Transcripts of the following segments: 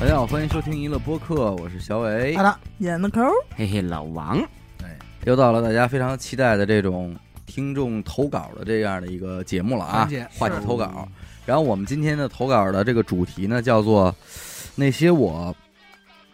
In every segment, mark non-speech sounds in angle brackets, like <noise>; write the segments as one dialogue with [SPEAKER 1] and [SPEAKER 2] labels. [SPEAKER 1] 大家好，欢迎收听娱乐播客，我是小伟哎
[SPEAKER 2] 好。的，演的抠儿，
[SPEAKER 3] 嘿嘿，老王，
[SPEAKER 1] 又到了大家非常期待的这种听众投稿的这样的一个节目了啊
[SPEAKER 2] 环节，
[SPEAKER 1] 话题
[SPEAKER 2] 是
[SPEAKER 1] 投稿。然后我们今天的投稿的这个主题呢，叫做那些我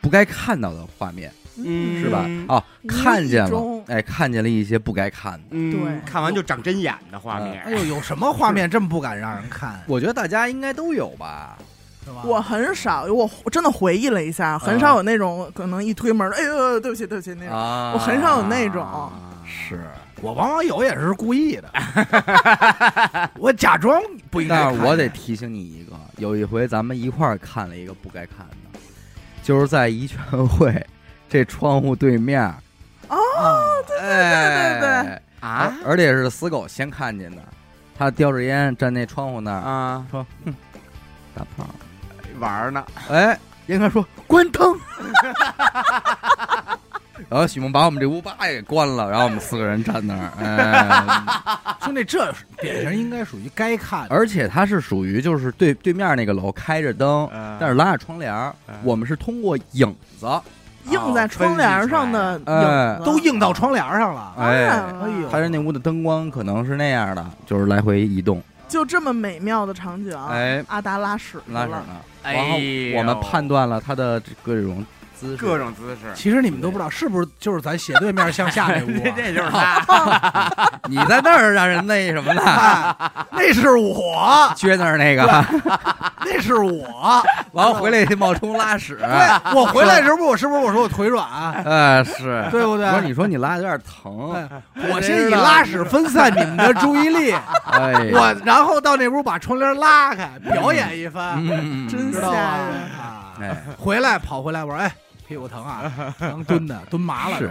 [SPEAKER 1] 不该看到的画面，
[SPEAKER 3] 嗯
[SPEAKER 1] 是吧？
[SPEAKER 3] 嗯
[SPEAKER 1] 啊，
[SPEAKER 2] 无意
[SPEAKER 1] 看见了
[SPEAKER 2] 中，
[SPEAKER 1] 哎，看见了一些不该看的。
[SPEAKER 3] 嗯
[SPEAKER 2] 对
[SPEAKER 3] 看完就长针眼的画
[SPEAKER 2] 哎
[SPEAKER 3] 面，
[SPEAKER 2] 呦，有什么画面这么不敢让人看，
[SPEAKER 1] 我觉得大家应该都有吧，
[SPEAKER 2] 是吧？
[SPEAKER 4] 我很少，我真的回忆了一
[SPEAKER 1] 嗯
[SPEAKER 4] 下，很少有那种可能一推门，哎呦，对不起，对不起，那种。
[SPEAKER 1] 啊，
[SPEAKER 4] 我很少有那种
[SPEAKER 1] 是，
[SPEAKER 2] 我往往有也是故意的， <laughs> 我假装不应该
[SPEAKER 1] 但
[SPEAKER 2] 看
[SPEAKER 1] 是我得提醒你一个，有一回咱们一块儿看了一个不该看的，就是在怡泉会这窗户对面儿，
[SPEAKER 2] 啊，
[SPEAKER 1] 哦对对
[SPEAKER 4] 对对
[SPEAKER 1] 对，
[SPEAKER 3] 啊
[SPEAKER 1] 而而且是死狗先看见的，他叼着烟站那窗户那儿，
[SPEAKER 3] 啊，
[SPEAKER 1] 大胖，
[SPEAKER 3] 玩儿呢，
[SPEAKER 1] 啊哎，严哥说关灯， <laughs> 然后许梦把我们这屋吧也关了，然后我们四个人站那儿，哎， <laughs>
[SPEAKER 2] 兄弟，这典型应该属于该看 <laughs> 的。
[SPEAKER 1] 而且他是属于就是对对面那个楼开着灯，哦但
[SPEAKER 3] 但
[SPEAKER 1] 是拉着窗帘儿，
[SPEAKER 3] 呃
[SPEAKER 1] 我们是通过影子。
[SPEAKER 4] 映在窗帘上的
[SPEAKER 1] 哎
[SPEAKER 4] 影子
[SPEAKER 2] 都映到窗帘上了，
[SPEAKER 4] 当然
[SPEAKER 1] 哎，
[SPEAKER 4] 了
[SPEAKER 2] 哎呦
[SPEAKER 1] 他是那屋的灯光可能是那样的，就是来回移动，
[SPEAKER 4] 就这么美妙的场景，
[SPEAKER 1] 哎
[SPEAKER 4] 阿达拉屎去
[SPEAKER 1] 拉屎
[SPEAKER 4] 了，
[SPEAKER 1] 呢。
[SPEAKER 3] 哎
[SPEAKER 1] 然后
[SPEAKER 3] 呦
[SPEAKER 1] 我们判断了他的这各种姿势，
[SPEAKER 3] 各种姿势，
[SPEAKER 2] 其实你们都不知道是不是就是咱斜 <laughs> 对面向下那屋啊，
[SPEAKER 3] 就是他，
[SPEAKER 1] 你在那儿让人那什么呢？
[SPEAKER 2] 哎那是我，
[SPEAKER 1] 撅那儿那个，
[SPEAKER 2] 那是我。
[SPEAKER 1] 完了回来冒充拉屎，
[SPEAKER 2] <laughs> 对，我回来的时候我是不是我说我腿软，啊
[SPEAKER 1] 呃是，
[SPEAKER 2] 对不对
[SPEAKER 1] 我说你说你拉有点疼，
[SPEAKER 2] 哎我先以拉屎分散你们的注意力，
[SPEAKER 1] 哎，
[SPEAKER 2] 我然后到那屋把窗帘拉开，表演一番，
[SPEAKER 1] 嗯，
[SPEAKER 4] 真
[SPEAKER 2] 知道吧？
[SPEAKER 4] 吓人。
[SPEAKER 2] 啊，
[SPEAKER 1] 哎，
[SPEAKER 2] 回来跑回来，我说哎，屁股疼啊，
[SPEAKER 1] <laughs>
[SPEAKER 2] 能蹲的，蹲麻了都
[SPEAKER 1] 哎是。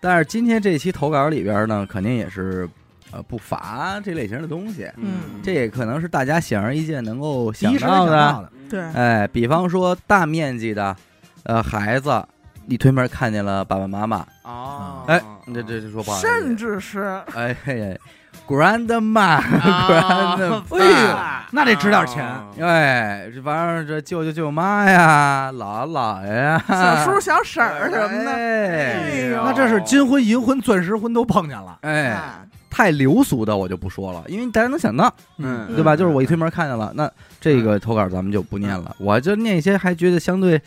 [SPEAKER 1] 但是今天这期投稿里边呢，肯定也是呃不乏这类型的东西，
[SPEAKER 4] 嗯
[SPEAKER 1] 这也可能是大家显而易见能够
[SPEAKER 2] 第一
[SPEAKER 1] 想
[SPEAKER 2] 时间
[SPEAKER 1] 到
[SPEAKER 2] 想
[SPEAKER 1] 的。
[SPEAKER 2] 到的，
[SPEAKER 4] 嗯对，
[SPEAKER 1] 哎，比方说大面积的，呃，孩子一推门看见了爸爸妈妈，
[SPEAKER 3] 哦，
[SPEAKER 1] 哎，这这这说不好意思，
[SPEAKER 4] 甚至是
[SPEAKER 1] 哎嘿嘿，grandma， <laughs> grandma，
[SPEAKER 3] 哦
[SPEAKER 1] 啊
[SPEAKER 2] 哎呦那得值点钱
[SPEAKER 1] 哎，这玩意儿这舅舅舅妈呀，姥姥姥爷呀，
[SPEAKER 4] 小叔小婶儿啊什么的，
[SPEAKER 1] 哎
[SPEAKER 4] 哎呦
[SPEAKER 2] 那这是金婚、银婚、钻石婚都碰见了，
[SPEAKER 1] 哎，
[SPEAKER 4] 哎
[SPEAKER 1] 太流俗的我就不说了，因为大家能想到，
[SPEAKER 3] 嗯
[SPEAKER 1] 对吧？就是我一推门看见了，那这个投稿咱们就不念了，我就念一些还觉得相对，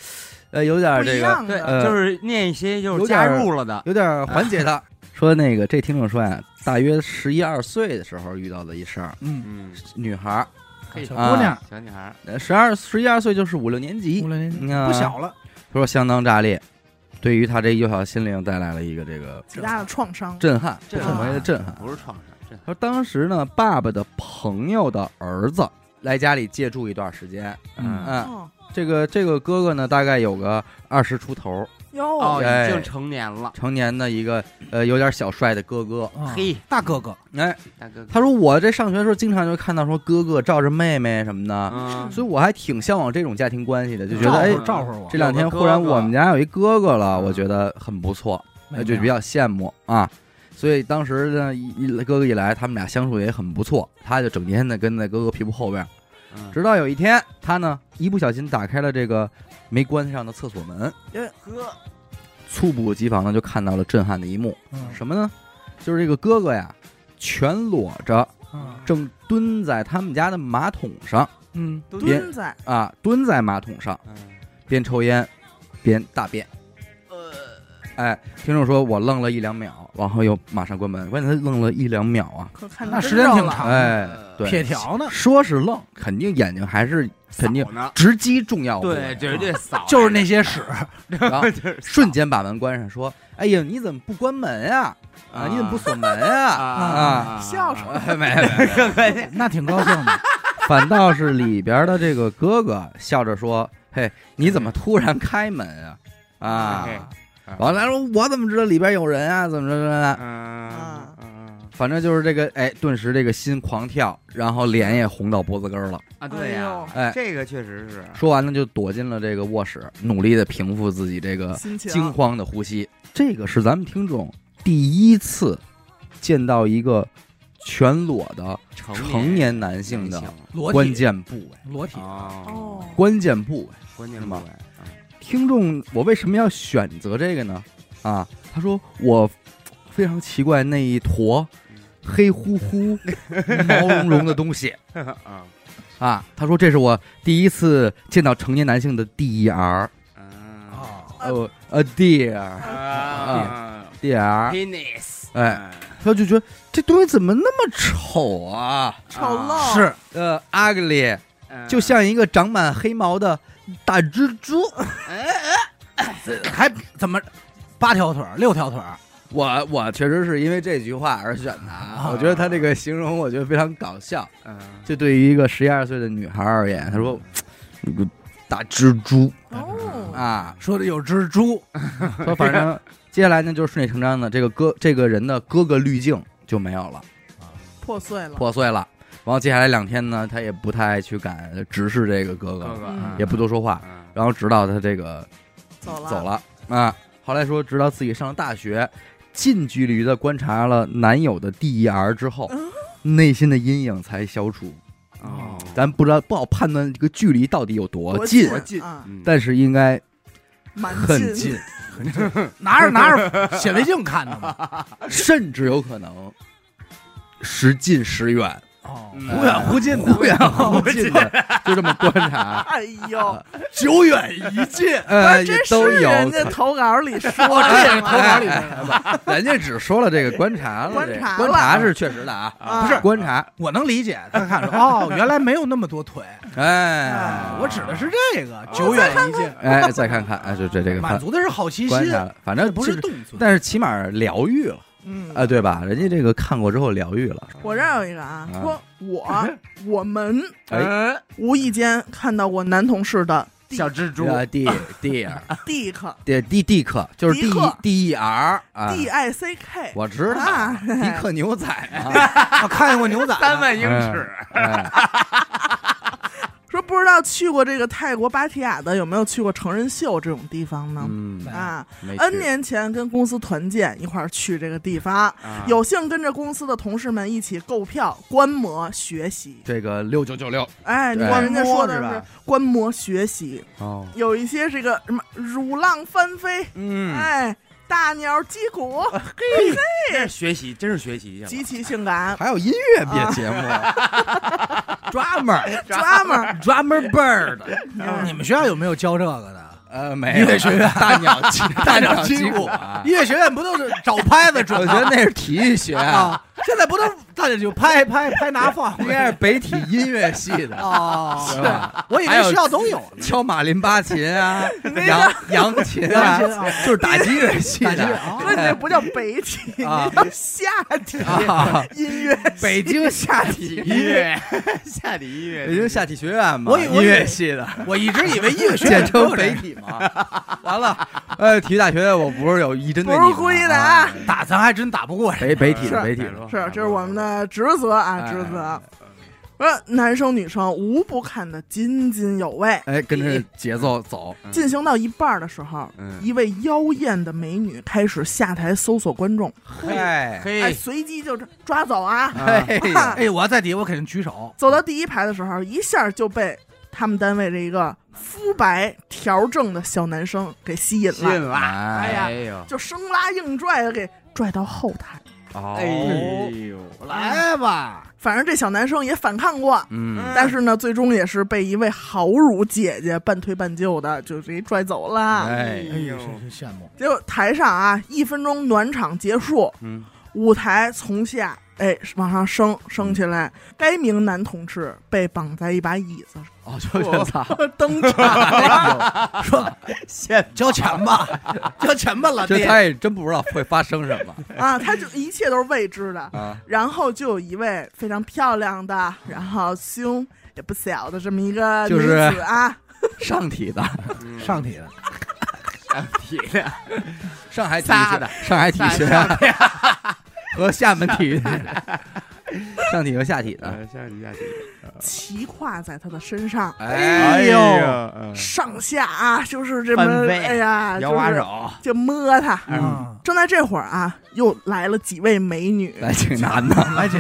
[SPEAKER 1] 呃，有点
[SPEAKER 4] 不
[SPEAKER 1] 这
[SPEAKER 4] 一
[SPEAKER 1] 个，呃
[SPEAKER 4] 样
[SPEAKER 3] 对，
[SPEAKER 2] 嗯
[SPEAKER 4] 的，
[SPEAKER 3] 就是念一些就是加入了的，
[SPEAKER 1] 有点缓解他。 <laughs> 说那个这听众说呀，大约十一二岁的时候遇到的一事儿，
[SPEAKER 2] 嗯，
[SPEAKER 3] 嗯，
[SPEAKER 1] 女孩儿，呃
[SPEAKER 3] 嘿
[SPEAKER 2] 小姑娘
[SPEAKER 3] 小女孩儿，
[SPEAKER 1] 十二十一二岁就是五六年级
[SPEAKER 2] 五，六年级
[SPEAKER 1] 你看
[SPEAKER 2] 不小了，
[SPEAKER 1] 说相当炸裂，对于他这幼小心灵带来了一个这个
[SPEAKER 4] 极大的创伤。
[SPEAKER 1] 震撼，不
[SPEAKER 3] 震
[SPEAKER 1] 可
[SPEAKER 4] 撼
[SPEAKER 1] 为的震撼。
[SPEAKER 3] 不是创伤，这
[SPEAKER 1] 他说当时呢，爸爸的朋友的儿子来家里借住一段时间，
[SPEAKER 2] 嗯
[SPEAKER 1] 嗯，
[SPEAKER 4] 哦
[SPEAKER 1] 这个这个哥哥呢，大概有个二十出头，
[SPEAKER 4] 哟
[SPEAKER 3] 哦，，
[SPEAKER 1] 哎
[SPEAKER 3] 已经成年了，
[SPEAKER 1] 成年的一个呃有点小帅的哥哥，
[SPEAKER 2] 啊
[SPEAKER 3] 嘿，
[SPEAKER 2] 大哥哥，
[SPEAKER 1] 哎，
[SPEAKER 3] 大哥哥，
[SPEAKER 1] 他说我这上学的时候经常就看到说哥哥罩着妹妹什么的，
[SPEAKER 3] 嗯
[SPEAKER 1] 所以我还挺向往这种家庭关系的，就觉
[SPEAKER 2] 照
[SPEAKER 1] 得
[SPEAKER 2] 会
[SPEAKER 1] 哎
[SPEAKER 2] 儿，照会儿我嗯
[SPEAKER 1] 这，两天忽然我们家有一哥哥了，我觉得很不错，
[SPEAKER 2] 妹妹
[SPEAKER 1] 就比较羡慕啊。所以当时呢，一一哥哥一来，他们俩相处也很不错，他就整天的跟在哥哥屁股后边儿，
[SPEAKER 3] 嗯
[SPEAKER 1] 直到有一天，他呢一不小心打开了这个没关上的厕所门，
[SPEAKER 3] 呵，
[SPEAKER 1] 猝不及防呢就看到了震撼的一幕，
[SPEAKER 2] 嗯
[SPEAKER 1] 什么呢？就是这个哥哥呀，全裸着
[SPEAKER 2] 嗯
[SPEAKER 1] 正蹲在他们家的马桶上
[SPEAKER 2] 嗯，
[SPEAKER 4] 蹲在
[SPEAKER 1] 啊，蹲在马桶上
[SPEAKER 3] 嗯
[SPEAKER 1] 边抽烟边大便。
[SPEAKER 3] 呃，
[SPEAKER 1] 哎，听众说我愣了一两秒，然后又马上关门。关键他愣了一两秒啊！
[SPEAKER 4] 可
[SPEAKER 3] 嗯
[SPEAKER 4] 看
[SPEAKER 2] 那
[SPEAKER 4] 得
[SPEAKER 2] 时
[SPEAKER 4] 真
[SPEAKER 2] 间挺
[SPEAKER 4] 热了
[SPEAKER 2] 长，
[SPEAKER 1] 哎，对，
[SPEAKER 2] 撇条呢，
[SPEAKER 1] 说是愣，肯定眼睛还是肯定哦
[SPEAKER 3] 扫呢，
[SPEAKER 1] 直击重要部位
[SPEAKER 3] 对，绝对扫，
[SPEAKER 2] 就是那
[SPEAKER 1] <laughs>
[SPEAKER 2] 些屎，
[SPEAKER 1] 然后
[SPEAKER 3] 就是
[SPEAKER 1] 瞬间把门关上，说：“哎呀，你怎么不关门呀？啊，你怎么不锁门呀
[SPEAKER 3] <laughs> 啊
[SPEAKER 4] 笑什？
[SPEAKER 1] 哎没没没，
[SPEAKER 3] 更关
[SPEAKER 1] 哎
[SPEAKER 3] 键，
[SPEAKER 2] 那挺高兴
[SPEAKER 1] <laughs>
[SPEAKER 2] 的，
[SPEAKER 1] 反倒是里边的这个哥哥笑着说：“嘿，你怎么突然开门啊？”啊
[SPEAKER 3] 嘿，
[SPEAKER 1] 完了说：“我怎么知道里边有人啊？怎么着怎么着？
[SPEAKER 3] 嗯
[SPEAKER 4] 啊
[SPEAKER 3] 嗯
[SPEAKER 1] 反正就是这个，哎，顿时这个心狂跳，然后脸也红到脖子根儿了。
[SPEAKER 3] 啊，对呀，
[SPEAKER 1] 哎呦
[SPEAKER 3] 这个确实是，
[SPEAKER 1] 说完了就躲进了这个卧室，努力的平复自己这个
[SPEAKER 4] 心
[SPEAKER 1] 惊
[SPEAKER 4] 情，
[SPEAKER 1] 慌的呼吸。这个是咱们听众第一次见到一个全裸的
[SPEAKER 3] 成
[SPEAKER 1] 成年男性的
[SPEAKER 2] 裸体
[SPEAKER 1] 关键部位，哎啊
[SPEAKER 2] 裸体，
[SPEAKER 3] 哦
[SPEAKER 4] 哦，
[SPEAKER 1] 关键部位。
[SPEAKER 3] 关键
[SPEAKER 1] 是吗
[SPEAKER 3] 不改啊
[SPEAKER 1] 听众，我为什么要选择这个呢？啊，他说我非常奇怪那一坨黑乎
[SPEAKER 3] <laughs>
[SPEAKER 1] 乎、毛茸茸的东西
[SPEAKER 3] 啊
[SPEAKER 1] 啊，他说这是我第一次见到成年男性的 DER，
[SPEAKER 3] 啊
[SPEAKER 2] 啊，
[SPEAKER 1] 呃呃 DER
[SPEAKER 3] 啊
[SPEAKER 1] DER，
[SPEAKER 3] ，penis，
[SPEAKER 1] 哎他就觉得这东西怎么那么丑啊，
[SPEAKER 4] 丑陋，
[SPEAKER 3] 啊
[SPEAKER 2] 是
[SPEAKER 1] 呃 ugly，
[SPEAKER 3] 嗯，
[SPEAKER 1] 就像一个长满黑毛的大蜘蛛。
[SPEAKER 2] 还怎么八条腿儿六条腿儿
[SPEAKER 1] 我我确实是因为这句话而选的啊，
[SPEAKER 3] 啊
[SPEAKER 1] 我觉得他这个形容我觉得非常搞笑。
[SPEAKER 3] 嗯
[SPEAKER 1] 就对于一个十一二岁的女孩而言，她说：“你个大蜘蛛
[SPEAKER 4] 哦，
[SPEAKER 1] 啊
[SPEAKER 2] 说的有蜘蛛，！”
[SPEAKER 1] 说反正 <laughs> 接下来呢，就是顺理成章的，这个哥这个人的哥哥滤镜就没有了，
[SPEAKER 4] 破碎了，
[SPEAKER 1] 破碎了。然后接下来两天呢，他也不太去敢直视这个哥
[SPEAKER 3] 哥
[SPEAKER 1] 哥，啊
[SPEAKER 3] 哥
[SPEAKER 4] 嗯
[SPEAKER 1] 也不多说话。
[SPEAKER 3] 嗯
[SPEAKER 1] 然后直到他这个
[SPEAKER 4] 走了，
[SPEAKER 1] 走，了啊，后来说直到自己上了大学，近距离的观察了男友的 DER 之后，
[SPEAKER 4] 嗯
[SPEAKER 1] 内心的阴影才消除。
[SPEAKER 3] 哦，
[SPEAKER 1] 咱不知道不好判断这个距离到底有多
[SPEAKER 4] 多
[SPEAKER 1] 近，
[SPEAKER 4] 近啊
[SPEAKER 3] 嗯
[SPEAKER 1] 但是应该
[SPEAKER 4] 蛮
[SPEAKER 1] 很
[SPEAKER 4] 近，
[SPEAKER 1] 近，
[SPEAKER 2] 拿着拿着显微镜看的嘛。
[SPEAKER 1] 甚至有可能时近时
[SPEAKER 4] <laughs>
[SPEAKER 1] 远，
[SPEAKER 2] 哦
[SPEAKER 3] 嗯
[SPEAKER 2] 忽远忽 <laughs> 近的，
[SPEAKER 1] 忽远
[SPEAKER 4] 哦
[SPEAKER 1] 忽近的，就这么观
[SPEAKER 4] <laughs>
[SPEAKER 1] 察，
[SPEAKER 4] <laughs> 哎呦，
[SPEAKER 2] 久远一近。
[SPEAKER 1] 呃，也
[SPEAKER 4] 真是
[SPEAKER 1] 都有
[SPEAKER 4] 人
[SPEAKER 1] 可
[SPEAKER 4] 家
[SPEAKER 1] 能。哎
[SPEAKER 4] 投稿里说这
[SPEAKER 2] 投稿里
[SPEAKER 4] 个，啊
[SPEAKER 1] 人家只说了这个观察了，
[SPEAKER 4] 观
[SPEAKER 1] 这个
[SPEAKER 4] 察
[SPEAKER 1] 观
[SPEAKER 4] 了
[SPEAKER 1] 察是确实的啊，
[SPEAKER 4] 啊
[SPEAKER 2] 不是
[SPEAKER 1] 观察，
[SPEAKER 2] 我能理解，他看说哦，原来没有那么多腿，
[SPEAKER 4] 啊
[SPEAKER 1] 哎
[SPEAKER 2] 哎，我指的是这个久远一近，
[SPEAKER 1] 哎，再看看，哎，就这这个
[SPEAKER 2] 满
[SPEAKER 1] 反
[SPEAKER 2] 足的是好奇
[SPEAKER 1] 观
[SPEAKER 2] 心，
[SPEAKER 1] 察了，反正
[SPEAKER 2] 不
[SPEAKER 1] 就是
[SPEAKER 2] 动作。
[SPEAKER 1] 但是起码疗愈了，
[SPEAKER 4] 嗯
[SPEAKER 1] 啊，对吧？人家这个看过之后疗愈了，
[SPEAKER 4] 我这儿有一个啊，
[SPEAKER 1] 啊
[SPEAKER 4] 说我我们
[SPEAKER 3] 哎，
[SPEAKER 4] 无意间看到过男同事的
[SPEAKER 3] 小蜘蛛，
[SPEAKER 1] 这啊 D D R
[SPEAKER 4] dick
[SPEAKER 1] 对 D D 克就是 D
[SPEAKER 4] 迪克
[SPEAKER 1] D E R 啊，
[SPEAKER 4] d i c k，
[SPEAKER 1] 我知道
[SPEAKER 4] 啊，
[SPEAKER 1] 迪克牛仔嘛，
[SPEAKER 2] 我啊看见过牛仔，
[SPEAKER 3] 三万英尺，
[SPEAKER 1] 哎
[SPEAKER 4] 说不知道去过这个泰国芭提雅的有没有去过成人秀这种地方呢？
[SPEAKER 1] 嗯，
[SPEAKER 4] 啊
[SPEAKER 1] 没去
[SPEAKER 4] ，N 年前跟公司团建一块儿去这个地方，
[SPEAKER 1] 嗯
[SPEAKER 3] 啊
[SPEAKER 4] 有幸跟着公司的同事们一起购票、观摩、学习。
[SPEAKER 1] 这个六九九六
[SPEAKER 4] 哎，你
[SPEAKER 1] 对
[SPEAKER 4] 看人家说的
[SPEAKER 2] 观摩是吧
[SPEAKER 4] 是观摩学习，
[SPEAKER 1] 哦，
[SPEAKER 4] 有一些这个什么乳浪翻飞，
[SPEAKER 1] 嗯，
[SPEAKER 4] 哎，大鸟击
[SPEAKER 1] <laughs>
[SPEAKER 4] 鼓，
[SPEAKER 3] 这是学习，真是学习去
[SPEAKER 4] 极其
[SPEAKER 1] <laughs>
[SPEAKER 4] 性感，
[SPEAKER 1] 还有音乐别节 <laughs> 目，专门
[SPEAKER 4] 抓们儿，
[SPEAKER 1] 专门 bird，
[SPEAKER 2] <laughs> 你们学校有没有教这个的？
[SPEAKER 1] 呃，没有
[SPEAKER 2] 音乐学
[SPEAKER 1] <laughs>
[SPEAKER 2] 院
[SPEAKER 1] 大鸟
[SPEAKER 2] <laughs>
[SPEAKER 1] 击大鸟击
[SPEAKER 2] 鼓
[SPEAKER 1] 鼓啊，
[SPEAKER 2] 音乐学院不都是找拍子准
[SPEAKER 1] 我
[SPEAKER 2] 吗？
[SPEAKER 1] 觉得哎那是体育学，
[SPEAKER 2] 啊，现在不都大家就拍拍拍拿放
[SPEAKER 1] <laughs> 应该是北体音乐系的，
[SPEAKER 2] 哦，
[SPEAKER 1] 是吧？
[SPEAKER 2] 我以为学校都有呢。
[SPEAKER 1] 敲马林巴琴啊，扬扬琴啊
[SPEAKER 2] 扬琴啊，
[SPEAKER 1] 就是打击乐器
[SPEAKER 2] 打击
[SPEAKER 1] 的
[SPEAKER 4] 说你
[SPEAKER 2] 啊，
[SPEAKER 4] 这不叫北体，你
[SPEAKER 1] 啊
[SPEAKER 4] 叫下体
[SPEAKER 1] 啊，
[SPEAKER 4] <laughs> 音乐
[SPEAKER 1] <laughs> 北京下体
[SPEAKER 3] 了，音乐，下体音乐，
[SPEAKER 1] 北京下体学院嘛，
[SPEAKER 2] 我以为
[SPEAKER 1] 音乐系的，
[SPEAKER 2] 我一直以为音乐学
[SPEAKER 1] 简
[SPEAKER 2] 院
[SPEAKER 1] 称北体嘛。完了，呃，体育大学我不是有意针对你
[SPEAKER 4] <laughs> 不是故意的啊
[SPEAKER 1] 啊，
[SPEAKER 2] 打，咱还真打不过人。
[SPEAKER 1] 北北体的
[SPEAKER 4] 是
[SPEAKER 1] 北体的，
[SPEAKER 4] 是，这是我们的职责啊，
[SPEAKER 1] 哎
[SPEAKER 4] 职责。说男生女生无不看得津津有味。
[SPEAKER 1] 哎，跟着节奏走，
[SPEAKER 4] 进行到一半儿的时候，
[SPEAKER 3] 嗯
[SPEAKER 4] 一位妖艳的美女开始下台搜索观众，
[SPEAKER 1] 嗨，
[SPEAKER 4] 哎，
[SPEAKER 2] 嘿，
[SPEAKER 4] 随机就抓走啊！
[SPEAKER 1] 嘿呀，
[SPEAKER 2] 哎，我要在底下我肯定举手。
[SPEAKER 4] 走到第一排的时候，一下就被他们单位这一个肤白条正的小男生给吸引了，
[SPEAKER 3] 了，
[SPEAKER 1] 哎
[SPEAKER 3] 哎呦，
[SPEAKER 4] 就生拉硬拽的给拽到后台。
[SPEAKER 1] 哦
[SPEAKER 3] 哎，呦，
[SPEAKER 2] 来吧，
[SPEAKER 4] 反正这小男生也反抗过，
[SPEAKER 1] 嗯，
[SPEAKER 4] 但是呢，最终也是被一位豪乳姐姐半推半就的就给拽走了。
[SPEAKER 1] 哎
[SPEAKER 2] 哎呦，真羡慕。
[SPEAKER 4] 结果台上啊，一分钟暖场结束，
[SPEAKER 1] 嗯，
[SPEAKER 4] 舞台从下哎往上升升起来，该名男同志被绑在一把椅子
[SPEAKER 1] 哦，就这操，
[SPEAKER 4] 上 <laughs> 登场，
[SPEAKER 2] 说
[SPEAKER 3] 现
[SPEAKER 2] 交钱吧，交钱吧，老
[SPEAKER 1] 这
[SPEAKER 2] 弟。
[SPEAKER 1] 他也真不知道会发生什么
[SPEAKER 4] 啊，他就一切都是未知的。
[SPEAKER 1] 啊，
[SPEAKER 4] 然后就有一位非常漂亮的，然后胸也不小的这么一个女
[SPEAKER 1] 就是
[SPEAKER 4] 子啊，
[SPEAKER 1] 上体的，
[SPEAKER 2] 上体的，
[SPEAKER 3] 体的，
[SPEAKER 1] 上海体育
[SPEAKER 3] 仨
[SPEAKER 1] 学
[SPEAKER 3] 的
[SPEAKER 1] 上海体育学院 <laughs> 和厦门体育学院， <laughs> 上体和下体的。
[SPEAKER 3] 下体下体，
[SPEAKER 4] 骑跨在他的身上，
[SPEAKER 1] 哎
[SPEAKER 2] 呦
[SPEAKER 4] 呃
[SPEAKER 3] 呦，嗯
[SPEAKER 4] 上下啊，就是这么
[SPEAKER 3] 翻，飞
[SPEAKER 4] 哎呀，
[SPEAKER 3] 摇把
[SPEAKER 4] 就是
[SPEAKER 3] 手，
[SPEAKER 4] 就摸他。
[SPEAKER 2] 嗯，
[SPEAKER 4] 正在这会儿啊，又来了几位美女，
[SPEAKER 1] 来，哎挺难的，
[SPEAKER 2] 来姐，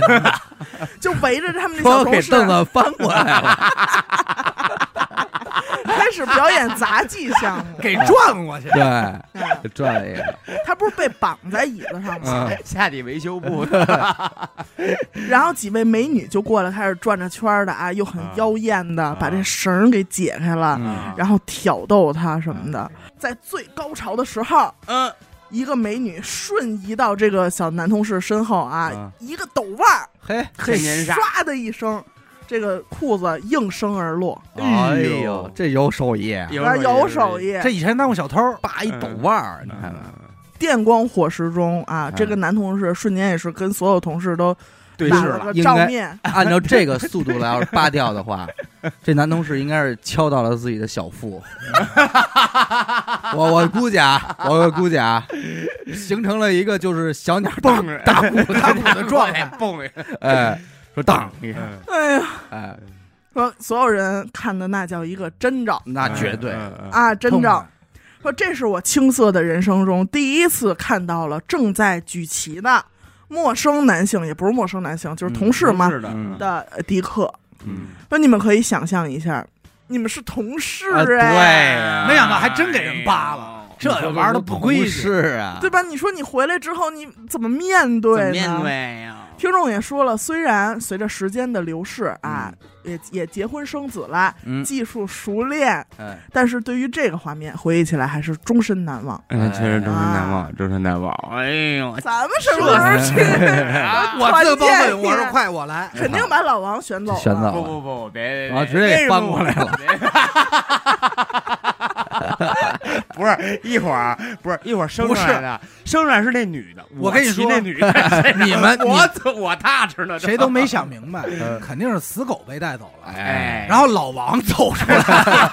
[SPEAKER 4] 就围着他们那
[SPEAKER 1] 说
[SPEAKER 4] 小
[SPEAKER 1] 给
[SPEAKER 4] 同
[SPEAKER 1] 凳
[SPEAKER 4] 事，
[SPEAKER 1] 子翻过来了，
[SPEAKER 4] 开始表演杂技项
[SPEAKER 1] <laughs>
[SPEAKER 4] 目，
[SPEAKER 2] <laughs> 给转过去，
[SPEAKER 1] 对，
[SPEAKER 4] 嗯
[SPEAKER 1] 转了一个，
[SPEAKER 4] 他不是被绑在椅子上
[SPEAKER 1] <laughs>
[SPEAKER 4] 吗？
[SPEAKER 1] 嗯，
[SPEAKER 3] 下体维修 <laughs> 部，
[SPEAKER 4] 然后几位美女就过来，开始转着圈儿的啊，又很妖艳的，把这绳儿给解开了，
[SPEAKER 1] 嗯
[SPEAKER 4] 然后挑逗他什么的。在最高潮的时候，
[SPEAKER 3] 嗯，
[SPEAKER 4] 一个美女瞬移到这个小男同事身后啊，
[SPEAKER 1] 嗯
[SPEAKER 4] 一个抖腕儿，
[SPEAKER 1] 嘿，
[SPEAKER 3] 千年杀，
[SPEAKER 4] 唰的一声，这个裤子应声而落，
[SPEAKER 1] 哎
[SPEAKER 3] 哎
[SPEAKER 1] 呦
[SPEAKER 3] 呦，
[SPEAKER 1] 这有手艺，
[SPEAKER 4] 然
[SPEAKER 3] 啊
[SPEAKER 4] 后有手，艺。
[SPEAKER 2] 这以前当过小偷，
[SPEAKER 1] 叭一抖腕儿，你看看，
[SPEAKER 3] 嗯
[SPEAKER 4] 电光火石中啊，
[SPEAKER 1] 嗯
[SPEAKER 4] 这个男同事瞬间也是跟所有同事都
[SPEAKER 3] 对
[SPEAKER 4] 打
[SPEAKER 3] 视
[SPEAKER 4] 了
[SPEAKER 3] 了，
[SPEAKER 4] 个
[SPEAKER 1] 应
[SPEAKER 4] 照
[SPEAKER 1] 该
[SPEAKER 4] 面，
[SPEAKER 1] 按照这个速度来，要是扒掉的话，这男同事应该是敲到了自己的小腹。 <laughs> 我我估计啊，我估计啊，形成了一个就是小鸟蹦大鼓大鼓的状态，
[SPEAKER 3] 蹦呀，
[SPEAKER 1] 哎， <laughs> 说当，你看，
[SPEAKER 3] 嗯
[SPEAKER 4] 哎呀，
[SPEAKER 1] 哎，
[SPEAKER 4] 说所有人看的那叫一个真着
[SPEAKER 1] 那绝对，
[SPEAKER 3] 嗯
[SPEAKER 4] 啊，真
[SPEAKER 2] 痛
[SPEAKER 4] 着
[SPEAKER 2] 快。
[SPEAKER 4] 说这是我青涩的人生中第一次看到了正在举旗的陌生男性，也不是陌生男性，就是同事
[SPEAKER 2] 啊
[SPEAKER 4] 嘛、
[SPEAKER 3] 是的，
[SPEAKER 1] 嗯
[SPEAKER 4] 的呃迪克。
[SPEAKER 1] 嗯，
[SPEAKER 4] 那你们可以想象一下，你们是同事
[SPEAKER 1] 啊对
[SPEAKER 4] 哎、
[SPEAKER 1] 呀，
[SPEAKER 2] 那样吧还真给人扒了这玩的
[SPEAKER 1] 不
[SPEAKER 2] 不规矩。
[SPEAKER 1] 是啊，
[SPEAKER 4] 对吧？你说你回来之后你怎么面
[SPEAKER 3] 怎
[SPEAKER 4] 对
[SPEAKER 3] 么
[SPEAKER 4] 呢？
[SPEAKER 3] 面对呀，
[SPEAKER 4] 听众也说了，虽然随着时间的流逝啊，也也结婚生子了，
[SPEAKER 1] 嗯，
[SPEAKER 4] 技术熟练，
[SPEAKER 1] 哎，
[SPEAKER 4] 但是对于这个画面回忆起来还是终身难忘。
[SPEAKER 1] 哎确实
[SPEAKER 4] 终身难忘，
[SPEAKER 3] 终身难忘。哎
[SPEAKER 1] 啊
[SPEAKER 3] 呦，
[SPEAKER 4] 咱们什么时候去？
[SPEAKER 2] 我自告
[SPEAKER 4] 团建
[SPEAKER 2] 奋，我
[SPEAKER 4] 呀
[SPEAKER 2] 说快我来，
[SPEAKER 4] 肯定把老王选走了。
[SPEAKER 1] 选走
[SPEAKER 3] 不
[SPEAKER 1] 了，
[SPEAKER 3] 不不，别，
[SPEAKER 1] 啊，直接给搬过来了，
[SPEAKER 3] <laughs> 不是一会儿，不是一会儿生出
[SPEAKER 2] 不是
[SPEAKER 3] 来的，生出来是那女的。
[SPEAKER 2] 我跟你
[SPEAKER 3] 骑
[SPEAKER 2] 说
[SPEAKER 3] 那女的，
[SPEAKER 2] 你们
[SPEAKER 3] <laughs> 我走我踏实呢，
[SPEAKER 2] 谁都没想明白
[SPEAKER 1] 嗯，
[SPEAKER 2] 肯定是死狗被带走了。
[SPEAKER 3] 哎，
[SPEAKER 2] 然后老王走出来，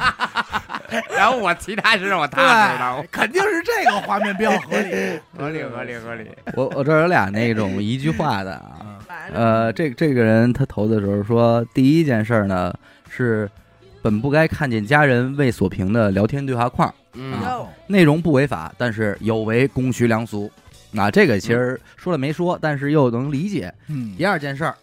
[SPEAKER 2] <laughs>
[SPEAKER 3] 然后我骑踏实让我踏实了
[SPEAKER 2] 对，，肯定是这个画面比较合理。
[SPEAKER 3] 合理合理合理。
[SPEAKER 1] 我我这儿有俩那 <laughs> 种一句话的啊。
[SPEAKER 4] 来着
[SPEAKER 1] 呃，这这个人他投的时候说，第一件事儿呢是本不该看见家人为所评的聊天对话框，
[SPEAKER 3] 嗯
[SPEAKER 4] 哟
[SPEAKER 1] 内容不违法，但是有违公序良俗。啊，这个其实说了没说，但是又能理解。
[SPEAKER 2] 嗯
[SPEAKER 1] 第二件事儿，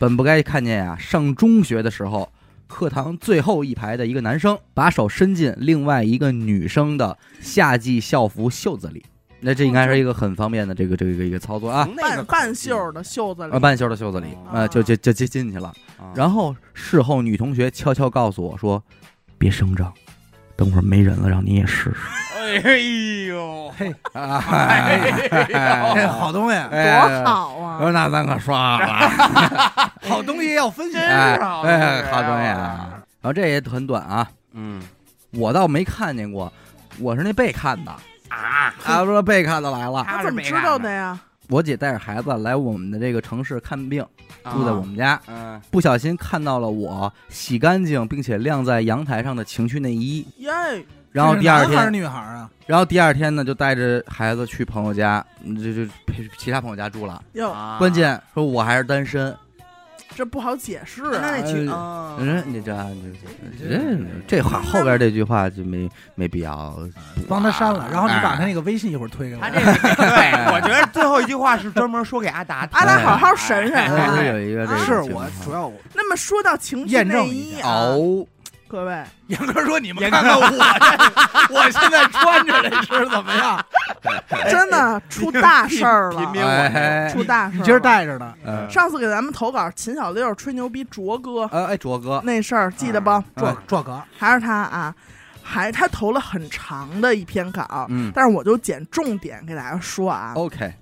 [SPEAKER 1] 本不该看见啊，上中学的时候，课堂最后一排的一个男生把手伸进另外一个女生的夏季校服袖子里，那这应该是一个很方便的这个这个一个一个操作啊。
[SPEAKER 3] 从那个
[SPEAKER 4] 半半袖的袖子
[SPEAKER 1] 啊，
[SPEAKER 4] 里，
[SPEAKER 1] 半袖的袖子里，呃，就就就就进去了。
[SPEAKER 3] 嗯
[SPEAKER 1] 然后事后女同学悄悄告诉我说：“别声张，等会儿没人了，让你也试试。
[SPEAKER 3] 哎呦，哎
[SPEAKER 2] 这
[SPEAKER 1] 哎
[SPEAKER 2] 好东西，
[SPEAKER 4] 多好啊！
[SPEAKER 1] 那咱可刷了，
[SPEAKER 2] 好东西要分享。
[SPEAKER 1] 哎
[SPEAKER 3] 好
[SPEAKER 1] 哎，好东西啊！然后这也很短啊，
[SPEAKER 3] 嗯
[SPEAKER 1] 我倒没看见过，我是那被看
[SPEAKER 2] <laughs>
[SPEAKER 1] 的，
[SPEAKER 3] 啊，
[SPEAKER 1] 啊，说被看的来了。
[SPEAKER 4] 他怎么知道的呀？
[SPEAKER 1] 我姐带着孩子来我们的这个城市看病，
[SPEAKER 2] 啊
[SPEAKER 1] 住在我们家，
[SPEAKER 3] 啊嗯
[SPEAKER 1] 不小心看到了我洗干净并且晾在阳台上的情趣内衣，
[SPEAKER 4] 耶，
[SPEAKER 1] 然后第二
[SPEAKER 2] 这是男孩儿
[SPEAKER 1] 天，
[SPEAKER 2] 女孩儿啊，
[SPEAKER 1] 然后第二天呢，就带着孩子去朋友家，嗯就就陪其他朋友家住了。
[SPEAKER 4] 哟，
[SPEAKER 1] <laughs>
[SPEAKER 3] 啊
[SPEAKER 2] 啊
[SPEAKER 1] 关键说我还是单身，
[SPEAKER 4] 这不好解释啊！
[SPEAKER 3] 那去
[SPEAKER 1] 嗯，你这你这这这话后边这句话就没没必
[SPEAKER 2] <laughs>
[SPEAKER 1] 要补啊，
[SPEAKER 2] 帮他删了，然后你把他
[SPEAKER 1] 哎
[SPEAKER 2] 那个微信一会儿推给我
[SPEAKER 3] 他。这个，对，我觉得最后一句话是专门说给阿达听的。
[SPEAKER 4] 阿达好好审审
[SPEAKER 1] 哎
[SPEAKER 4] 啊
[SPEAKER 1] 这！有一个这个
[SPEAKER 2] 是
[SPEAKER 1] 情
[SPEAKER 2] 我
[SPEAKER 1] 况
[SPEAKER 2] 主要我
[SPEAKER 4] 那么说到情趣
[SPEAKER 2] 验证
[SPEAKER 4] 内
[SPEAKER 2] 一
[SPEAKER 4] 衣
[SPEAKER 2] 下
[SPEAKER 4] 啊，
[SPEAKER 1] 哦，
[SPEAKER 4] 各位，
[SPEAKER 2] 严哥说你们
[SPEAKER 3] 严
[SPEAKER 2] 看看我
[SPEAKER 4] <laughs>
[SPEAKER 2] 这，我现在穿着这身怎么样？
[SPEAKER 4] 真的出大事儿
[SPEAKER 3] 平
[SPEAKER 4] 了，
[SPEAKER 3] 民
[SPEAKER 1] 哎
[SPEAKER 4] <laughs> 出大事儿了！
[SPEAKER 2] 你今儿带着呢，
[SPEAKER 1] 呃
[SPEAKER 4] 上次给咱们投稿秦小六吹牛逼卓哥
[SPEAKER 1] 呃哎卓哥，
[SPEAKER 4] 那事儿记得
[SPEAKER 1] 嗯
[SPEAKER 4] 不？
[SPEAKER 2] 这这个
[SPEAKER 4] 还是他啊，还他投了很长的一篇稿，
[SPEAKER 1] 嗯哦
[SPEAKER 4] 但是我就捡重点给大家说啊。
[SPEAKER 1] ，OK，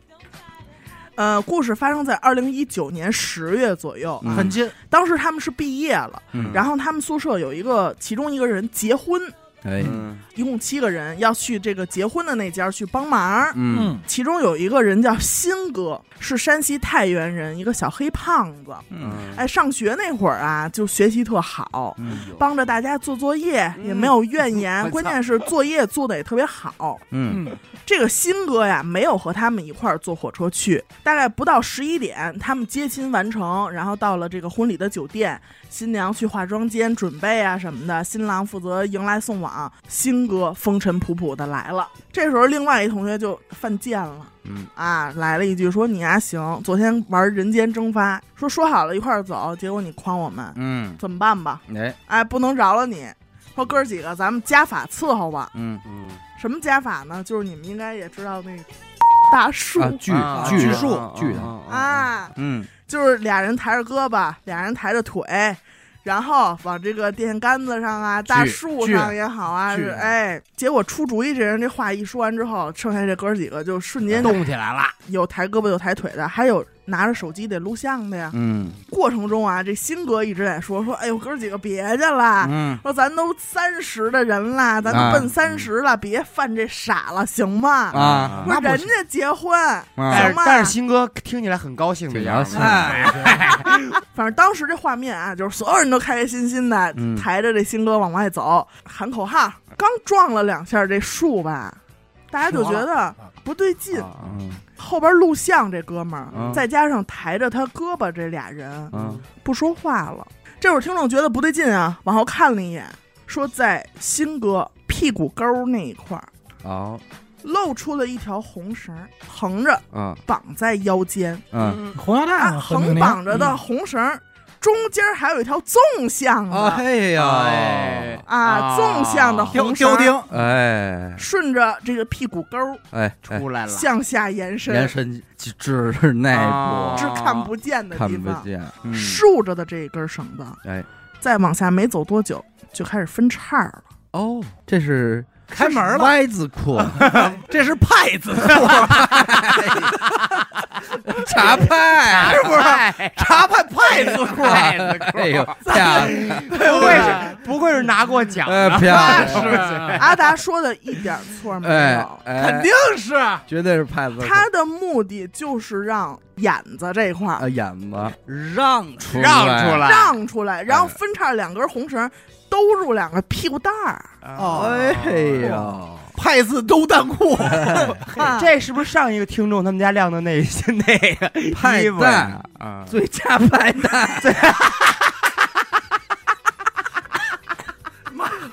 [SPEAKER 4] 呃，故事发生在二零一九年十月左右啊，
[SPEAKER 1] 嗯
[SPEAKER 2] 很近，
[SPEAKER 4] 当时他们是毕业了，
[SPEAKER 1] 嗯
[SPEAKER 4] 然后他们宿舍有一个其中一个人结婚，
[SPEAKER 1] 哎
[SPEAKER 3] 嗯
[SPEAKER 4] 一共七个人要去这个结婚的那家去帮忙。
[SPEAKER 1] 嗯
[SPEAKER 4] 其中有一个人叫新哥，是山西太原人，一个小黑胖子。
[SPEAKER 1] 嗯
[SPEAKER 4] 哎，上学那会儿啊，就学习特好，
[SPEAKER 1] 嗯
[SPEAKER 4] 帮着大家做作业，也没有怨言，关键是作业做的也特别好。
[SPEAKER 1] 嗯
[SPEAKER 2] 嗯，
[SPEAKER 4] 这个新哥呀，没有和他们一块儿坐火车去，大概不到十一点，他们接亲完成，然后到了这个婚礼的酒店，新娘去化妆间准备啊什么的，新郎负责迎来送往，新哥风尘仆仆的来了。这时候，另外一同学就犯贱了。
[SPEAKER 1] 嗯
[SPEAKER 4] 啊，来了一句说你呀、行，昨天玩人间蒸发，说说好了一块儿走，结果你诓我们，
[SPEAKER 1] 嗯，
[SPEAKER 4] 怎么办吧？
[SPEAKER 1] 哎
[SPEAKER 4] 哎，不能饶了你。说哥儿几个，咱们加法伺候吧。
[SPEAKER 1] 嗯
[SPEAKER 3] 嗯，
[SPEAKER 4] 什么加法呢？就是你们应该也知道那个大树
[SPEAKER 1] 啊，锯
[SPEAKER 3] 啊
[SPEAKER 1] 锯
[SPEAKER 2] 锯
[SPEAKER 1] 的
[SPEAKER 2] 树
[SPEAKER 1] 锯的，
[SPEAKER 3] 啊，
[SPEAKER 4] 啊，
[SPEAKER 1] 嗯
[SPEAKER 4] 就是俩人抬着胳膊，俩人抬着腿，然后往这个电线杆子上啊、大树上也好啊，
[SPEAKER 2] 锯
[SPEAKER 4] 是哎，结果出主意这人这话一说完之后，剩下这哥儿几个就瞬间
[SPEAKER 2] 动起来了，
[SPEAKER 4] 有抬胳膊有抬腿的，还有拿着手机得录像的呀。
[SPEAKER 1] 嗯
[SPEAKER 4] 过程中啊，这新哥一直在说说，哎呦，哥儿几个别去了。
[SPEAKER 1] 嗯，
[SPEAKER 4] 说咱都三十的人了，咱
[SPEAKER 1] 啊
[SPEAKER 4] 都奔三十了，别犯这傻了，行吗？
[SPEAKER 1] 啊
[SPEAKER 4] 不是
[SPEAKER 2] 那不
[SPEAKER 4] 人
[SPEAKER 2] 行
[SPEAKER 4] 家结婚，
[SPEAKER 1] 啊
[SPEAKER 3] 嗯但
[SPEAKER 4] 行
[SPEAKER 3] 是
[SPEAKER 4] 吧
[SPEAKER 3] 但是新哥听起来很高兴的
[SPEAKER 1] 挺
[SPEAKER 3] 样啊
[SPEAKER 1] 高
[SPEAKER 3] 子
[SPEAKER 1] 兴，
[SPEAKER 2] 哎，
[SPEAKER 4] 反正当时这画面啊，就是所有人都开开心心的，
[SPEAKER 1] 嗯
[SPEAKER 4] 抬着这新哥往外走，喊口号。刚撞了两下这树吧，大家就觉得不对劲。
[SPEAKER 3] 啊
[SPEAKER 1] 嗯
[SPEAKER 4] 后边录像这哥们儿，
[SPEAKER 1] 嗯
[SPEAKER 4] 再加上抬着他胳膊这俩人，
[SPEAKER 1] 嗯
[SPEAKER 4] 不说话了。这会儿听众觉得不对劲啊，往后看了一眼，说在新哥屁股沟儿那一块儿
[SPEAKER 1] 哦
[SPEAKER 4] 露出了一条红绳儿，横着
[SPEAKER 1] 嗯
[SPEAKER 4] 绑在腰间，
[SPEAKER 1] 嗯，
[SPEAKER 2] 红腰带
[SPEAKER 4] 啊，
[SPEAKER 2] 嘛，
[SPEAKER 4] 横绑着的红绳儿，中间儿还有一条纵向的
[SPEAKER 1] 哎呀
[SPEAKER 3] 哎
[SPEAKER 4] 啊，纵向的
[SPEAKER 2] 丢
[SPEAKER 4] 红绳
[SPEAKER 2] 丢
[SPEAKER 4] 儿，
[SPEAKER 2] 钉，
[SPEAKER 1] 哎
[SPEAKER 4] 顺着这个屁股沟儿
[SPEAKER 1] 哎哎，
[SPEAKER 3] 出来了，
[SPEAKER 4] 向下延
[SPEAKER 1] 延
[SPEAKER 4] 伸，
[SPEAKER 1] 伸至至内部
[SPEAKER 3] 啊
[SPEAKER 4] 只看不见的
[SPEAKER 1] 看
[SPEAKER 4] 地
[SPEAKER 1] 不
[SPEAKER 4] 方，
[SPEAKER 1] 见，嗯
[SPEAKER 4] 竖着的这一根绳子，
[SPEAKER 1] 哎
[SPEAKER 4] 再往下没走多久就开始分叉儿了。
[SPEAKER 1] 哦，这是
[SPEAKER 2] 开门了，
[SPEAKER 1] Y 字裤，
[SPEAKER 2] 这是
[SPEAKER 4] <laughs>
[SPEAKER 2] 派字，
[SPEAKER 1] 茶派，
[SPEAKER 2] 是不是？查派派字裤，
[SPEAKER 1] 哎呦，呀，
[SPEAKER 3] 不愧是不愧是拿过奖
[SPEAKER 1] 呃，
[SPEAKER 3] 的，
[SPEAKER 1] 漂亮，
[SPEAKER 4] 阿达说的一点儿错儿没
[SPEAKER 1] 哎
[SPEAKER 4] 有，
[SPEAKER 1] 哎，
[SPEAKER 2] 定是
[SPEAKER 1] 绝对是派字裤，
[SPEAKER 4] 他的目的就是让眼子这一块儿
[SPEAKER 1] 啊眼吧，让出
[SPEAKER 3] 让出，来，
[SPEAKER 4] 让出来，然后分叉两根红绳兜住两个屁股蛋儿。
[SPEAKER 1] 哎呦，
[SPEAKER 2] 派字兜裆裤，
[SPEAKER 4] 啊
[SPEAKER 3] 这是不是上一个听众他们家晾的那些那个
[SPEAKER 1] 派
[SPEAKER 3] 衣服呀啊？
[SPEAKER 1] 最佳派蛋， <laughs>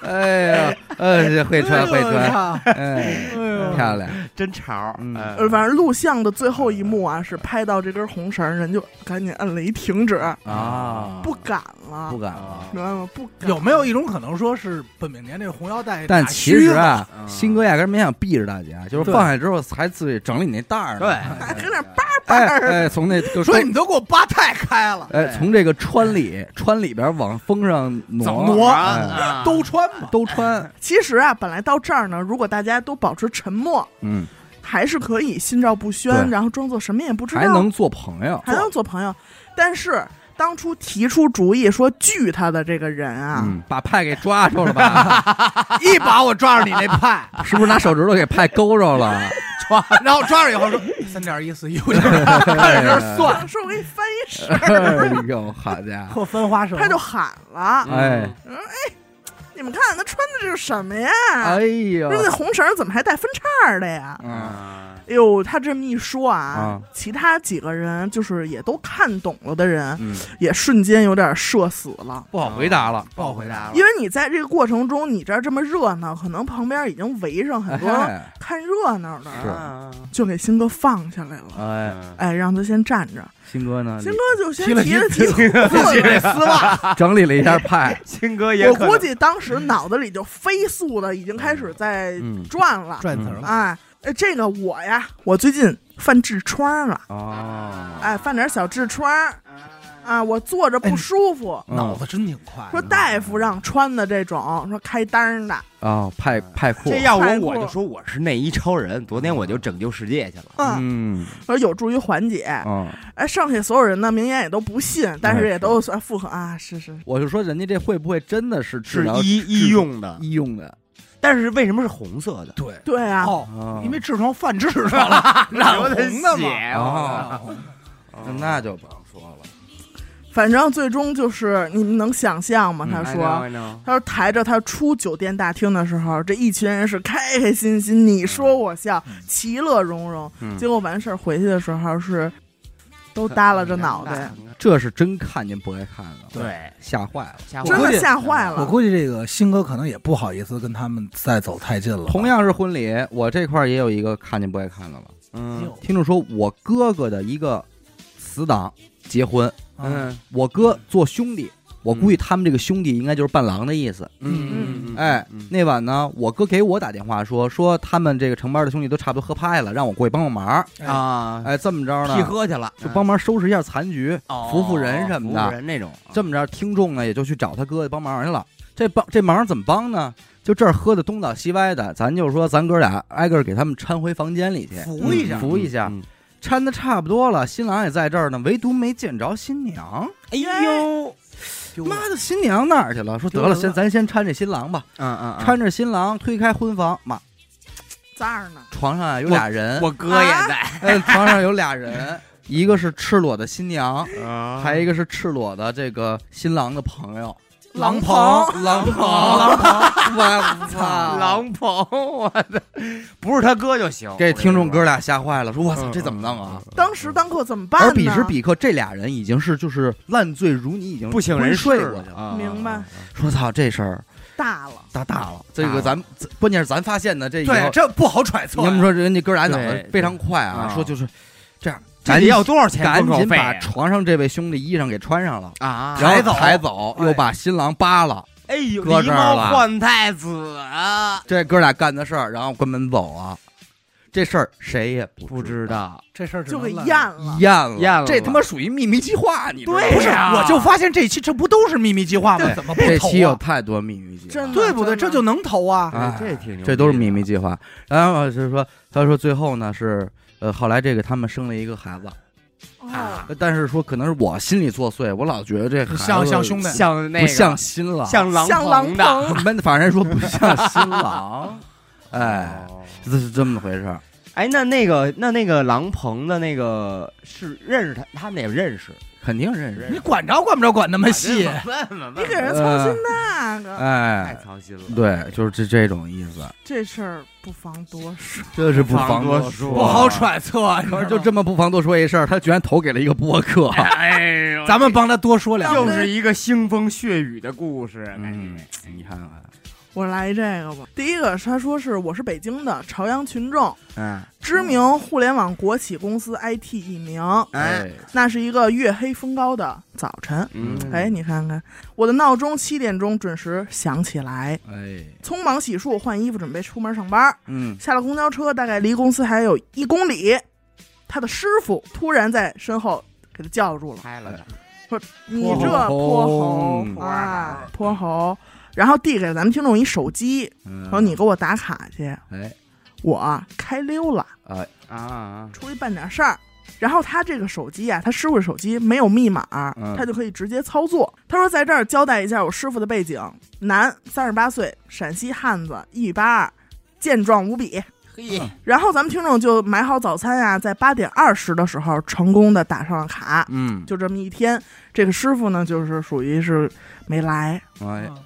[SPEAKER 1] 哎呀，呃，会穿会穿，
[SPEAKER 2] 穿，
[SPEAKER 1] 哎，漂亮，
[SPEAKER 3] 真潮，
[SPEAKER 1] 嗯
[SPEAKER 4] 呃，反正录像的最后一幕啊，是拍到这根红绳儿，人就赶紧摁了一停止，
[SPEAKER 1] 啊
[SPEAKER 4] 不敢了
[SPEAKER 1] 不，敢了。
[SPEAKER 3] 啊
[SPEAKER 4] 明白吗？不敢。
[SPEAKER 2] 有没有一种可能说是本命年这个红腰带？
[SPEAKER 1] 但其实，啊
[SPEAKER 3] 虚，了
[SPEAKER 1] 新哥压根儿没想避着大家，就是
[SPEAKER 2] 对
[SPEAKER 1] 放下之后还自己整理你那袋儿呢。
[SPEAKER 3] 对，
[SPEAKER 4] 还跟那儿叭
[SPEAKER 1] 哎
[SPEAKER 4] 叭儿？
[SPEAKER 1] 哎，从那个
[SPEAKER 2] 所以你都给我扒太开了，
[SPEAKER 1] 哎，
[SPEAKER 3] 对
[SPEAKER 1] 从这个穿里穿里边往风上挪
[SPEAKER 2] 挪
[SPEAKER 1] 哎
[SPEAKER 3] 啊
[SPEAKER 1] <laughs>
[SPEAKER 2] 都穿吧。
[SPEAKER 1] 都穿，
[SPEAKER 4] 其实啊，本来到这儿呢，如果大家都保持沉默，
[SPEAKER 1] 嗯，
[SPEAKER 4] 还是可以心照不宣，
[SPEAKER 1] 对
[SPEAKER 4] 然后装作什么也不知道，
[SPEAKER 1] 还能做朋友，
[SPEAKER 4] 还能做朋友。但是当初提出主意说拒他的这个人啊，
[SPEAKER 1] 嗯，把派给抓住了吧？ <laughs>
[SPEAKER 2] 一把我抓着你那派，
[SPEAKER 1] 是不是拿手指头给派勾着 <laughs> 了？
[SPEAKER 2] 抓，然后抓着以后说三点一四一五， <laughs> 开始算，
[SPEAKER 4] 说我给你翻一身，
[SPEAKER 1] 哎呦，好家伙！
[SPEAKER 2] 破分花手
[SPEAKER 4] 他就喊
[SPEAKER 3] 嗯
[SPEAKER 4] 了。
[SPEAKER 1] 哎
[SPEAKER 4] 你们看他穿的这是什么呀？
[SPEAKER 1] <laughs> 哎呦
[SPEAKER 4] 说，那红绳儿怎么还带分叉儿的呀？ <laughs>
[SPEAKER 1] 嗯
[SPEAKER 4] 哎呦，他这么一说啊，
[SPEAKER 1] 啊
[SPEAKER 4] 其他几个人就是也都看懂了的人，
[SPEAKER 1] 嗯，
[SPEAKER 4] 也瞬间有点社死了。
[SPEAKER 1] 不好回答了，
[SPEAKER 2] 不好回答
[SPEAKER 3] 啊
[SPEAKER 2] 了
[SPEAKER 4] 因。为你在这个过程中，你这儿这么热闹，可能旁边已经围上很多
[SPEAKER 1] 哎
[SPEAKER 4] 看热闹的，
[SPEAKER 1] 是
[SPEAKER 3] 啊
[SPEAKER 4] 就给新哥放下来了。
[SPEAKER 1] 哎，
[SPEAKER 3] 嗯
[SPEAKER 4] 哎，让他先站着，
[SPEAKER 1] 新哥呢？
[SPEAKER 4] 新哥就先
[SPEAKER 2] 提了
[SPEAKER 4] 提了
[SPEAKER 2] 提
[SPEAKER 4] 提裤子，
[SPEAKER 2] 丝袜，
[SPEAKER 1] 整理了一下派，
[SPEAKER 3] 新哥也
[SPEAKER 4] 我
[SPEAKER 3] 可
[SPEAKER 4] 估
[SPEAKER 3] 能
[SPEAKER 4] 计当时脑子里就飞速的已经开始在
[SPEAKER 1] 嗯
[SPEAKER 4] 转了。
[SPEAKER 2] 转词儿了，
[SPEAKER 4] 哎，哎这个我呀，我最近犯痔疮了，
[SPEAKER 1] <laughs> 哦，
[SPEAKER 4] 哎，犯点小痔疮，啊，我坐着不舒服。
[SPEAKER 1] 嗯
[SPEAKER 2] 脑子真挺快。
[SPEAKER 4] 说大夫让穿的这种，说开单的，
[SPEAKER 1] 哦，派派库
[SPEAKER 3] 这，要
[SPEAKER 4] 太
[SPEAKER 3] 我
[SPEAKER 4] 过
[SPEAKER 3] 我就说我是内衣超人，昨天我就拯救世界去了。
[SPEAKER 4] 嗯，
[SPEAKER 1] 嗯，
[SPEAKER 4] 说有助于缓解。
[SPEAKER 1] 哦，
[SPEAKER 4] 哎，剩下所有人呢，明眼也都不信，但是也都算附和啊，是是，
[SPEAKER 1] 我就说人家这会不会真的是治
[SPEAKER 3] 是
[SPEAKER 1] 疗
[SPEAKER 3] 医医用的，
[SPEAKER 1] 医用的？
[SPEAKER 3] 但是为什么是红色 <laughs> 的？
[SPEAKER 2] 对啊
[SPEAKER 4] 对啊，
[SPEAKER 2] 哦，
[SPEAKER 1] 哦
[SPEAKER 2] 因为痔疮犯痔疮了，染
[SPEAKER 3] 流
[SPEAKER 2] 红的
[SPEAKER 3] 血
[SPEAKER 2] 嘛。
[SPEAKER 1] 哦，
[SPEAKER 2] 染红
[SPEAKER 3] 哦
[SPEAKER 1] 那就不用说了。
[SPEAKER 4] 反正最终就是你们能想象吗？
[SPEAKER 1] 嗯
[SPEAKER 4] 他
[SPEAKER 3] 他
[SPEAKER 4] 说。他说抬着他出酒店大厅的时候，这一群人是开开心心，你说我笑，其乐融融。 <laughs>
[SPEAKER 1] 嗯
[SPEAKER 4] 结果完事儿回去的时候是都耷拉着脑袋，，
[SPEAKER 1] 这是真看见不该看的，
[SPEAKER 3] 对，
[SPEAKER 1] 吓坏了。
[SPEAKER 3] 吓
[SPEAKER 2] 我
[SPEAKER 4] 真
[SPEAKER 2] 估
[SPEAKER 4] 的
[SPEAKER 2] 计
[SPEAKER 4] 吓坏
[SPEAKER 2] 我
[SPEAKER 4] 了。
[SPEAKER 2] 估计这个新哥可能也不好意思跟他们再走太近了。
[SPEAKER 1] 同样是婚礼，我这块儿也有一个看见不该看的了。
[SPEAKER 3] 嗯
[SPEAKER 1] 听众说，我哥哥的一个死党结婚，
[SPEAKER 2] 嗯，
[SPEAKER 1] 我哥做兄弟，我估计他们这个兄弟应该就是伴郎的意思。
[SPEAKER 3] 嗯嗯嗯嗯
[SPEAKER 1] 哎，那晚呢，我哥给我打电话说，说他们这个成班的兄弟都差不多喝嗨了，让我过去帮帮忙。
[SPEAKER 3] 啊，
[SPEAKER 1] 哎，这么着
[SPEAKER 3] 替
[SPEAKER 1] 呢，
[SPEAKER 3] 喝去了，
[SPEAKER 1] 就帮忙收拾一下残局，
[SPEAKER 3] 哦
[SPEAKER 1] 扶扶人什么的
[SPEAKER 3] 扶扶人那种。
[SPEAKER 1] 这么着，听众呢也就去找他哥哥帮忙去了。这帮这忙怎么帮呢？就这儿喝的东倒西歪的，咱就说咱哥俩挨个儿给他们搀回房间里去，
[SPEAKER 3] 扶一下
[SPEAKER 1] 嗯扶一下，
[SPEAKER 3] 嗯
[SPEAKER 1] 搀的差不多了。新郎也在这儿呢，唯独没见着新娘。
[SPEAKER 3] 哎呦，妈，
[SPEAKER 1] 妈的，新娘哪儿去了？说得
[SPEAKER 3] 丢
[SPEAKER 1] 了，
[SPEAKER 3] 人
[SPEAKER 1] 先
[SPEAKER 3] 了
[SPEAKER 1] 咱先搀这新郎吧。
[SPEAKER 3] 嗯嗯，
[SPEAKER 1] 搀着新郎推开婚房，妈，
[SPEAKER 4] 在儿呢，
[SPEAKER 1] 床上啊有俩人，
[SPEAKER 3] <laughs> 我哥也在，
[SPEAKER 1] 嗯，床上有俩
[SPEAKER 3] <laughs>
[SPEAKER 1] 人，一个是赤裸的新娘，啊还有一
[SPEAKER 3] 个
[SPEAKER 1] 个是赤裸的这个新郎的朋友，
[SPEAKER 4] 狼
[SPEAKER 1] 朋，狼朋，狼朋，我操，
[SPEAKER 3] 啊狼鹏，我的，不是他哥就行。
[SPEAKER 1] 给听众
[SPEAKER 3] 我跟
[SPEAKER 1] 哥
[SPEAKER 3] 你
[SPEAKER 1] 俩吓坏了，说我操，
[SPEAKER 3] 嗯
[SPEAKER 1] 这怎么弄啊？
[SPEAKER 4] 当时当刻怎么办呢？
[SPEAKER 1] 而彼时彼刻，这俩人已经是就是烂醉如泥，已经
[SPEAKER 3] 说不省
[SPEAKER 1] 昏
[SPEAKER 3] 人事
[SPEAKER 1] 睡过去了。
[SPEAKER 3] 了，啊
[SPEAKER 4] 明白？
[SPEAKER 1] 说操，这事儿
[SPEAKER 4] 大了，
[SPEAKER 1] 大大了，这
[SPEAKER 3] 大
[SPEAKER 1] 个
[SPEAKER 3] 了
[SPEAKER 1] 咱咱关键是咱发现的这以后
[SPEAKER 2] 对，，这不好揣测
[SPEAKER 1] 你。们说人家哥俩脑
[SPEAKER 3] 对
[SPEAKER 1] 子非常快啊，
[SPEAKER 3] 啊
[SPEAKER 1] 说就是这样，
[SPEAKER 3] 这
[SPEAKER 1] 赶
[SPEAKER 2] 哎
[SPEAKER 3] 得
[SPEAKER 1] 紧
[SPEAKER 3] 要多少钱
[SPEAKER 1] 赶
[SPEAKER 3] 封口
[SPEAKER 1] 紧
[SPEAKER 3] 费
[SPEAKER 1] 把
[SPEAKER 3] 啊
[SPEAKER 1] 床上这位兄弟衣裳给穿上了，
[SPEAKER 3] 啊
[SPEAKER 1] 然
[SPEAKER 2] 抬
[SPEAKER 1] 后
[SPEAKER 2] 走
[SPEAKER 1] 抬走，
[SPEAKER 2] 哎
[SPEAKER 1] 又把新郎扒了，
[SPEAKER 3] 哎呦，
[SPEAKER 1] 搁
[SPEAKER 3] 狸
[SPEAKER 1] 这儿
[SPEAKER 3] 猫
[SPEAKER 1] 了
[SPEAKER 3] 换太子啊，
[SPEAKER 1] 这哥俩干的事儿，然后关门走了。这事儿谁也
[SPEAKER 3] 不
[SPEAKER 1] 不
[SPEAKER 3] 知
[SPEAKER 1] 道，
[SPEAKER 3] 道，
[SPEAKER 2] 这事儿只
[SPEAKER 4] 就给
[SPEAKER 2] 能烂嗯
[SPEAKER 4] 咽了。
[SPEAKER 1] 验了，
[SPEAKER 3] 验了
[SPEAKER 1] 这他妈属于秘密计划，你知道吗？
[SPEAKER 4] 对
[SPEAKER 2] 不是，
[SPEAKER 3] 呀
[SPEAKER 2] 我就发现这期这不都是秘密计划吗？
[SPEAKER 1] 对
[SPEAKER 2] 怎么不
[SPEAKER 1] 这
[SPEAKER 2] 投
[SPEAKER 1] 期有
[SPEAKER 2] 啊？
[SPEAKER 1] 太多秘密计划，
[SPEAKER 4] 真的
[SPEAKER 2] 对不
[SPEAKER 4] 真的
[SPEAKER 2] 对？这就能投啊！
[SPEAKER 1] 哎
[SPEAKER 3] 这挺牛逼的
[SPEAKER 1] 这都是秘密计划。然后就是说，他说最后呢是，呃，后来这个他们生了一个孩子，呃
[SPEAKER 4] 哦，
[SPEAKER 1] 但是说可能是我心里作祟，我老觉得这孩子
[SPEAKER 2] 像像兄弟
[SPEAKER 3] 像那
[SPEAKER 1] 不
[SPEAKER 3] 个
[SPEAKER 1] 像新郎，
[SPEAKER 3] 像狼
[SPEAKER 4] 像狼
[SPEAKER 3] 的，
[SPEAKER 4] 鹏，
[SPEAKER 1] 你们反正说不像新郎，哎，
[SPEAKER 3] 哦。
[SPEAKER 1] 这是这么回事儿。
[SPEAKER 3] 哎，那那个那那个狼鹏的那个是认识他，他们也认识，
[SPEAKER 1] 肯定认识。
[SPEAKER 2] 你管着管不着管那么细，
[SPEAKER 3] 问问
[SPEAKER 4] 你给人操心那个，
[SPEAKER 3] 太
[SPEAKER 1] 哎，
[SPEAKER 3] 操心了，
[SPEAKER 1] 对，就是这这种意思，
[SPEAKER 4] 这事儿不妨多说。
[SPEAKER 1] 这是不
[SPEAKER 3] 不
[SPEAKER 1] 妨
[SPEAKER 3] 妨
[SPEAKER 1] 多
[SPEAKER 3] 多
[SPEAKER 1] 说，
[SPEAKER 3] 说
[SPEAKER 2] 不好揣测。你知道
[SPEAKER 1] 可
[SPEAKER 2] 吗
[SPEAKER 1] 是就这么不妨多说一事儿，他居然投给了一个播客，
[SPEAKER 3] 哎呦，
[SPEAKER 2] 咱们帮他多说两
[SPEAKER 3] 又
[SPEAKER 2] 句。
[SPEAKER 3] 是一个腥风血雨的故事，啊感
[SPEAKER 1] 嗯
[SPEAKER 3] 觉，
[SPEAKER 1] 你看看，
[SPEAKER 4] 我来这个吧。第一个，他说是我是北京的朝阳群众，
[SPEAKER 3] 嗯，
[SPEAKER 4] 知名互联网国企公司 IT 一名，
[SPEAKER 3] 哎，，
[SPEAKER 4] 那是一个月黑风高的早晨。
[SPEAKER 3] 嗯
[SPEAKER 4] 哎，你看看，我的闹钟七点钟准时响起来，
[SPEAKER 1] 哎，
[SPEAKER 4] 匆忙洗漱、换衣服，准备出门上班。
[SPEAKER 1] 嗯，
[SPEAKER 4] 下了公交车，大概离公司还有一公里，他的师傅突然在身后给他叫住了
[SPEAKER 3] 拍了的，：“
[SPEAKER 4] 你这泼猴
[SPEAKER 1] 嗯
[SPEAKER 4] 啊，泼猴！”然后递给咱们听众一手机，
[SPEAKER 1] 然
[SPEAKER 4] 说：“你，给我打卡去，
[SPEAKER 1] 嗯哎，
[SPEAKER 4] 我啊开溜了，
[SPEAKER 1] 哎，
[SPEAKER 3] 啊啊，
[SPEAKER 4] 出去办点事儿。”然后他这个手机啊，他师傅的手机没有密码，
[SPEAKER 1] 嗯
[SPEAKER 4] 他就可以直接操作。他说在这儿交代一下我师傅的背景：男，三十八岁，陕西汉子，一米八二，健壮无比，
[SPEAKER 3] 嘿，
[SPEAKER 4] 然后咱们听众就买好早餐呀、在八点二十的时候成功的打上了卡，
[SPEAKER 1] 嗯，
[SPEAKER 4] 就这么一天。这个师傅呢，就是属于是没来。
[SPEAKER 1] 哎，
[SPEAKER 2] 嗯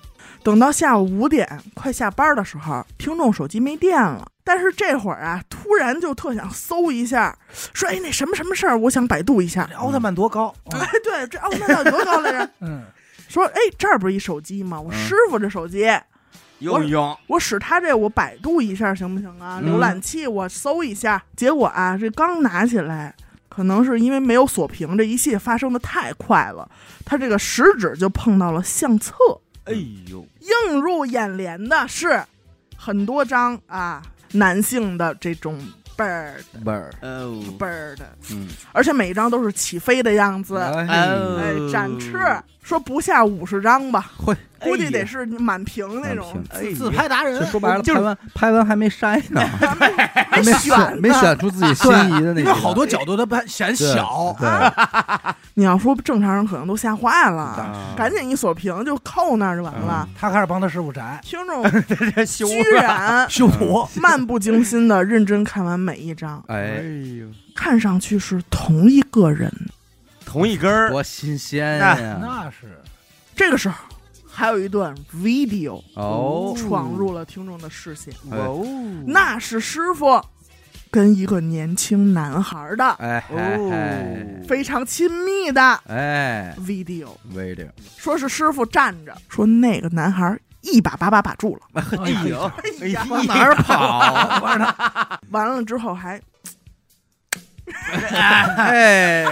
[SPEAKER 4] 等到下午五点快下班的时候，听众手机没电了，但是这会儿啊，突然就特想搜一下，说哎那什么什么事儿，我想百度一下。
[SPEAKER 2] 奥特曼多高？
[SPEAKER 4] 哎，对，这奥特曼有多高来着？
[SPEAKER 2] 嗯，
[SPEAKER 4] 说哎这儿不是一手机吗？我
[SPEAKER 1] 嗯
[SPEAKER 4] 师傅这手机。
[SPEAKER 3] 又用
[SPEAKER 4] 我使他这，我百度一下行不行啊？
[SPEAKER 1] 嗯
[SPEAKER 4] 浏览器我搜一下，结果啊，这刚拿起来，可能是因为没有锁屏，这一切发生的太快了，他这个食指就碰到了相册，
[SPEAKER 3] 哎呦，
[SPEAKER 4] 映入眼帘的是很多张啊男性的这种倍儿
[SPEAKER 1] 味儿，
[SPEAKER 3] 哦，
[SPEAKER 4] 倍儿的，
[SPEAKER 1] 嗯，
[SPEAKER 4] 而且每一张都是起飞的样子，
[SPEAKER 1] 哎
[SPEAKER 4] 哎，展翅，说不下五十张吧，
[SPEAKER 1] 会
[SPEAKER 4] 估计得是满屏那种
[SPEAKER 1] 哎满屏。
[SPEAKER 3] 哎
[SPEAKER 2] 自
[SPEAKER 3] 呦，
[SPEAKER 2] 拍达
[SPEAKER 1] 就
[SPEAKER 2] 人。
[SPEAKER 1] 说白了，
[SPEAKER 3] 就
[SPEAKER 1] 拍
[SPEAKER 3] 是
[SPEAKER 1] 完拍完还没筛呢，还
[SPEAKER 4] 没
[SPEAKER 1] 没
[SPEAKER 4] 哎选呢
[SPEAKER 1] 选没选出自己心
[SPEAKER 2] 对
[SPEAKER 1] 仪的那
[SPEAKER 2] 因
[SPEAKER 1] 个，
[SPEAKER 2] 为好多角度他拍显
[SPEAKER 1] 对
[SPEAKER 2] 小，
[SPEAKER 1] 对，
[SPEAKER 4] 你要说正常人可能都吓坏了，
[SPEAKER 3] 啊
[SPEAKER 4] 赶紧一锁屏就扣那儿就完了。
[SPEAKER 2] 他开始帮他师傅摘
[SPEAKER 4] 听众
[SPEAKER 3] 这修
[SPEAKER 4] 居然
[SPEAKER 2] 修图，
[SPEAKER 4] 漫不经心的认真看完每一张，
[SPEAKER 3] 哎
[SPEAKER 1] 哎，
[SPEAKER 3] 呦，
[SPEAKER 4] 看上去是同一个人。
[SPEAKER 3] 同一根儿，
[SPEAKER 1] 多新鲜呀！
[SPEAKER 2] 那是
[SPEAKER 4] 这个时候，还有一段 video
[SPEAKER 1] 哦，
[SPEAKER 4] 闯入了听众的视线，
[SPEAKER 1] 哎
[SPEAKER 3] 哦，
[SPEAKER 4] 那是师傅跟一个年轻男孩的
[SPEAKER 1] 哎
[SPEAKER 3] 哦，
[SPEAKER 4] 非常亲密的
[SPEAKER 1] 哎
[SPEAKER 4] video，
[SPEAKER 1] ，video，
[SPEAKER 4] 说是师傅站着，说那个男孩一把把把把住了，
[SPEAKER 2] 哎
[SPEAKER 3] 哎呦，
[SPEAKER 4] 哎 <laughs> 呀
[SPEAKER 2] 往哪儿跑？往哪儿
[SPEAKER 4] 完了之后还
[SPEAKER 1] <laughs> 哎，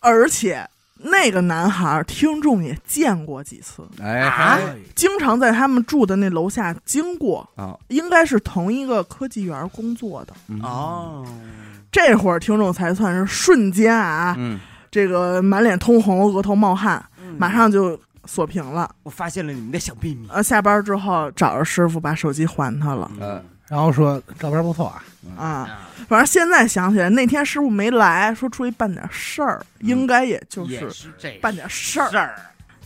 [SPEAKER 4] 而且那个男孩儿听众也见过几次，
[SPEAKER 1] 哎，
[SPEAKER 2] 啊，
[SPEAKER 4] 经常在他们住的那楼下经过，
[SPEAKER 1] 啊，
[SPEAKER 4] 应该是同一个科技园工作的。
[SPEAKER 1] 嗯，
[SPEAKER 3] 哦，
[SPEAKER 4] 这会儿听众才算是瞬间啊，
[SPEAKER 1] 嗯，
[SPEAKER 4] 这个满脸通红，额头冒汗，
[SPEAKER 3] 嗯
[SPEAKER 4] 马上就锁屏了。
[SPEAKER 3] 我发现了你们的小秘密。
[SPEAKER 4] 呃，下班之后找着师傅把手机还他了
[SPEAKER 1] 呃，
[SPEAKER 3] 嗯
[SPEAKER 2] 然后说照片不错啊，
[SPEAKER 1] 嗯
[SPEAKER 4] 啊。反正现在想起来，那天师傅没来，说出去办点事儿，
[SPEAKER 1] 嗯
[SPEAKER 4] 应该也就
[SPEAKER 5] 也
[SPEAKER 4] 是
[SPEAKER 5] 是这
[SPEAKER 4] 办点事儿。
[SPEAKER 5] 事儿，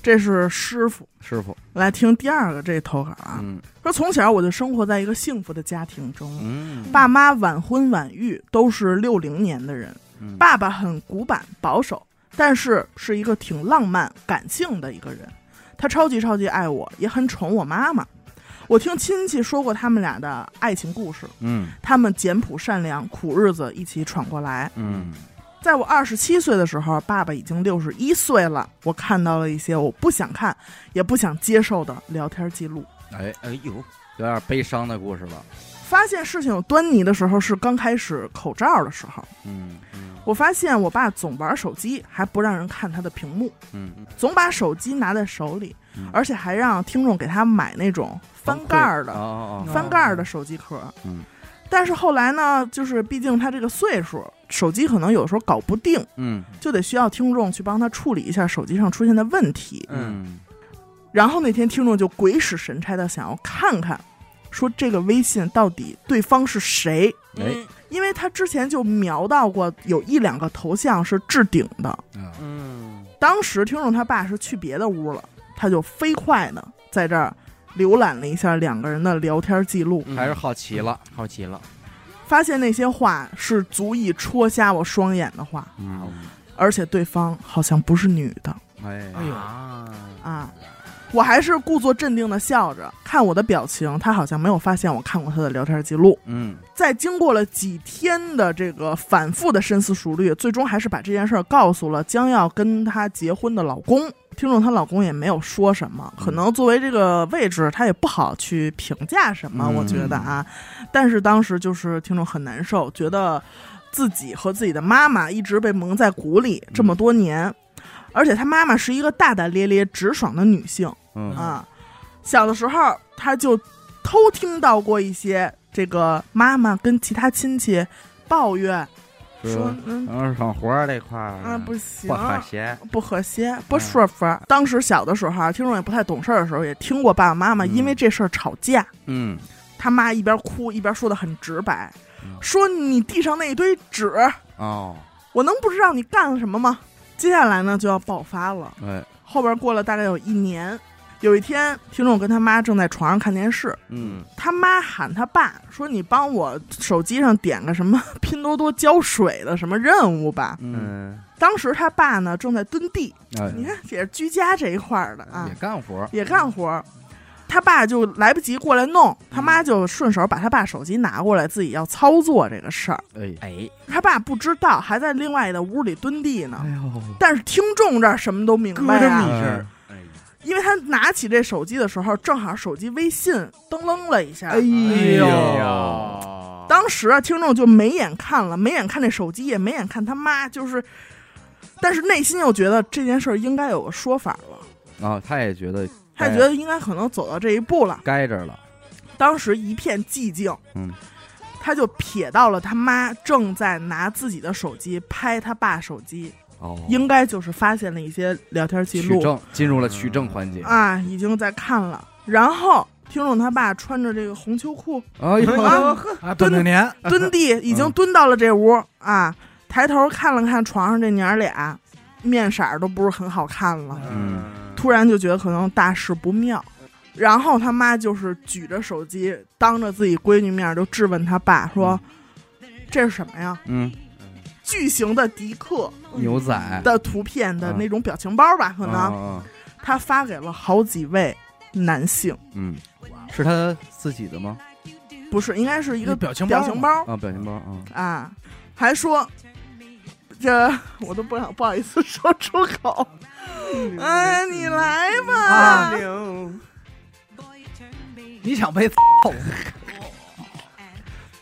[SPEAKER 4] 这是师傅。
[SPEAKER 1] 师傅，
[SPEAKER 4] 来听第二个这投稿啊，
[SPEAKER 1] 嗯
[SPEAKER 4] 说从小我就生活在一个幸福的家庭中，
[SPEAKER 1] 嗯，
[SPEAKER 4] 爸妈晚婚晚育，都是六零年的人。
[SPEAKER 1] 嗯
[SPEAKER 4] 爸爸很古板保守，但是是一个挺浪漫感性的一个人。他超级超级爱我，也很宠我妈妈。我听亲戚说过他们俩的爱情故事，
[SPEAKER 1] 嗯
[SPEAKER 4] 他们简朴善良，苦日子一起闯过来。
[SPEAKER 1] 嗯
[SPEAKER 4] 在我二十七岁的时候，爸爸已经六十一岁了。我看到了一些我不想看，也不想接受的聊天记录。
[SPEAKER 1] 哎，
[SPEAKER 3] 哎呦，
[SPEAKER 1] 有点悲伤的故事了，
[SPEAKER 4] 发现事情有端倪的时候是刚开始口罩的时候。
[SPEAKER 1] 嗯
[SPEAKER 4] 我发现我爸总玩手机，还不让人看他的屏幕，
[SPEAKER 1] 嗯
[SPEAKER 4] 总把手机拿在手里
[SPEAKER 1] 嗯，
[SPEAKER 4] 而且还让听众给他买那种翻盖儿的、
[SPEAKER 1] 哦哦
[SPEAKER 4] 翻盖儿的手机壳。
[SPEAKER 1] 嗯
[SPEAKER 4] 但是后来呢，就是毕竟他这个岁数，手机可能有时候搞不定，
[SPEAKER 1] 嗯
[SPEAKER 4] 就得需要听众去帮他处理一下手机上出现的问题。
[SPEAKER 1] 嗯
[SPEAKER 4] 然后那天听众就鬼使神差的想要看看，说这个微信到底对方是谁，
[SPEAKER 3] 嗯
[SPEAKER 1] 哎
[SPEAKER 4] 因为他之前就瞄到过有一两个头像是置顶的。
[SPEAKER 1] 啊
[SPEAKER 3] 嗯，
[SPEAKER 4] 当时听众他爸是去别的屋了，他就飞快的在这儿浏览了一下两个人的聊天记录，
[SPEAKER 1] 还是好奇了，
[SPEAKER 3] 嗯好奇了，
[SPEAKER 4] 发现那些话是足以戳瞎我双眼的话，
[SPEAKER 1] 嗯，
[SPEAKER 4] 而且对方好像不是女的
[SPEAKER 1] 哎，
[SPEAKER 2] 哎呦
[SPEAKER 3] 啊，
[SPEAKER 4] 啊。我还是故作镇定的笑着，看我的表情，他好像没有发现我看过他的聊天记录。
[SPEAKER 1] 嗯
[SPEAKER 4] 在经过了几天的这个反复的深思熟虑，最终还是把这件事儿告诉了将要跟她结婚的老公。听众她老公也没有说什么，可能作为这个位置，他也不好去评价什么，
[SPEAKER 1] 嗯
[SPEAKER 4] 我觉得啊。但是当时就是听众很难受，觉得自己和自己的妈妈一直被蒙在鼓里这么多年，而且她妈妈是一个大大咧咧、直爽的女性。
[SPEAKER 1] 嗯
[SPEAKER 4] 啊，小的时候他就偷听到过一些这个妈妈跟其他亲戚抱怨说，嗯
[SPEAKER 1] 嗯，爽活儿这块儿
[SPEAKER 4] 啊不
[SPEAKER 1] 嗯
[SPEAKER 4] 行
[SPEAKER 1] 不。和谐，嗯
[SPEAKER 4] 不和谐，不舒服。当时小的时候啊，听众也不太懂事儿的时候，也听过爸爸妈妈
[SPEAKER 1] 嗯
[SPEAKER 4] 因为这事儿吵架。
[SPEAKER 1] 嗯
[SPEAKER 4] 他妈一边哭一边说的很直白，
[SPEAKER 1] 嗯
[SPEAKER 4] 说你地上那一堆纸，
[SPEAKER 1] 哦，
[SPEAKER 4] 我能不知道你干了什么吗？接下来呢就要爆发了。
[SPEAKER 1] 哎，
[SPEAKER 4] 后边过了大概有一年，有一天，听众跟他妈正在床上看电视，
[SPEAKER 1] 嗯
[SPEAKER 4] 他妈喊他爸说：“你帮我手机上点个什么 <laughs> 拼多多浇水的什么任务吧。
[SPEAKER 1] 嗯，
[SPEAKER 3] 嗯，”
[SPEAKER 4] 当时他爸呢正在蹲地，
[SPEAKER 1] 哎，
[SPEAKER 4] 你看也是居家这一块儿的啊
[SPEAKER 1] 也，干活儿，
[SPEAKER 4] 也干活儿。他爸就来不及过来弄，他
[SPEAKER 1] 嗯
[SPEAKER 4] 妈就顺手把他爸手机拿过来，自己要操作这个事儿。
[SPEAKER 1] 哎，
[SPEAKER 3] 哎，
[SPEAKER 4] 他爸不知道，还在另外的屋里蹲地呢。
[SPEAKER 1] 呦，
[SPEAKER 4] 但是听众这儿什么都明白
[SPEAKER 3] 这
[SPEAKER 4] 啊
[SPEAKER 3] 么一，
[SPEAKER 1] 哎
[SPEAKER 3] 声，哎呀，
[SPEAKER 4] 因为他拿起这手机的时候，正好手机微信噔楞了一下，
[SPEAKER 1] 哎
[SPEAKER 3] 哎
[SPEAKER 1] 呦，
[SPEAKER 2] 哎
[SPEAKER 4] 当时啊，听众就没眼看了，没眼看这手机，也没眼看他妈，就是，但是内心又觉得这件事儿应该有个说法了，
[SPEAKER 1] 然哦后他也觉得
[SPEAKER 4] 他也觉得应该可能走到这一步了。
[SPEAKER 1] 该着了，
[SPEAKER 4] 当时一片寂静，
[SPEAKER 1] 嗯，
[SPEAKER 4] 他就瞥到了他妈正在拿自己的手机拍他爸手机，
[SPEAKER 1] 哦，
[SPEAKER 4] 应该就是发现了一些聊天记
[SPEAKER 1] 取
[SPEAKER 4] 录
[SPEAKER 1] 证进入了取证环节，
[SPEAKER 4] 啊，已经在看了。然后听众他爸穿着这个红秋裤，
[SPEAKER 1] 哎呦，
[SPEAKER 4] 啊
[SPEAKER 2] 啊，短短年，
[SPEAKER 4] <laughs> 蹲地，已经蹲到了这屋啊，抬头看了看床上这娘儿俩，面色儿都不是很好看了，
[SPEAKER 1] 嗯
[SPEAKER 4] 突然就觉得可能大事不妙。然后他妈就是举着手机，当着自己闺女面儿就质问他爸说：“这是什么呀？
[SPEAKER 1] 嗯，
[SPEAKER 4] 巨型的迪克
[SPEAKER 1] 牛仔哦
[SPEAKER 4] 的图片的那种表情包吧？可能
[SPEAKER 1] 能，
[SPEAKER 4] 他发给了好几位男性，
[SPEAKER 1] 嗯，是他自己的吗？
[SPEAKER 4] 不是，应该是一
[SPEAKER 2] 一
[SPEAKER 4] 个
[SPEAKER 2] 表情
[SPEAKER 4] 表情
[SPEAKER 2] 嘛，
[SPEAKER 4] 包
[SPEAKER 1] 啊，表情包啊，
[SPEAKER 4] 啊，还说这我都不想不好意思说出口。
[SPEAKER 1] 嗯
[SPEAKER 4] <laughs> 哎，你来
[SPEAKER 1] 啊
[SPEAKER 4] 吧，
[SPEAKER 2] 你想被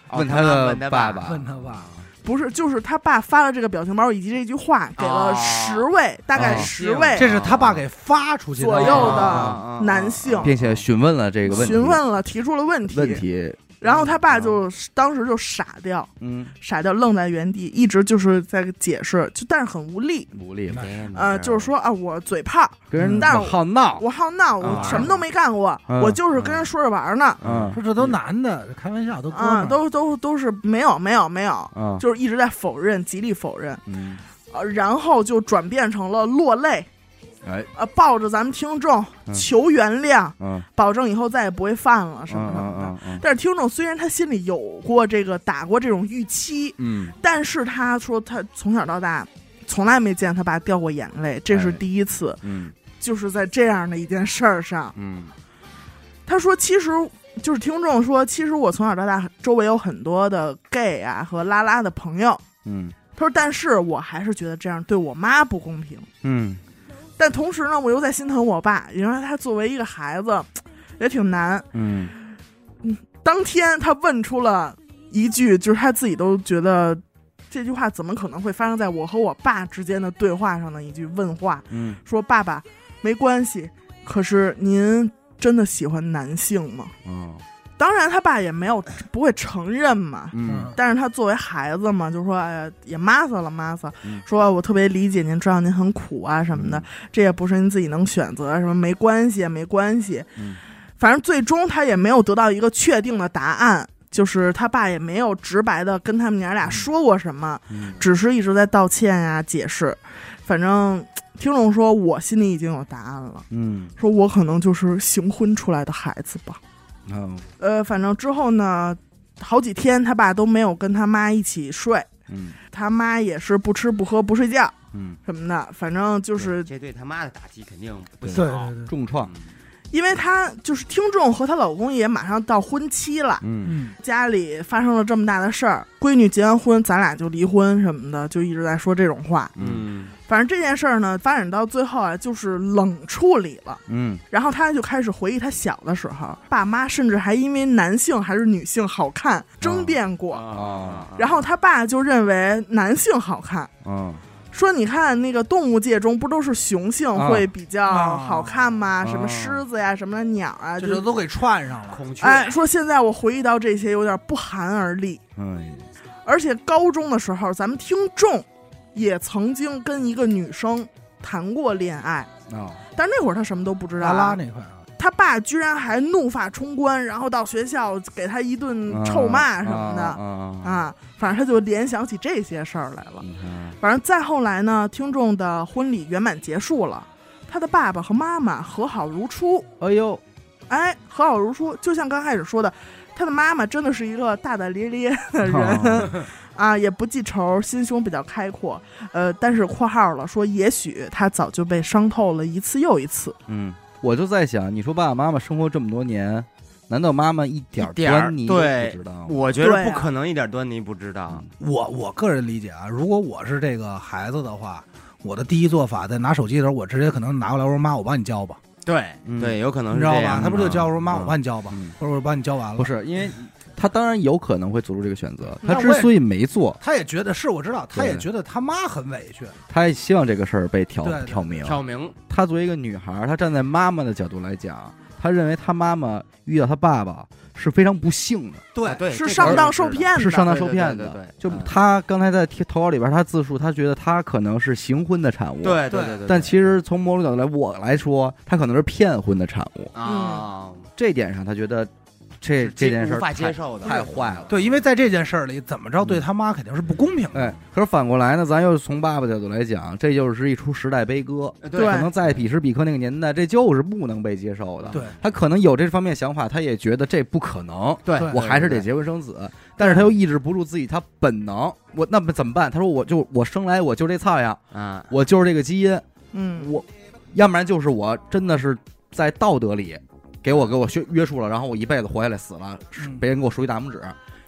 [SPEAKER 2] 啊
[SPEAKER 1] 问他的爸
[SPEAKER 3] 爸哦
[SPEAKER 1] 爸，
[SPEAKER 3] 嗯
[SPEAKER 2] 问他爸，
[SPEAKER 4] 不是，就是他爸发了这个表情包以及这句话，给了
[SPEAKER 3] 哦
[SPEAKER 4] 十位，大概
[SPEAKER 1] 哦
[SPEAKER 4] 十位啊
[SPEAKER 2] 这是他爸给发出去的
[SPEAKER 3] 哎
[SPEAKER 4] 左右
[SPEAKER 2] 啊
[SPEAKER 4] 的男性
[SPEAKER 1] 嗯并且询问了这个问题，
[SPEAKER 4] 询问了，提出了问题，
[SPEAKER 1] 问题，
[SPEAKER 4] 然后他爸就当时就傻掉，
[SPEAKER 1] 嗯，
[SPEAKER 4] 傻掉，愣在原地，一直就是在解释，就但是很无力。
[SPEAKER 1] 无力了，
[SPEAKER 4] 呃，就是说啊，我嘴炮，
[SPEAKER 1] 跟人
[SPEAKER 4] 但是
[SPEAKER 1] 往嗯
[SPEAKER 3] 哦
[SPEAKER 1] 好闹，
[SPEAKER 4] 我好闹，
[SPEAKER 1] 啊
[SPEAKER 4] 我什么都没干过，
[SPEAKER 1] 嗯
[SPEAKER 4] 我就是跟人说着玩儿呢，
[SPEAKER 1] 嗯
[SPEAKER 2] 说这都男的，开玩笑都哥们
[SPEAKER 4] 啊，
[SPEAKER 2] 儿
[SPEAKER 4] 都都都是没有没有没有，
[SPEAKER 1] 嗯
[SPEAKER 4] 就是一直在否认，极力否认，
[SPEAKER 1] 嗯，
[SPEAKER 4] 呃，然后就转变成了落泪，
[SPEAKER 1] 哎，
[SPEAKER 4] 呃，抱着咱们听众
[SPEAKER 1] 嗯
[SPEAKER 4] 求原谅，
[SPEAKER 1] 嗯
[SPEAKER 4] 保证以后再也不会犯了什么什么
[SPEAKER 1] 嗯嗯
[SPEAKER 4] 的。但是听众虽然他心里有过这个打过这种预期，
[SPEAKER 1] 嗯，
[SPEAKER 4] 但是他说他从小到大从来没见他爸掉过眼泪，这是
[SPEAKER 1] 哎
[SPEAKER 4] 第一次，
[SPEAKER 1] 嗯
[SPEAKER 4] 就是在这样的一件事儿上。
[SPEAKER 1] 嗯
[SPEAKER 4] 他说，其实就是听众说，其实我从小到大周围有很多的 gay 啊和拉拉的朋友。
[SPEAKER 1] 嗯
[SPEAKER 4] 他说，但是我还是觉得这样对我妈不公平。
[SPEAKER 1] 嗯
[SPEAKER 4] 但同时呢，我又在心疼我爸，因为他作为一个孩子也挺难。
[SPEAKER 1] 嗯
[SPEAKER 4] 当天他问出了一句，就是他自己都觉得这句话怎么可能会发生在我和我爸之间的对话上的一句问话，
[SPEAKER 1] 嗯，
[SPEAKER 4] 说：“爸爸，没关系，可是您真的喜欢男性吗
[SPEAKER 1] 嗯？”
[SPEAKER 4] 当然，他爸也没有不会承认嘛。
[SPEAKER 1] 嗯
[SPEAKER 4] 但是他作为孩子嘛，就说哎呀，也骂死了骂死了
[SPEAKER 1] 嗯，
[SPEAKER 4] 说我特别理解您，知道您很苦啊什么的，这也不是您自己能选择，什么没关系没关系，
[SPEAKER 1] 嗯
[SPEAKER 4] 反正最终他也没有得到一个确定的答案，就是他爸也没有直白的跟他们娘俩说过什么，
[SPEAKER 1] 嗯
[SPEAKER 4] 只是一直在道歉呀、解释，反正。听众说：“我心里已经有答案了，
[SPEAKER 1] 嗯
[SPEAKER 4] 说我可能就是行婚出来的孩子吧。”
[SPEAKER 1] 嗯
[SPEAKER 4] 呃，反正之后呢，好几天他爸都没有跟他妈一起睡，
[SPEAKER 1] 嗯
[SPEAKER 4] 他妈也是不吃不喝不睡觉
[SPEAKER 1] 嗯，
[SPEAKER 4] 什么的，反正就
[SPEAKER 3] 就是这对他妈的打击肯定不
[SPEAKER 2] 对
[SPEAKER 3] 小。
[SPEAKER 2] 对对，嗯
[SPEAKER 1] 重创，
[SPEAKER 4] 因为她就是听众和她老公也马上到婚期了，
[SPEAKER 1] 嗯
[SPEAKER 2] 嗯，
[SPEAKER 4] 家里发生了这么大的事儿，闺女结完婚，咱俩就离婚什么的，就一直在说这种话。
[SPEAKER 3] 嗯
[SPEAKER 4] 反正这件事儿呢，发展到最后啊，就是冷处理了。
[SPEAKER 1] 嗯
[SPEAKER 4] 然后她就开始回忆她小的时候，爸妈甚至还因为男性还是女性好看争辩过。
[SPEAKER 1] 啊
[SPEAKER 4] 然后他爸就认为男性好看，
[SPEAKER 1] 嗯
[SPEAKER 4] 说你看那个动物界中不都是雄性
[SPEAKER 1] 啊
[SPEAKER 4] 会比较好看吗？
[SPEAKER 1] 啊
[SPEAKER 4] 什么狮子呀，什么鸟啊，
[SPEAKER 2] 这
[SPEAKER 4] 就
[SPEAKER 2] 就都给串上了。
[SPEAKER 3] 孔雀，
[SPEAKER 4] 哎，说现在我回忆到这些有点不寒而栗。
[SPEAKER 1] 哎，
[SPEAKER 4] 而且高中的时候，咱们听众也曾经跟一个女生谈过恋爱，
[SPEAKER 1] 啊
[SPEAKER 4] 但那会儿他什么都不知道
[SPEAKER 2] 拉
[SPEAKER 4] 啊。
[SPEAKER 2] 拉那块啊，
[SPEAKER 4] 他爸居然还怒发冲冠，然后到学校给他一顿嗯臭骂什么的
[SPEAKER 1] 啊
[SPEAKER 4] 啊，反正他就联想起这些事儿来了。
[SPEAKER 1] 你看，
[SPEAKER 4] 反正再后来呢，听众的婚礼圆满结束了，他的爸爸和妈妈和好如初。
[SPEAKER 1] 哎呦，
[SPEAKER 4] 哎，和好如初，就像刚开始说的，他的妈妈真的是一个大大咧咧的人
[SPEAKER 1] 啊
[SPEAKER 4] 啊，也不记仇，心胸比较开阔。呃，但是括号了说，也许他早就被伤透了一次又一次。
[SPEAKER 1] 嗯，我就在想，你说爸爸妈妈生活这么多年，难道妈妈一点儿
[SPEAKER 3] 一点儿
[SPEAKER 1] 端倪都
[SPEAKER 3] 对
[SPEAKER 1] 不知道吗？
[SPEAKER 3] 我觉得
[SPEAKER 4] 对
[SPEAKER 3] 不
[SPEAKER 4] 啊
[SPEAKER 3] 可能一点端倪不知道。
[SPEAKER 1] 嗯
[SPEAKER 2] 我我个人理解啊，如果我是这个孩子的话，我的第一做法在拿手机的时候，我直接可能拿过来我说妈，我帮你教吧，
[SPEAKER 3] 对
[SPEAKER 1] 嗯
[SPEAKER 3] 对，有可能
[SPEAKER 2] 你
[SPEAKER 3] 是
[SPEAKER 2] 知
[SPEAKER 3] 这
[SPEAKER 2] 道
[SPEAKER 3] 样啊
[SPEAKER 2] 吧？
[SPEAKER 3] 的
[SPEAKER 2] 他不就教我说妈，
[SPEAKER 1] 嗯
[SPEAKER 2] 我帮你教吧，
[SPEAKER 1] 嗯
[SPEAKER 2] 或者我帮你教完了。
[SPEAKER 1] 不，是，因为他当然有可能会做出这个选择，
[SPEAKER 2] 那
[SPEAKER 1] 他之
[SPEAKER 2] 我也
[SPEAKER 1] 所以没做，
[SPEAKER 2] 他也觉得是我知道，他也
[SPEAKER 1] 对
[SPEAKER 2] 觉得他妈很委屈。
[SPEAKER 1] 他也希望这个事儿被
[SPEAKER 2] 对对
[SPEAKER 1] 挑
[SPEAKER 2] 对
[SPEAKER 1] 挑明。
[SPEAKER 3] 挑明，
[SPEAKER 1] 她作为一个女孩儿，她站在妈妈的角度来讲，她认为她妈妈遇到她爸爸是非常不幸的，
[SPEAKER 2] 对
[SPEAKER 3] 啊对，
[SPEAKER 4] 是
[SPEAKER 3] 这个
[SPEAKER 4] 上当受
[SPEAKER 3] 是的
[SPEAKER 4] 骗的，
[SPEAKER 1] 是上当受
[SPEAKER 3] 对对
[SPEAKER 1] 骗
[SPEAKER 3] 对
[SPEAKER 1] 的。
[SPEAKER 3] 对对
[SPEAKER 1] 就
[SPEAKER 3] 嗯
[SPEAKER 1] 她刚才在提投稿里边，她自述她觉得她可能是行婚的产物，。
[SPEAKER 3] 对对
[SPEAKER 2] 对
[SPEAKER 3] 对对。
[SPEAKER 1] 但其实从某种角度来我来说，她可能是骗婚的产物。
[SPEAKER 3] 啊，
[SPEAKER 2] 嗯
[SPEAKER 1] 这点上，她觉得这
[SPEAKER 3] 是
[SPEAKER 1] 这件事
[SPEAKER 3] 无
[SPEAKER 1] 儿
[SPEAKER 3] 法接
[SPEAKER 1] 太
[SPEAKER 3] 受的，
[SPEAKER 1] 太坏了。
[SPEAKER 2] 对，因为在这件事儿里，怎么着对他妈肯定是不公平的。
[SPEAKER 1] 哎，可是反过来呢，咱又从爸爸角度来讲，这就是一出时代悲歌。
[SPEAKER 3] 呃
[SPEAKER 4] 对
[SPEAKER 1] 可能在彼时彼刻那个年代，这就是不能被接受的。
[SPEAKER 2] 对，
[SPEAKER 1] 他可能有这方面想法，他也觉得这不可能，
[SPEAKER 3] 对 <laughs>
[SPEAKER 2] 对
[SPEAKER 1] 我还是得
[SPEAKER 3] 对
[SPEAKER 1] 结婚生子。但是他又抑制不住自己，他本能，我那么怎么办？他说我就我生来我就这操样，
[SPEAKER 3] 啊，
[SPEAKER 1] 我就是这个基因，
[SPEAKER 4] 嗯，
[SPEAKER 1] 我要不然就是我真的是在道德里给我给我约约束了，然后我一辈子活下来死了，
[SPEAKER 2] 嗯
[SPEAKER 1] 别人给我竖一大拇指，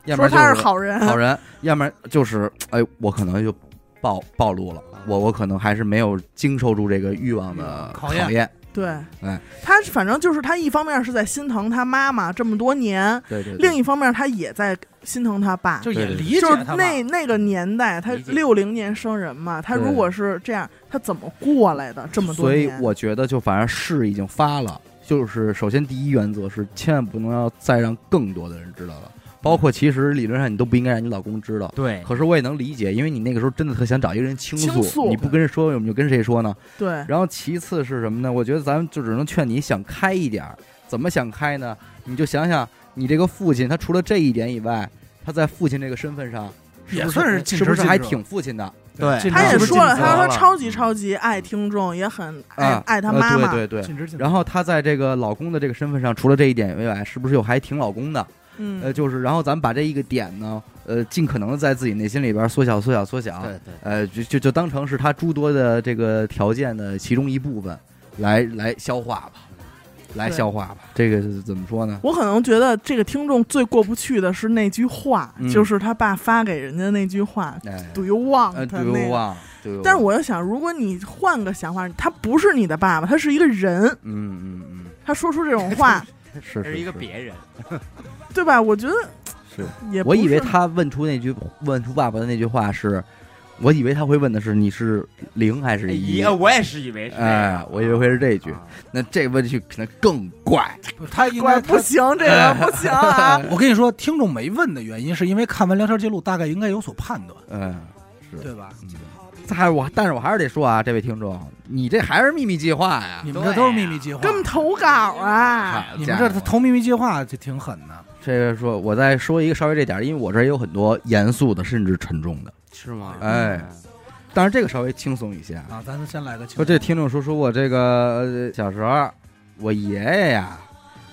[SPEAKER 1] 要不
[SPEAKER 4] 说
[SPEAKER 1] 然就
[SPEAKER 4] 他
[SPEAKER 1] 是
[SPEAKER 4] 是好人，
[SPEAKER 1] 嗯好人，要不然就是哎，我可能就暴暴露了，我我可能还是没有经受住这个欲望的
[SPEAKER 2] 考验
[SPEAKER 1] 考验
[SPEAKER 4] 对，
[SPEAKER 1] 哎，
[SPEAKER 4] 他反正就是他一方面是在心疼他妈妈这么多年，
[SPEAKER 1] 对对，
[SPEAKER 4] 另一方面他也在心疼他爸，
[SPEAKER 2] 就
[SPEAKER 1] 对
[SPEAKER 2] 也
[SPEAKER 1] 对对
[SPEAKER 2] 理解
[SPEAKER 4] 就是
[SPEAKER 2] 他吧。
[SPEAKER 4] 那那个年代，他
[SPEAKER 3] 理解
[SPEAKER 4] 六零年生人嘛，他
[SPEAKER 1] 对
[SPEAKER 4] 如果是这样，他怎么过来的这么多
[SPEAKER 1] 所以
[SPEAKER 4] 年？
[SPEAKER 1] 我觉得，就反正是已经发了，就是首先第一原则是千万不能要再让更多的人知道了，包括其实理论上你都不应该让你老公知道。
[SPEAKER 3] 对，
[SPEAKER 1] 可是我也能理解，因为你那个时候真的特想找一个人倾诉，
[SPEAKER 4] 倾诉
[SPEAKER 1] 你不跟人说，你就跟谁说呢？
[SPEAKER 4] 对
[SPEAKER 1] 然后其次是什么呢？我觉得咱们就只能劝你想开一点儿，怎么想开呢？你就想想你这个父亲，他除了这一点以外，他在父亲这个身份上是
[SPEAKER 2] 也
[SPEAKER 1] 不是
[SPEAKER 2] 算是尽
[SPEAKER 1] 是不
[SPEAKER 2] 职
[SPEAKER 1] 是
[SPEAKER 2] 尽
[SPEAKER 1] 还
[SPEAKER 2] 责
[SPEAKER 1] 挺父亲的？
[SPEAKER 3] 对
[SPEAKER 2] 尽
[SPEAKER 4] 他也
[SPEAKER 2] 职尽
[SPEAKER 4] 说了，
[SPEAKER 2] 责
[SPEAKER 4] 他说
[SPEAKER 3] 了
[SPEAKER 4] 他超级超级爱听众，也很爱、
[SPEAKER 1] 啊
[SPEAKER 4] 爱他
[SPEAKER 1] 呃
[SPEAKER 4] 妈妈。
[SPEAKER 1] 对对对。
[SPEAKER 2] 尽职尽责
[SPEAKER 1] 然后他在这个老公的这个身份上，除了这一点以外，是不是又还挺老公的？
[SPEAKER 4] 嗯，
[SPEAKER 1] 呃，就是，然后咱们把这一个点呢，呃，尽可能地在自己内心里边缩小、缩小、缩小，
[SPEAKER 3] 对对，
[SPEAKER 1] 呃，就就就当成是他诸多的这个条件的其中一部分，来来消化吧，来
[SPEAKER 4] 对
[SPEAKER 1] 消化吧。这个是怎么说呢？
[SPEAKER 4] 我可能觉得这个听众最过不去的是那句话，
[SPEAKER 1] 嗯
[SPEAKER 4] 就是他爸发给人家那句话
[SPEAKER 1] 哎，
[SPEAKER 4] “Do you want？”、
[SPEAKER 1] 呃，对
[SPEAKER 4] 那个
[SPEAKER 1] 忘，对
[SPEAKER 4] 但是我又想，如果你换个想法，他不是你的爸爸，他是一个人，
[SPEAKER 1] 嗯嗯
[SPEAKER 4] 他说出这种
[SPEAKER 1] <laughs>
[SPEAKER 4] 话，
[SPEAKER 1] 嗯，是
[SPEAKER 3] 这是一个，别人，
[SPEAKER 4] 对吧？我觉得
[SPEAKER 1] 是
[SPEAKER 4] 也不
[SPEAKER 1] 我
[SPEAKER 4] 是
[SPEAKER 1] 以为他问出那句问出爸爸的那句话是，我以为他会问的是你是零还
[SPEAKER 4] 哎
[SPEAKER 1] 是一
[SPEAKER 3] 哎一，我也是以为是这样，
[SPEAKER 1] 哎我以为会是这句
[SPEAKER 3] 啊
[SPEAKER 1] 那这问题可能更怪。
[SPEAKER 2] 不他应
[SPEAKER 4] 乖
[SPEAKER 2] 该
[SPEAKER 4] 不
[SPEAKER 2] 他！
[SPEAKER 4] 行，这个不行啊
[SPEAKER 2] <laughs> 我跟你说，听众没问的原因是因为看完聊天记录，大概应该有所判断，
[SPEAKER 1] 嗯，是
[SPEAKER 2] 对吧？
[SPEAKER 1] 还是我，但是我还是得说啊，这位听众，你这还是秘密计划
[SPEAKER 2] <laughs>
[SPEAKER 1] 呀
[SPEAKER 2] 你？们这都是秘密计划，
[SPEAKER 4] 给我们投稿啊！
[SPEAKER 1] 好
[SPEAKER 2] 哎你
[SPEAKER 1] 家
[SPEAKER 2] 们这
[SPEAKER 1] 伙
[SPEAKER 2] 投秘密计划就挺狠的。
[SPEAKER 1] 这个说，我再说一个稍微这点儿，因为我这儿也有很多严肃的，甚至沉重的，
[SPEAKER 3] 是吗？
[SPEAKER 1] 哎，当然这个稍微轻松一些啊。
[SPEAKER 2] 啊，咱先来个情
[SPEAKER 1] 说这听众说说我这个呃小时候，我爷爷呀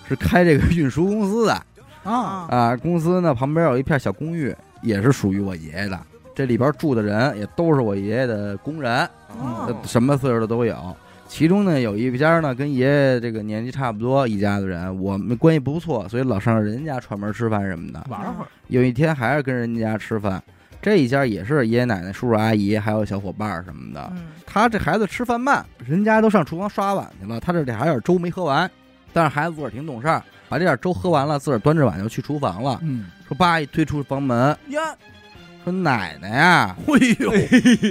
[SPEAKER 1] 是开这个运输公司的
[SPEAKER 4] 嗯
[SPEAKER 2] 啊，
[SPEAKER 1] 啊，公司呢旁边有一片小公寓，也是属于我爷爷的。这里边住的人也都是我爷爷的工人，
[SPEAKER 4] 哦
[SPEAKER 1] 呃什么岁数的都有。其中呢有一家呢跟爷爷这个年纪差不多一家的人，我们关系不错，所以老上人家串门吃饭什么的。
[SPEAKER 2] 玩会儿
[SPEAKER 1] 有一天还是跟人家吃饭，这一家也是爷爷奶奶、叔叔阿姨还有小伙伴儿什么的。
[SPEAKER 4] 嗯，
[SPEAKER 1] 他这孩子吃饭慢，人家都上厨房刷碗去了，他这里还有点粥没喝完。但是孩子自个儿挺懂事儿，把这点粥喝完了，自个儿端着碗就去厨房了。
[SPEAKER 2] 嗯，
[SPEAKER 1] 说爸一推出房门，
[SPEAKER 4] 呀，
[SPEAKER 1] 说奶奶呀，
[SPEAKER 2] 哎呦，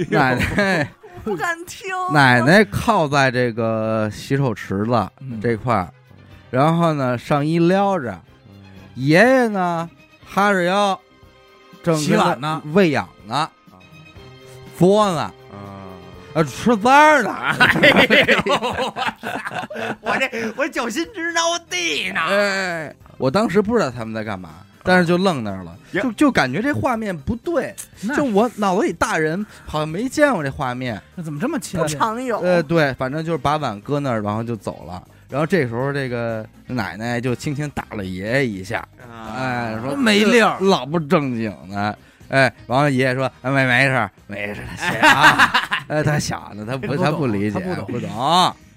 [SPEAKER 1] 奶
[SPEAKER 2] <laughs>
[SPEAKER 1] 奶，
[SPEAKER 4] 不敢听。
[SPEAKER 1] 奶奶靠在这个洗手池子
[SPEAKER 2] 嗯
[SPEAKER 1] 这块儿，然后呢上衣撩着，
[SPEAKER 3] 嗯
[SPEAKER 1] 爷爷呢哈着腰，正
[SPEAKER 2] 洗碗呢，
[SPEAKER 1] 喂养呢，嘬呢，
[SPEAKER 3] 啊，
[SPEAKER 1] 呃吃饭儿呢。
[SPEAKER 3] 我这我脚心直挠地 <laughs> 呢，啊
[SPEAKER 1] 哎，我当时不知道他们在干嘛，但是就愣那儿了，
[SPEAKER 3] 呀
[SPEAKER 1] 就就感觉这画面不对，
[SPEAKER 2] 那
[SPEAKER 1] 就我脑子里大人好像没见过这画面。
[SPEAKER 2] 那怎么这么亲啊
[SPEAKER 4] 不
[SPEAKER 2] 切？
[SPEAKER 4] 常有，
[SPEAKER 1] 呃，对，反正就是把碗搁那儿，然后就走了。然后这时候，这个奶奶就轻轻打了爷爷一下，哎，说
[SPEAKER 2] 没
[SPEAKER 1] 这
[SPEAKER 2] 溜儿
[SPEAKER 1] 老不正经的。哎，完了，爷爷说：“哎没没事儿没事儿，他小啊，哎，他小呢，他不
[SPEAKER 2] 不
[SPEAKER 1] 他
[SPEAKER 2] 懂
[SPEAKER 1] 不理解，
[SPEAKER 2] 他不懂
[SPEAKER 1] 不懂。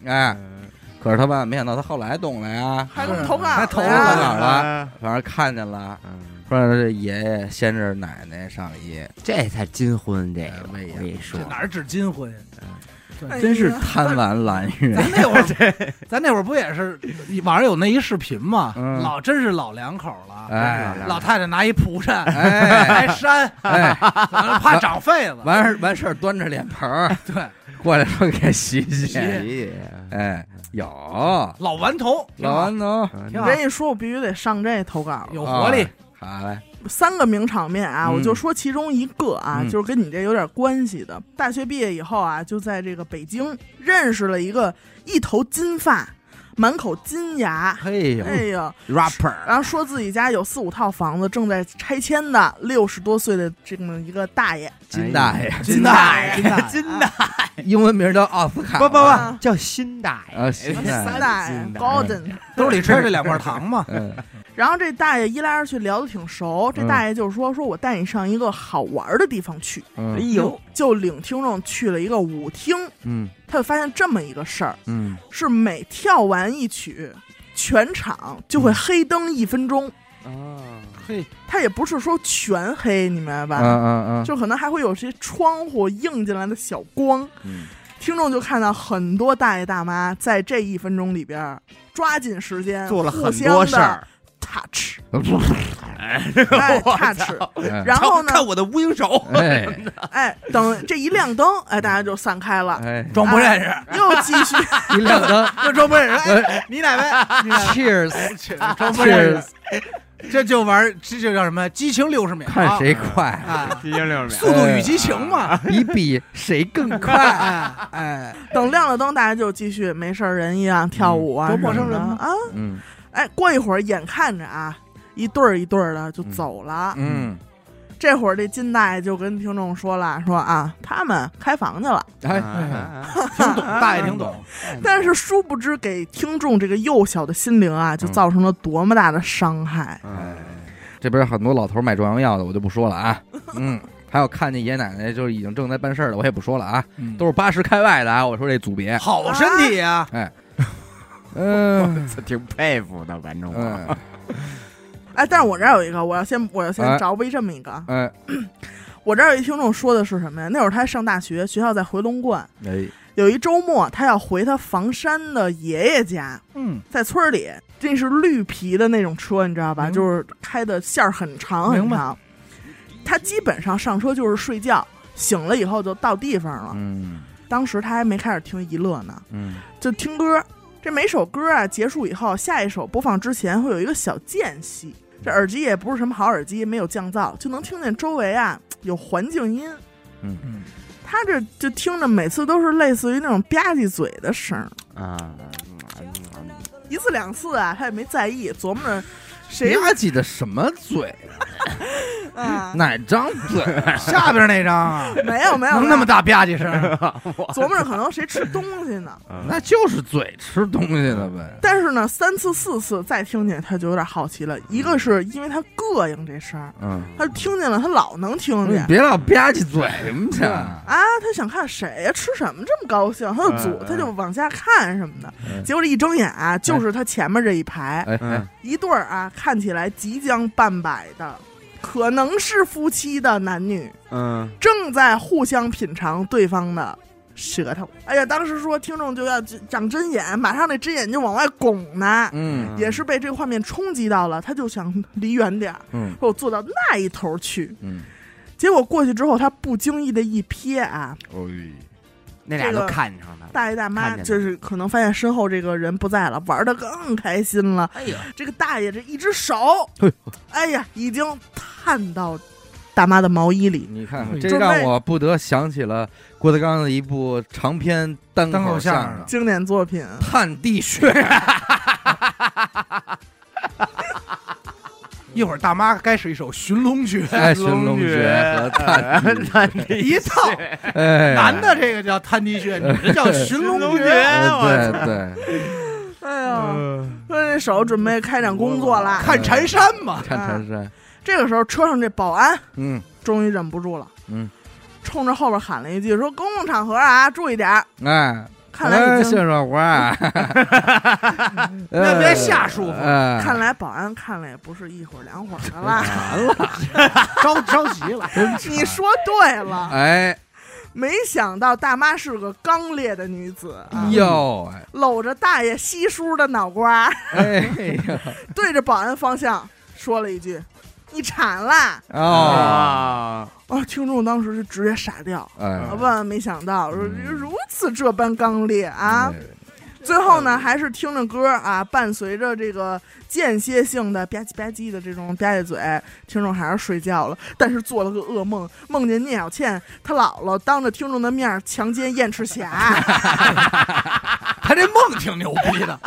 [SPEAKER 1] 哎，
[SPEAKER 3] 嗯
[SPEAKER 1] 可是他万没想到，他后来懂了呀，
[SPEAKER 4] 还能投稿呢，
[SPEAKER 2] 还投
[SPEAKER 1] 了
[SPEAKER 2] 了
[SPEAKER 1] 投
[SPEAKER 2] 投
[SPEAKER 1] 稿
[SPEAKER 2] 稿
[SPEAKER 3] 啊
[SPEAKER 1] 了反正看见了，
[SPEAKER 3] 嗯，
[SPEAKER 1] 说这爷爷掀着奶奶上衣，
[SPEAKER 3] 这才金婚，这个
[SPEAKER 1] 哎
[SPEAKER 3] 我
[SPEAKER 1] 喂呀
[SPEAKER 3] 跟你说
[SPEAKER 2] 这，哪儿指金婚？
[SPEAKER 4] 哎呀
[SPEAKER 1] 真是贪玩蓝月。
[SPEAKER 2] 咱那会儿，咱那会儿不也是网上有那一视频嘛？
[SPEAKER 1] 嗯
[SPEAKER 2] 老真是老两口了，
[SPEAKER 1] 哎
[SPEAKER 2] 老太太拿一蒲扇， <laughs>
[SPEAKER 1] 哎
[SPEAKER 2] 还扇，
[SPEAKER 1] 哎，
[SPEAKER 2] 完了怕长痱
[SPEAKER 1] <laughs>
[SPEAKER 2] 子。
[SPEAKER 1] 完事儿完事儿端着脸盆儿
[SPEAKER 2] 对，
[SPEAKER 1] 过来说给洗洗。
[SPEAKER 3] 爷，
[SPEAKER 1] 哎，有
[SPEAKER 2] 老顽童，
[SPEAKER 1] 老顽童，
[SPEAKER 2] 挺好
[SPEAKER 4] 人一说，我必须得上这投稿了。
[SPEAKER 2] 有活力，
[SPEAKER 1] 好嘞，
[SPEAKER 4] 三个名场面啊，
[SPEAKER 1] 嗯
[SPEAKER 4] 我就说其中一个啊，
[SPEAKER 1] 嗯
[SPEAKER 4] 就是跟你这有点关系的。大学毕业以后啊，就在这个北京认识了一个一头金发、满口金牙，
[SPEAKER 1] 嘿呦
[SPEAKER 4] 哎呀，
[SPEAKER 1] ，rapper，
[SPEAKER 4] 然后说自己家有四五套房子正在拆迁的，六十多岁的这么一个大爷，
[SPEAKER 3] 哎
[SPEAKER 1] 金大爷，
[SPEAKER 2] 金大爷，
[SPEAKER 4] 金
[SPEAKER 2] 金大爷，
[SPEAKER 3] 金大
[SPEAKER 1] 英文名叫奥斯卡，
[SPEAKER 3] 不不
[SPEAKER 4] 啊
[SPEAKER 3] 不，叫新大
[SPEAKER 1] 啊
[SPEAKER 3] 爷，
[SPEAKER 1] 新大爷
[SPEAKER 4] 哎三大爷
[SPEAKER 3] 金大爷
[SPEAKER 4] Golden。
[SPEAKER 2] 兜里揣着两块
[SPEAKER 1] <laughs>
[SPEAKER 2] 糖嘛。
[SPEAKER 1] 嗯
[SPEAKER 4] 然后这大爷一来二去聊得挺熟，这
[SPEAKER 1] 嗯
[SPEAKER 4] 大爷就说：“说我带你上一个好玩的地方去。
[SPEAKER 3] 哎
[SPEAKER 1] 嗯
[SPEAKER 3] 呦，”
[SPEAKER 4] 就领听众去了一个舞厅，
[SPEAKER 1] 嗯
[SPEAKER 4] 他就发现这么一个事儿：
[SPEAKER 1] 嗯，
[SPEAKER 4] 是每跳完一曲，全场就
[SPEAKER 1] 嗯
[SPEAKER 4] 会黑灯一分钟。
[SPEAKER 3] 啊，
[SPEAKER 2] 嘿，
[SPEAKER 4] 他也不是说全黑，你明白
[SPEAKER 1] 嗯
[SPEAKER 4] 吧？
[SPEAKER 1] 嗯嗯，
[SPEAKER 4] 就可能还会有些窗户映进来的小光。
[SPEAKER 1] 嗯
[SPEAKER 4] 听众就看到很多大爷大妈在这一分钟里边儿抓紧时间
[SPEAKER 3] 做了很多事儿， <laughs>
[SPEAKER 4] ，touch，哎
[SPEAKER 3] 我
[SPEAKER 4] ，touch，
[SPEAKER 3] 操
[SPEAKER 4] 然后呢
[SPEAKER 3] 看，我的无影手，
[SPEAKER 1] 嗯哎
[SPEAKER 4] 哎，等这一亮灯，哎，大家就散开了，
[SPEAKER 1] 哎，
[SPEAKER 2] 装不认识，
[SPEAKER 4] 又继续， <laughs>
[SPEAKER 1] 一亮灯
[SPEAKER 2] <laughs> 又装不认识。哎，你哪位？你哪
[SPEAKER 1] ，Cheers，
[SPEAKER 2] 位？装不认识，这就玩，这就叫什么？激情六十秒，
[SPEAKER 1] 看谁快，
[SPEAKER 2] 啊？
[SPEAKER 3] 一零六秒，
[SPEAKER 2] 速度与激情嘛。
[SPEAKER 1] 比比谁更快。
[SPEAKER 2] 哎哎，
[SPEAKER 4] 等亮了灯，大家就继续没事儿人一样跳舞啊
[SPEAKER 2] 嗯
[SPEAKER 4] 什
[SPEAKER 2] 多
[SPEAKER 4] 么的，
[SPEAKER 2] 陌生人嘛
[SPEAKER 4] 啊，
[SPEAKER 1] 嗯
[SPEAKER 4] 哎，过一会儿眼看着啊，一对儿一对儿的就走了，
[SPEAKER 1] 嗯，
[SPEAKER 4] 这会儿这金大爷就跟听众说了，说啊，他们开房去了，
[SPEAKER 1] 哎，
[SPEAKER 3] 啊嗯
[SPEAKER 2] 听懂，大爷听懂。
[SPEAKER 4] 但是殊不知给听众这个幼小的心灵啊，就
[SPEAKER 2] 嗯
[SPEAKER 4] 造成了多么大的伤害。
[SPEAKER 3] 哎
[SPEAKER 1] 这边很多老头买壮阳药的，我就不说了啊。嗯，还有看见爷爷奶奶就是已经正在办事儿的，我也不说了啊，
[SPEAKER 2] <laughs> 嗯
[SPEAKER 1] 都是八十开外的啊。我说这组别，
[SPEAKER 2] 好身体呀，
[SPEAKER 3] <laughs>
[SPEAKER 1] 嗯
[SPEAKER 3] 这挺佩服的，啊反正我
[SPEAKER 1] 嗯
[SPEAKER 4] 哎，但是我这儿有一个，我要
[SPEAKER 2] 嗯
[SPEAKER 4] 先我要
[SPEAKER 1] 哎
[SPEAKER 4] 先着微这么一个啊，
[SPEAKER 1] 哎
[SPEAKER 4] 我这儿有一听众说的是什么呀？那会儿他上大学，学校在回龙观，
[SPEAKER 1] 哎，
[SPEAKER 4] 有一周末他要回他房山的爷爷家，
[SPEAKER 2] 嗯，
[SPEAKER 4] 在村儿里，这是绿皮的那种车，你知道吧？
[SPEAKER 2] 明白
[SPEAKER 4] 就是开的线儿很长
[SPEAKER 2] 明
[SPEAKER 4] 很
[SPEAKER 2] 白
[SPEAKER 4] 长。他基本上上车就是睡觉，醒了以后就到地方了。
[SPEAKER 1] 嗯
[SPEAKER 4] 当时他还没开始听娱乐呢，
[SPEAKER 1] 嗯
[SPEAKER 4] 就听歌。这每首歌啊结束以后，下一首播放之前会有一个小间隙。这耳机也不是什么好耳机，没有降噪，就能听见周围啊有环境音。
[SPEAKER 2] 嗯
[SPEAKER 4] 他这就听着每次都是类似于那种吧唧嘴的声儿，
[SPEAKER 3] 啊，
[SPEAKER 4] 一次两次啊，他也没在意，琢磨着谁
[SPEAKER 1] 吧唧的什么嘴？
[SPEAKER 4] 啊，
[SPEAKER 1] <laughs> 哪张嘴？
[SPEAKER 2] 下边那张啊，
[SPEAKER 4] 没有没有，
[SPEAKER 2] 能
[SPEAKER 4] 没有
[SPEAKER 2] 那么大吧唧声？
[SPEAKER 4] 琢磨着可能谁吃东西呢。
[SPEAKER 1] 那就是嘴吃东西的呗。
[SPEAKER 4] 但是呢，三次四次再听见他就有点好奇了。一个是因为他膈应这声儿，
[SPEAKER 1] 嗯，
[SPEAKER 4] 他听见了，他老能听
[SPEAKER 1] 你
[SPEAKER 4] 见
[SPEAKER 1] 别老吧唧嘴什么去啊？
[SPEAKER 4] 啊，他想看谁呀，吃什么这么高兴，他就
[SPEAKER 3] 嗯
[SPEAKER 4] 组
[SPEAKER 3] 嗯
[SPEAKER 4] 他就往下看什么的
[SPEAKER 1] 嗯。
[SPEAKER 4] 结果这一睁眼啊，就是他前面这一排
[SPEAKER 1] <laughs> 哎哎
[SPEAKER 3] 嗯，
[SPEAKER 4] 一对儿啊，看起来即将半百的，可能是夫妻的男女，
[SPEAKER 3] 嗯，
[SPEAKER 4] 正在互相品尝对方的舌头。哎呀，当时说听众就要长针眼，马上那针眼就往外拱呢，
[SPEAKER 1] 嗯
[SPEAKER 4] 也是被这个画面冲击到了，他就想离远点儿，
[SPEAKER 1] 嗯
[SPEAKER 4] 给我坐到那一头去。
[SPEAKER 1] 嗯，
[SPEAKER 4] 结果过去之后，他不经意的一瞥啊，
[SPEAKER 1] 哎，
[SPEAKER 3] 那俩都看上他了，
[SPEAKER 4] 大爷大妈
[SPEAKER 3] 看见了
[SPEAKER 4] 就是可能发现身后这个人不在了，玩的更开心了。
[SPEAKER 2] 哎呀，
[SPEAKER 4] 这个大爷这一只手，哎呀，已经探到大妈的毛衣里。
[SPEAKER 1] 你看，
[SPEAKER 2] 准
[SPEAKER 1] 这
[SPEAKER 4] 备
[SPEAKER 1] 让我不得想起了郭德纲的一部长篇单
[SPEAKER 2] 单口
[SPEAKER 1] 相
[SPEAKER 2] 相
[SPEAKER 1] 声
[SPEAKER 2] 声
[SPEAKER 1] 《
[SPEAKER 4] 经典作品，
[SPEAKER 1] 探地穴》。
[SPEAKER 2] 一会儿大妈该是一首《寻龙诀》，
[SPEAKER 1] <laughs> 哎，寻龙
[SPEAKER 2] <laughs>
[SPEAKER 1] 诀和探地，
[SPEAKER 2] 一套
[SPEAKER 1] 哎，
[SPEAKER 2] 男的这个叫探地穴，女的叫寻龙诀。
[SPEAKER 1] <laughs>
[SPEAKER 2] 啊
[SPEAKER 1] 哎，对对，
[SPEAKER 4] 哎呀，
[SPEAKER 1] 呃
[SPEAKER 4] 说这手准备开展工作了。
[SPEAKER 1] 嗯
[SPEAKER 2] 看缠山嘛，
[SPEAKER 1] 看缠山，
[SPEAKER 4] 这个时候，车上这保安
[SPEAKER 1] <laughs> 嗯
[SPEAKER 4] 终于忍不住了，
[SPEAKER 1] 嗯，
[SPEAKER 4] 冲着后边喊了一句：“说公共场合啊，注意点儿。
[SPEAKER 1] 哎，”
[SPEAKER 4] 看来已
[SPEAKER 1] 哎谢
[SPEAKER 4] 经，
[SPEAKER 1] 少 <laughs> 华，
[SPEAKER 2] 那别瞎说
[SPEAKER 1] 哎
[SPEAKER 4] 看来保安看了也不是一会儿两会儿
[SPEAKER 1] <laughs>
[SPEAKER 4] 的
[SPEAKER 2] 哎
[SPEAKER 4] 了。
[SPEAKER 2] 着着急 <laughs> 了。
[SPEAKER 1] 啊
[SPEAKER 4] 你说对了，
[SPEAKER 1] 哎
[SPEAKER 4] 没想到大妈是个刚烈的女子
[SPEAKER 1] 嗯
[SPEAKER 4] 啊，
[SPEAKER 1] 哎呦，
[SPEAKER 4] 搂着大爷稀疏的脑瓜，
[SPEAKER 1] 哎呀，
[SPEAKER 4] <laughs> 对着保安方向说了一句：“你馋啦
[SPEAKER 1] 哦，
[SPEAKER 3] 啊，！”
[SPEAKER 4] 哦，听众当时是直接傻掉，
[SPEAKER 1] 哎，
[SPEAKER 4] 万万没想到，说
[SPEAKER 1] 嗯
[SPEAKER 4] 如此这般刚烈啊！
[SPEAKER 1] 哎
[SPEAKER 4] 最后呢，还是听着歌啊，伴随着这个间歇性的吧唧吧唧的这种吧唧嘴，听众还是睡觉了。但是做了个噩梦，梦见聂小倩她姥姥当着听众的面儿强奸燕赤
[SPEAKER 1] <laughs>
[SPEAKER 4] 霞，
[SPEAKER 2] 他这梦挺牛逼 <laughs> 的，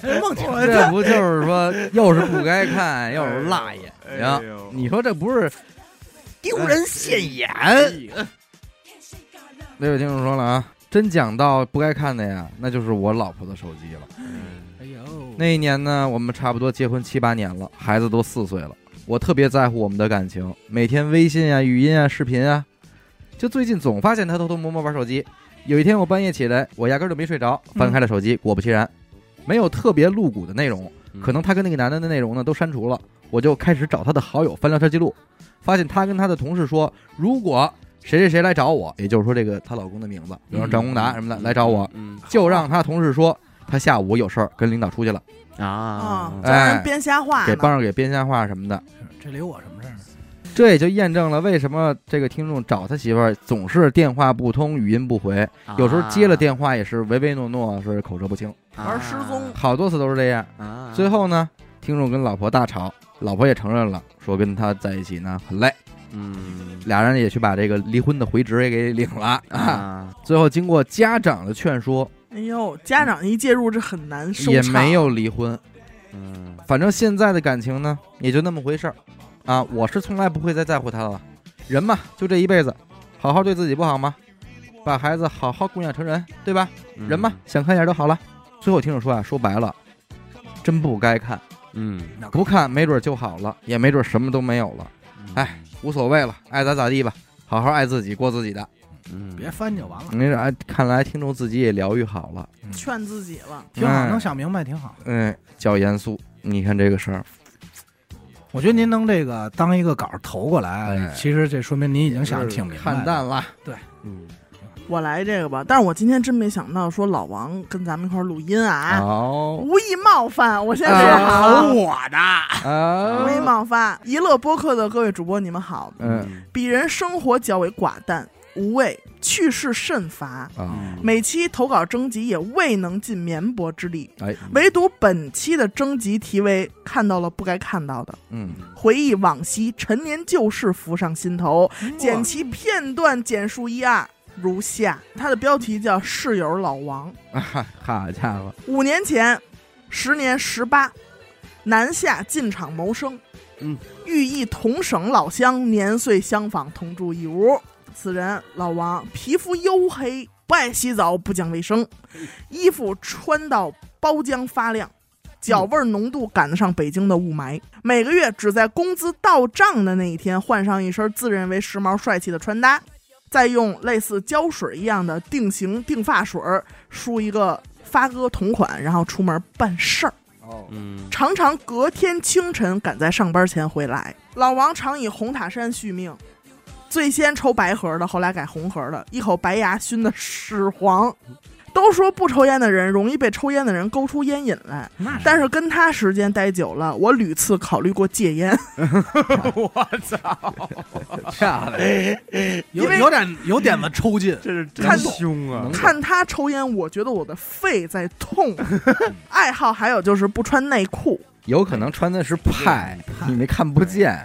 [SPEAKER 2] 这梦挺牛逼
[SPEAKER 1] 这不就是说， <laughs> 又是不该看，又是辣眼
[SPEAKER 3] 哎
[SPEAKER 1] 睛
[SPEAKER 3] 呦，
[SPEAKER 1] 你说这不是丢人现眼？那位听众说了啊，真讲到不该看的呀，那就是我老婆的手机了。
[SPEAKER 2] 哎呦，
[SPEAKER 1] 那一年呢，我们差不多结婚七八年了，孩子都四岁了。我特别在乎我们的感情，每天微信啊、语音啊、视频啊，就最近总发现他偷偷摸摸玩手机。有一天我半夜起来，我压根儿就没睡着，翻开了手机，果不其然，没有特别露骨的内容，可能他跟那个男的的内容呢都删除了。我就开始找他的好友翻聊天记录，发现他跟他的同事说，如果谁谁谁来找我，也就是说这个她老公的名字，比如说张宏达什么的来找我，，
[SPEAKER 3] 嗯
[SPEAKER 1] 就让她同事说她下午有事儿跟领导出去了，
[SPEAKER 3] 啊
[SPEAKER 4] 嗯，，叫人编瞎话
[SPEAKER 1] 哎给
[SPEAKER 4] 呢。
[SPEAKER 1] 帮着给编瞎话什么的。
[SPEAKER 2] 嗯这里有我什么事儿呢？
[SPEAKER 1] 这也就验证了为什么这个听众找他媳妇儿总是电话不通、语音不回，
[SPEAKER 3] 啊
[SPEAKER 1] 有时候接了电话也是唯唯诺诺，是口舌不清，
[SPEAKER 3] 话
[SPEAKER 4] 玩失踪
[SPEAKER 1] 好多次都是这样。
[SPEAKER 3] 啊，
[SPEAKER 1] 最后呢，听众跟老婆大吵，老婆也承认了，说跟他在一起呢很累，
[SPEAKER 3] 嗯
[SPEAKER 1] 俩人也去把这个离婚的回执也给领了啊。
[SPEAKER 3] 啊，
[SPEAKER 1] 最后经过家长的劝说，
[SPEAKER 4] 哎呦，家长一介入，这很难收
[SPEAKER 1] 也
[SPEAKER 4] 场啊
[SPEAKER 1] 没有离婚，
[SPEAKER 3] 嗯
[SPEAKER 1] 反正现在的感情呢也就那么回事儿啊。我是从来不会再在乎他了，人嘛就这一辈子，好好对自己不好吗？把孩子好好供养成人，对吧？ <laughs>
[SPEAKER 4] 嗯
[SPEAKER 1] 人嘛，想看点儿就好了。最后听着说啊，说白了，真不该看，
[SPEAKER 3] 嗯，
[SPEAKER 2] 那
[SPEAKER 1] 不看没准就好了，也没准什么都没有了，
[SPEAKER 3] 嗯
[SPEAKER 1] 哎，无所谓了，爱咋咋地吧，好好爱自己，过自己的。
[SPEAKER 3] 嗯，
[SPEAKER 2] 别翻就完了，
[SPEAKER 1] 你这哎，看来听众自己也疗愈好了，
[SPEAKER 2] 嗯
[SPEAKER 4] 劝自己了。
[SPEAKER 2] 挺好，
[SPEAKER 1] 哎
[SPEAKER 2] 能想明白挺好。
[SPEAKER 1] 嗯，较严肃。你看这个事儿，
[SPEAKER 2] 我觉得您能这个当一个稿儿投过来
[SPEAKER 1] 哎，
[SPEAKER 2] 其实这说明您已经想得挺明白了。
[SPEAKER 1] 看淡了，
[SPEAKER 3] 嗯
[SPEAKER 4] 我来这个吧，但是我今天真没想到说老王跟咱们一块儿录音啊，
[SPEAKER 1] 哦
[SPEAKER 4] 无意冒犯，我先说好
[SPEAKER 1] 啊
[SPEAKER 4] 了，
[SPEAKER 2] 投我的，
[SPEAKER 1] 啊
[SPEAKER 4] 无意冒犯。娱乐播客的各位主播，你们好，
[SPEAKER 1] 嗯
[SPEAKER 4] 鄙人生活较为寡淡无味，趣事甚乏，
[SPEAKER 1] 啊，
[SPEAKER 3] 嗯
[SPEAKER 4] 每期投稿征集也未能尽绵薄之力，
[SPEAKER 1] 哎，
[SPEAKER 4] 唯独本期的征集题为“看到了不该看到的”。
[SPEAKER 1] 嗯，
[SPEAKER 4] 回忆往昔，陈年旧事浮上心头，捡其片段简述一二，如下。它的标题叫《室友老王》。
[SPEAKER 1] 嗯好家伙，
[SPEAKER 4] 五年前，时年十八，南下进厂谋生。
[SPEAKER 3] 嗯，
[SPEAKER 4] 寓意同省老乡，年岁相仿，同住一屋。此人老王，皮肤黝黑，不爱洗澡，不讲卫生，衣服穿到包浆发亮。脚味儿浓度赶得上北京的雾霾，每个月只在工资到账的那一天换上一身自认为时髦帅气的穿搭，再用类似胶水一样的定型定发水儿梳一个发哥同款，然后出门办事儿。
[SPEAKER 1] 哦，
[SPEAKER 3] 嗯
[SPEAKER 4] 常常隔天清晨赶在上班前回来。老王常以红塔山续命，最先抽白盒的，后来改红盒的，一口白牙熏得屎黄。都说不抽烟的人容易被抽烟的人勾出烟瘾来，
[SPEAKER 2] 那是
[SPEAKER 4] 但是跟他时间待久了，我屡次考虑过戒烟。
[SPEAKER 1] 吓的，
[SPEAKER 2] 有
[SPEAKER 4] 因为
[SPEAKER 2] 嗯有点有点子抽筋，
[SPEAKER 3] 这是
[SPEAKER 4] 看
[SPEAKER 3] 凶啊
[SPEAKER 1] 能
[SPEAKER 4] 看他抽烟，我觉得我的肺在痛。爱好还有就是不穿内裤，
[SPEAKER 1] 有可能穿的是派，你们看不见，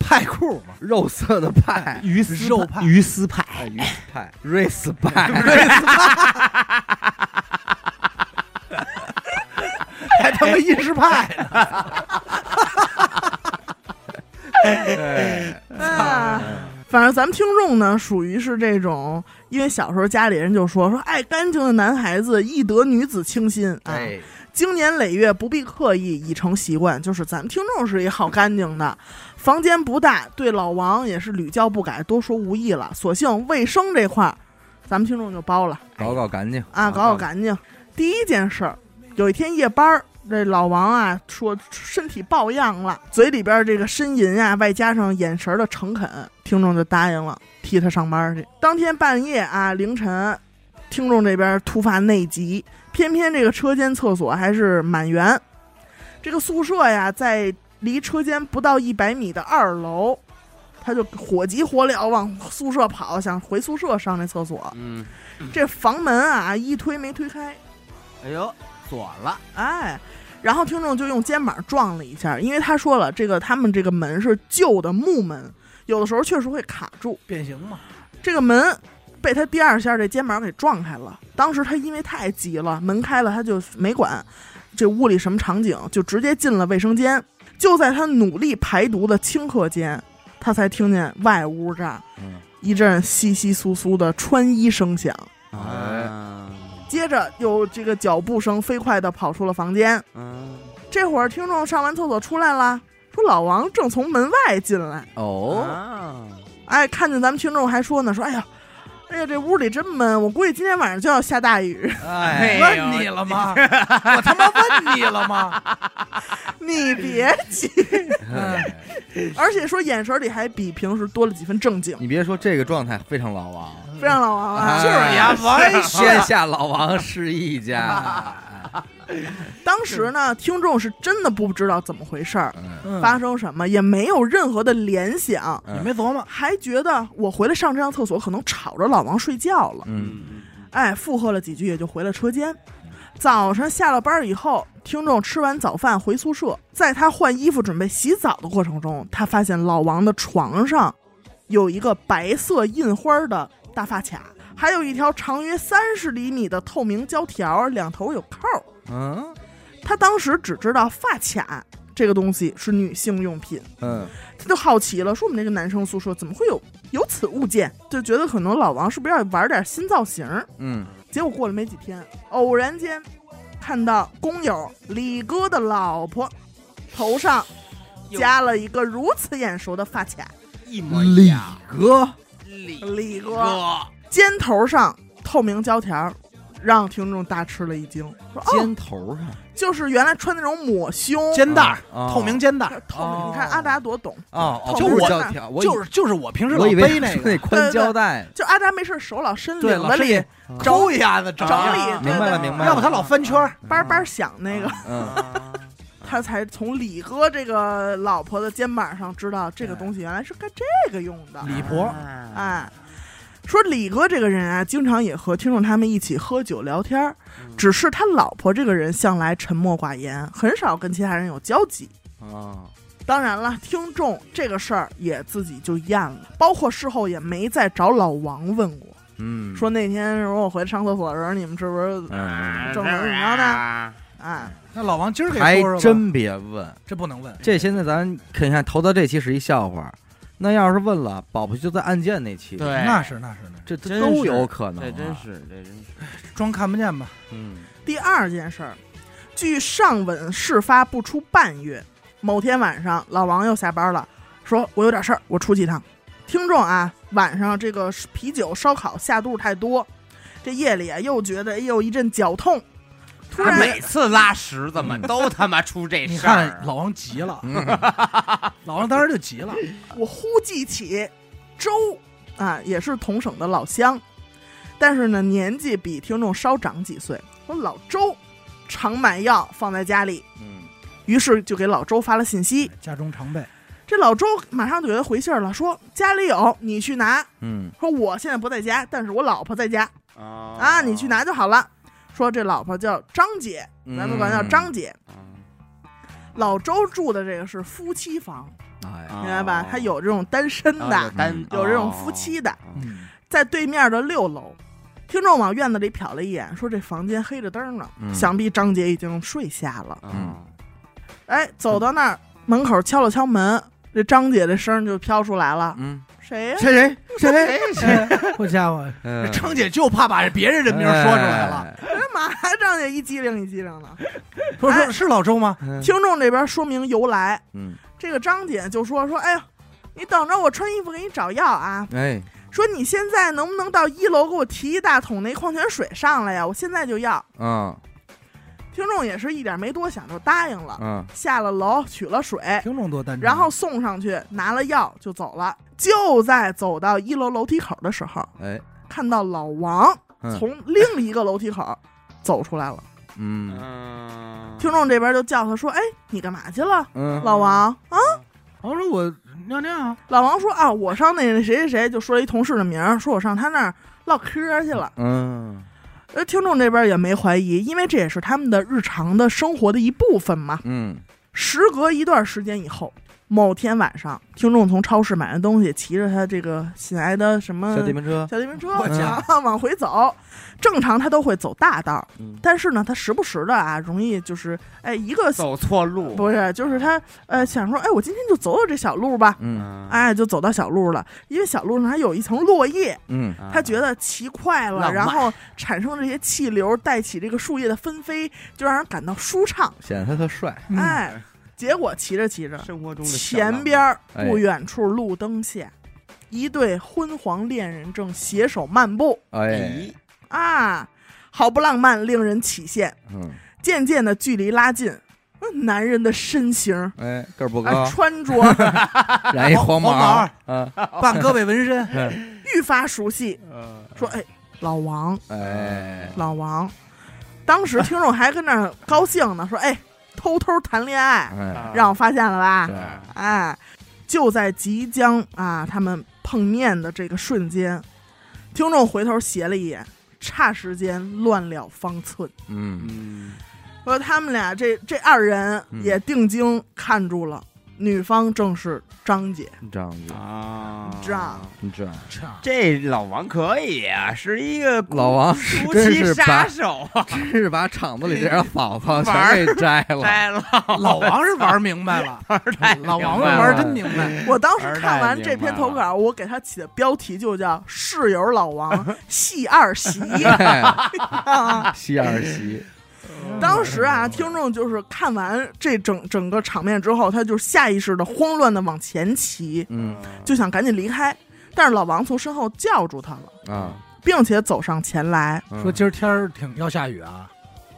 [SPEAKER 2] 派裤嘛，
[SPEAKER 1] 肉色的派，
[SPEAKER 2] 鱼丝肉派，
[SPEAKER 3] 鱼丝派，
[SPEAKER 1] 哎鱼派，瑞斯派，
[SPEAKER 2] 还他妈意识派呢，
[SPEAKER 1] 哎
[SPEAKER 4] 啊， <laughs> 反正咱们听众呢，属于是这种，因为小时候家里人就说说爱干净的男孩子易得女子倾心啊，
[SPEAKER 1] 哎，
[SPEAKER 4] 经年累月不必刻意，已成习惯。就是咱们听众是一好干净的，房间不大，对老王也是屡教不改，多说无益了。索性卫生这块儿，咱们听众就包了。
[SPEAKER 1] 搞搞干净
[SPEAKER 4] 啊，搞搞干净。第一件事儿，有一天夜班儿，这老王啊说身体抱恙了，嘴里边儿这个呻吟啊，外加上眼神儿的诚恳，听众就答应了，替他上班儿去。当天半夜啊凌晨，听众这边儿突发内急，偏偏这个车间厕所还是满员，这个宿舍呀在离车间不到一百米的二楼。他就火急火燎往宿舍跑，想回宿舍上那厕所。
[SPEAKER 3] 嗯，
[SPEAKER 4] 这房门啊一推没推开，
[SPEAKER 3] 哎呦，锁了，
[SPEAKER 4] 哎，然后听众就用肩膀撞了一下，因为他说了，这个他们这个门是旧的木门，有的时候确实会卡住。
[SPEAKER 2] 变形嘛，
[SPEAKER 4] 这个门被他第二下这肩膀给撞开了，当时他因为太急了，门开了他就没管这屋里什么场景，就直接进了卫生间。就在他努力排毒的顷刻间，他才听见外屋这儿
[SPEAKER 1] 嗯
[SPEAKER 4] 一阵窸窸窣窣的穿衣声响。
[SPEAKER 3] 哎啊，
[SPEAKER 4] 接着又这个脚步声飞快地跑出了房间。
[SPEAKER 3] 嗯，
[SPEAKER 4] 这会儿听众上完厕所出来了，说老王正从门外进来，
[SPEAKER 1] 哦，
[SPEAKER 3] 啊，
[SPEAKER 4] 哎，看见咱们听众还说呢，说哎呀，哎呀，这屋里真闷，我估计今天晚上就要下大雨。
[SPEAKER 2] 哎
[SPEAKER 3] 哎
[SPEAKER 2] <laughs> 问你了吗？我他妈问你了吗？哎
[SPEAKER 4] 你别急，而且说眼神里还比平时多了几分正经，
[SPEAKER 1] 你别说这个状态非常老王，
[SPEAKER 4] 非常老王啊。
[SPEAKER 1] 就是呀
[SPEAKER 2] 完
[SPEAKER 1] 天下老王是一家。
[SPEAKER 4] 当时呢，听众是真的不知道怎么回事儿，
[SPEAKER 1] 嗯
[SPEAKER 2] 嗯
[SPEAKER 4] 发生什么也没有任何的联想，
[SPEAKER 2] 你没琢磨，
[SPEAKER 4] 还觉得我回来上这趟厕所可能吵着老王睡觉了，
[SPEAKER 1] 嗯，
[SPEAKER 4] 哎，附和了几句也就回了车间。早上下了班以后，听众吃完早饭回宿舍，在他换衣服准备洗澡的过程中，他发现老王的床上有一个白色印花的大发卡，还有一条长约三十厘米的透明胶条，两头有扣儿。
[SPEAKER 1] 嗯
[SPEAKER 4] 他当时只知道发卡这个东西是女性用品，
[SPEAKER 1] 嗯
[SPEAKER 4] 他就好奇了，说我们这个男生宿舍怎么会有有此物件？就觉得可能老王是不是要玩点新造型儿？
[SPEAKER 1] 嗯，
[SPEAKER 4] 结果过了没几天，偶然间看到工友李哥的老婆头上加了一个如此眼熟的发卡，
[SPEAKER 3] 一模
[SPEAKER 2] 嗯
[SPEAKER 3] 一样。
[SPEAKER 1] 哥，
[SPEAKER 5] 李
[SPEAKER 4] 李哥
[SPEAKER 5] 哥，
[SPEAKER 4] 肩头上透明胶条，让听众大吃了一惊，说哦，
[SPEAKER 1] 肩头上
[SPEAKER 4] 就是原来穿那种抹胸。
[SPEAKER 2] 肩带儿，
[SPEAKER 1] 啊
[SPEAKER 2] 透明肩带儿，
[SPEAKER 4] 透明，
[SPEAKER 1] 哦
[SPEAKER 4] 你看阿达多懂，
[SPEAKER 1] 哦，哦
[SPEAKER 4] 透
[SPEAKER 2] 就
[SPEAKER 1] 不是
[SPEAKER 2] 我
[SPEAKER 1] 胶条，我以
[SPEAKER 2] 就是就是我平时老
[SPEAKER 1] 我以为
[SPEAKER 2] 背
[SPEAKER 1] 是
[SPEAKER 2] 那
[SPEAKER 1] 那
[SPEAKER 2] 个，
[SPEAKER 1] 宽胶带，
[SPEAKER 4] 就阿达没事手老伸
[SPEAKER 2] 对，
[SPEAKER 4] 领
[SPEAKER 2] 老
[SPEAKER 4] 子里
[SPEAKER 2] 是
[SPEAKER 4] 抠
[SPEAKER 2] 一下子，整
[SPEAKER 4] 整
[SPEAKER 2] 一
[SPEAKER 4] 理
[SPEAKER 2] 下，
[SPEAKER 1] 啊明白了明白了
[SPEAKER 2] 要不他老翻圈儿，
[SPEAKER 4] 叭叭响那个，
[SPEAKER 1] 嗯，
[SPEAKER 4] 他才从李哥这个老婆的肩膀上知道这个东西原来是干这个用的。
[SPEAKER 2] 李婆
[SPEAKER 3] 啊
[SPEAKER 4] 哎，说李哥这个人啊，经常也和听众他们一起喝酒聊天儿，只是他老婆这个人向来沉默寡言，很少跟其他人有交集。
[SPEAKER 1] 啊，
[SPEAKER 4] 当然了，听众这个事儿也自己就咽了，包括事后也没再找老王问过，
[SPEAKER 1] 嗯，
[SPEAKER 4] 说那天如果我回上厕所的时候，你们是不是
[SPEAKER 3] 哎
[SPEAKER 1] 嗯，
[SPEAKER 4] 正能量呢？哎？
[SPEAKER 2] 那老王今儿给
[SPEAKER 1] 还
[SPEAKER 2] 说说吧，
[SPEAKER 1] 真别问，
[SPEAKER 2] 这不能问，
[SPEAKER 1] 这现在咱看看投到这期是一笑话，那要是问了，宝宝就在案件那期，
[SPEAKER 5] 对，，
[SPEAKER 3] 哎
[SPEAKER 2] 那是那是那
[SPEAKER 1] 这
[SPEAKER 3] 真
[SPEAKER 1] 这都
[SPEAKER 3] 是
[SPEAKER 1] 有可能，
[SPEAKER 3] 啊
[SPEAKER 1] 啊
[SPEAKER 3] 这真，是，这真是，
[SPEAKER 2] 是装看不见吧？
[SPEAKER 1] 嗯
[SPEAKER 4] 第二件事儿，据上文，事发不出半月，某天晚上，老王又下班了，说我有点事儿，我出去一趟。听众啊，晚上这个啤酒、烧烤下肚太多，这夜里啊又觉得哎呦一阵绞痛，突
[SPEAKER 5] 他
[SPEAKER 4] 然
[SPEAKER 5] 每次拉屎怎么都他妈出这
[SPEAKER 2] 你
[SPEAKER 5] 事儿
[SPEAKER 2] 看
[SPEAKER 5] 啊？
[SPEAKER 2] 老王急了，
[SPEAKER 1] 嗯
[SPEAKER 2] <laughs> 老王当时就急了，
[SPEAKER 4] 我忽记起周啊，也是同省的老乡，但是呢年纪比听众稍长几岁，说老周常买药放在家里，
[SPEAKER 1] 嗯，
[SPEAKER 4] 于是就给老周发了信息。
[SPEAKER 2] 家中常备，
[SPEAKER 4] 这老周马上就给他回信儿了，说家里有，你去拿。
[SPEAKER 1] 嗯
[SPEAKER 4] 说我现在不在家，但是我老婆在家啊，
[SPEAKER 3] 啊
[SPEAKER 4] 你去
[SPEAKER 1] 哦
[SPEAKER 4] 拿就好了。说这老婆叫张姐，
[SPEAKER 1] 嗯
[SPEAKER 4] 咱们管她叫张姐。
[SPEAKER 3] 哦
[SPEAKER 4] 老周住的这个是夫妻房，
[SPEAKER 1] 哎，
[SPEAKER 4] 明白吧？他有这种单身
[SPEAKER 3] 哦
[SPEAKER 4] 的，
[SPEAKER 3] 单
[SPEAKER 4] 有这种夫妻的，
[SPEAKER 3] 哦
[SPEAKER 2] 嗯，
[SPEAKER 4] 在对面的六楼。听众往院子里瞟了一眼，说这房间黑着灯呢，
[SPEAKER 1] 嗯
[SPEAKER 4] 想必张姐已经睡下了。
[SPEAKER 3] 嗯
[SPEAKER 4] 哎，走到那儿门口敲了敲门，这张姐的声儿就飘出来了。
[SPEAKER 1] 嗯，
[SPEAKER 4] 谁呀、
[SPEAKER 1] 谁谁谁谁，
[SPEAKER 2] 哎好家伙，
[SPEAKER 1] 嗯
[SPEAKER 2] 这张姐就怕把别人的名儿说出来了，，
[SPEAKER 4] 干嘛呀？张姐一激灵一激灵的。
[SPEAKER 2] 说说是老周吗？
[SPEAKER 1] 哎
[SPEAKER 4] 听众这边说明由来，
[SPEAKER 1] 嗯，
[SPEAKER 4] 这个张姐就说说，哎呀，你等着我穿衣服给你找药啊。
[SPEAKER 1] 哎，
[SPEAKER 4] 说你现在能不能到一楼给我提一大桶那矿泉水上来呀？我现在就要。
[SPEAKER 1] 嗯
[SPEAKER 4] 听众也是一点没多想就答应了，
[SPEAKER 1] 嗯，
[SPEAKER 4] 下了楼取了水，
[SPEAKER 2] 听众多单纯，
[SPEAKER 4] 哎然后送上去拿了药就走了。就在走到一楼楼梯口的时候，
[SPEAKER 1] 哎，
[SPEAKER 4] 看到老王
[SPEAKER 1] 嗯
[SPEAKER 4] 从另一个楼梯口走出来了。
[SPEAKER 1] 嗯
[SPEAKER 3] 嗯，
[SPEAKER 4] 听众这边就叫他说：“哎，你干嘛去了，
[SPEAKER 1] 嗯，
[SPEAKER 4] 老王？”啊，
[SPEAKER 2] 我说我尿尿 <laughs> 啊，
[SPEAKER 4] 老王说啊，我上那谁谁谁就说了一同事的名儿，说我上他那儿唠嗑去了。
[SPEAKER 1] 嗯
[SPEAKER 4] 呃，听众这边也没怀疑，因为这也是他们的日常的生活的一部分嘛。
[SPEAKER 1] 嗯
[SPEAKER 4] 时隔一段时间以后，某天晚上，听众从超市买完东西，骑着他这个新来的什么
[SPEAKER 1] 小电瓶车，
[SPEAKER 4] 小电瓶车
[SPEAKER 2] 我
[SPEAKER 1] 家
[SPEAKER 4] 啊往回走。正常他都会走大道，
[SPEAKER 1] 嗯
[SPEAKER 4] 但是呢，他时不时的啊，容易就是哎一个
[SPEAKER 3] 走错路，
[SPEAKER 4] 不是，就是他呃想说，哎，我今天就走走这小路吧。
[SPEAKER 1] 嗯
[SPEAKER 3] 嗯，
[SPEAKER 4] 哎，就走到小路了，因为小路上还有一层落叶，
[SPEAKER 1] 嗯
[SPEAKER 3] 啊
[SPEAKER 4] 他觉得骑快了，
[SPEAKER 5] 浪漫
[SPEAKER 4] 然后产生这些气流带起这个树叶的纷飞，就让人感到舒畅。
[SPEAKER 1] 显得他特帅，
[SPEAKER 2] 嗯
[SPEAKER 4] 哎，结果骑着骑着，
[SPEAKER 3] 生活中的小浪漫
[SPEAKER 4] 前边儿
[SPEAKER 1] 哎
[SPEAKER 4] 不远处路灯下，一对昏黄恋人正携手漫步
[SPEAKER 1] 哎，
[SPEAKER 3] 咦，
[SPEAKER 4] 啊，毫不浪漫，令人起羡。
[SPEAKER 1] 嗯
[SPEAKER 4] 渐渐的距离拉近，嗯，男人的身形。
[SPEAKER 1] 哎，个儿不
[SPEAKER 4] 啊，
[SPEAKER 1] 高，
[SPEAKER 4] 穿着
[SPEAKER 3] <laughs>
[SPEAKER 1] 染一
[SPEAKER 2] 黄
[SPEAKER 1] 毛
[SPEAKER 2] 毛
[SPEAKER 1] 儿，嗯，
[SPEAKER 2] 半胳膊
[SPEAKER 3] <laughs>
[SPEAKER 2] 纹身，
[SPEAKER 4] 愈发熟悉，
[SPEAKER 3] 呃
[SPEAKER 4] 说：“哎，老王，
[SPEAKER 1] 哎，
[SPEAKER 4] 老王。”当时听众还跟那儿高兴呢，
[SPEAKER 3] <laughs>
[SPEAKER 4] 说：“哎，偷偷谈恋爱，
[SPEAKER 3] 啊
[SPEAKER 1] 哎，
[SPEAKER 4] 让我发现了吧？”
[SPEAKER 3] 嗯
[SPEAKER 1] 对，
[SPEAKER 4] 哎，就在即将啊他们碰面的这个瞬间，听众回头斜了一眼，霎时间乱了方寸。
[SPEAKER 1] 嗯，
[SPEAKER 3] 嗯，
[SPEAKER 4] 说他们俩这这二人
[SPEAKER 1] 嗯
[SPEAKER 4] 也定睛看住了，
[SPEAKER 3] 嗯
[SPEAKER 4] 女方正是张姐。
[SPEAKER 1] 这样
[SPEAKER 4] 嗯
[SPEAKER 1] 子，
[SPEAKER 3] 啊，
[SPEAKER 4] 这样
[SPEAKER 1] 这样，
[SPEAKER 3] 这老王可以啊，是一个古
[SPEAKER 1] 老王
[SPEAKER 3] 熟
[SPEAKER 1] 真
[SPEAKER 3] 悉
[SPEAKER 1] 是
[SPEAKER 3] 杀
[SPEAKER 1] 把
[SPEAKER 3] 手啊，
[SPEAKER 1] 真是把厂子里这点嫂嫂全给摘了，
[SPEAKER 3] 呆了，
[SPEAKER 2] 老王是玩明白了，老王是玩真明白，
[SPEAKER 4] 我当时
[SPEAKER 3] 二代
[SPEAKER 4] 看完这
[SPEAKER 3] 明白
[SPEAKER 4] 篇投
[SPEAKER 3] 了
[SPEAKER 4] 稿，我给他起的标题就叫“室友老
[SPEAKER 3] <laughs>
[SPEAKER 4] 王系二席”
[SPEAKER 1] 哎
[SPEAKER 4] 啊。
[SPEAKER 1] 西二席，
[SPEAKER 4] 当时啊，听众就是看完这整整个场面之后，他就下意识的慌乱的往前骑，
[SPEAKER 1] 嗯
[SPEAKER 4] 就想赶紧离开，但是老王从身后叫住他了，
[SPEAKER 3] 嗯
[SPEAKER 1] 啊，
[SPEAKER 4] 并且走上前来。
[SPEAKER 1] 嗯
[SPEAKER 2] 说今儿天儿挺要下雨啊，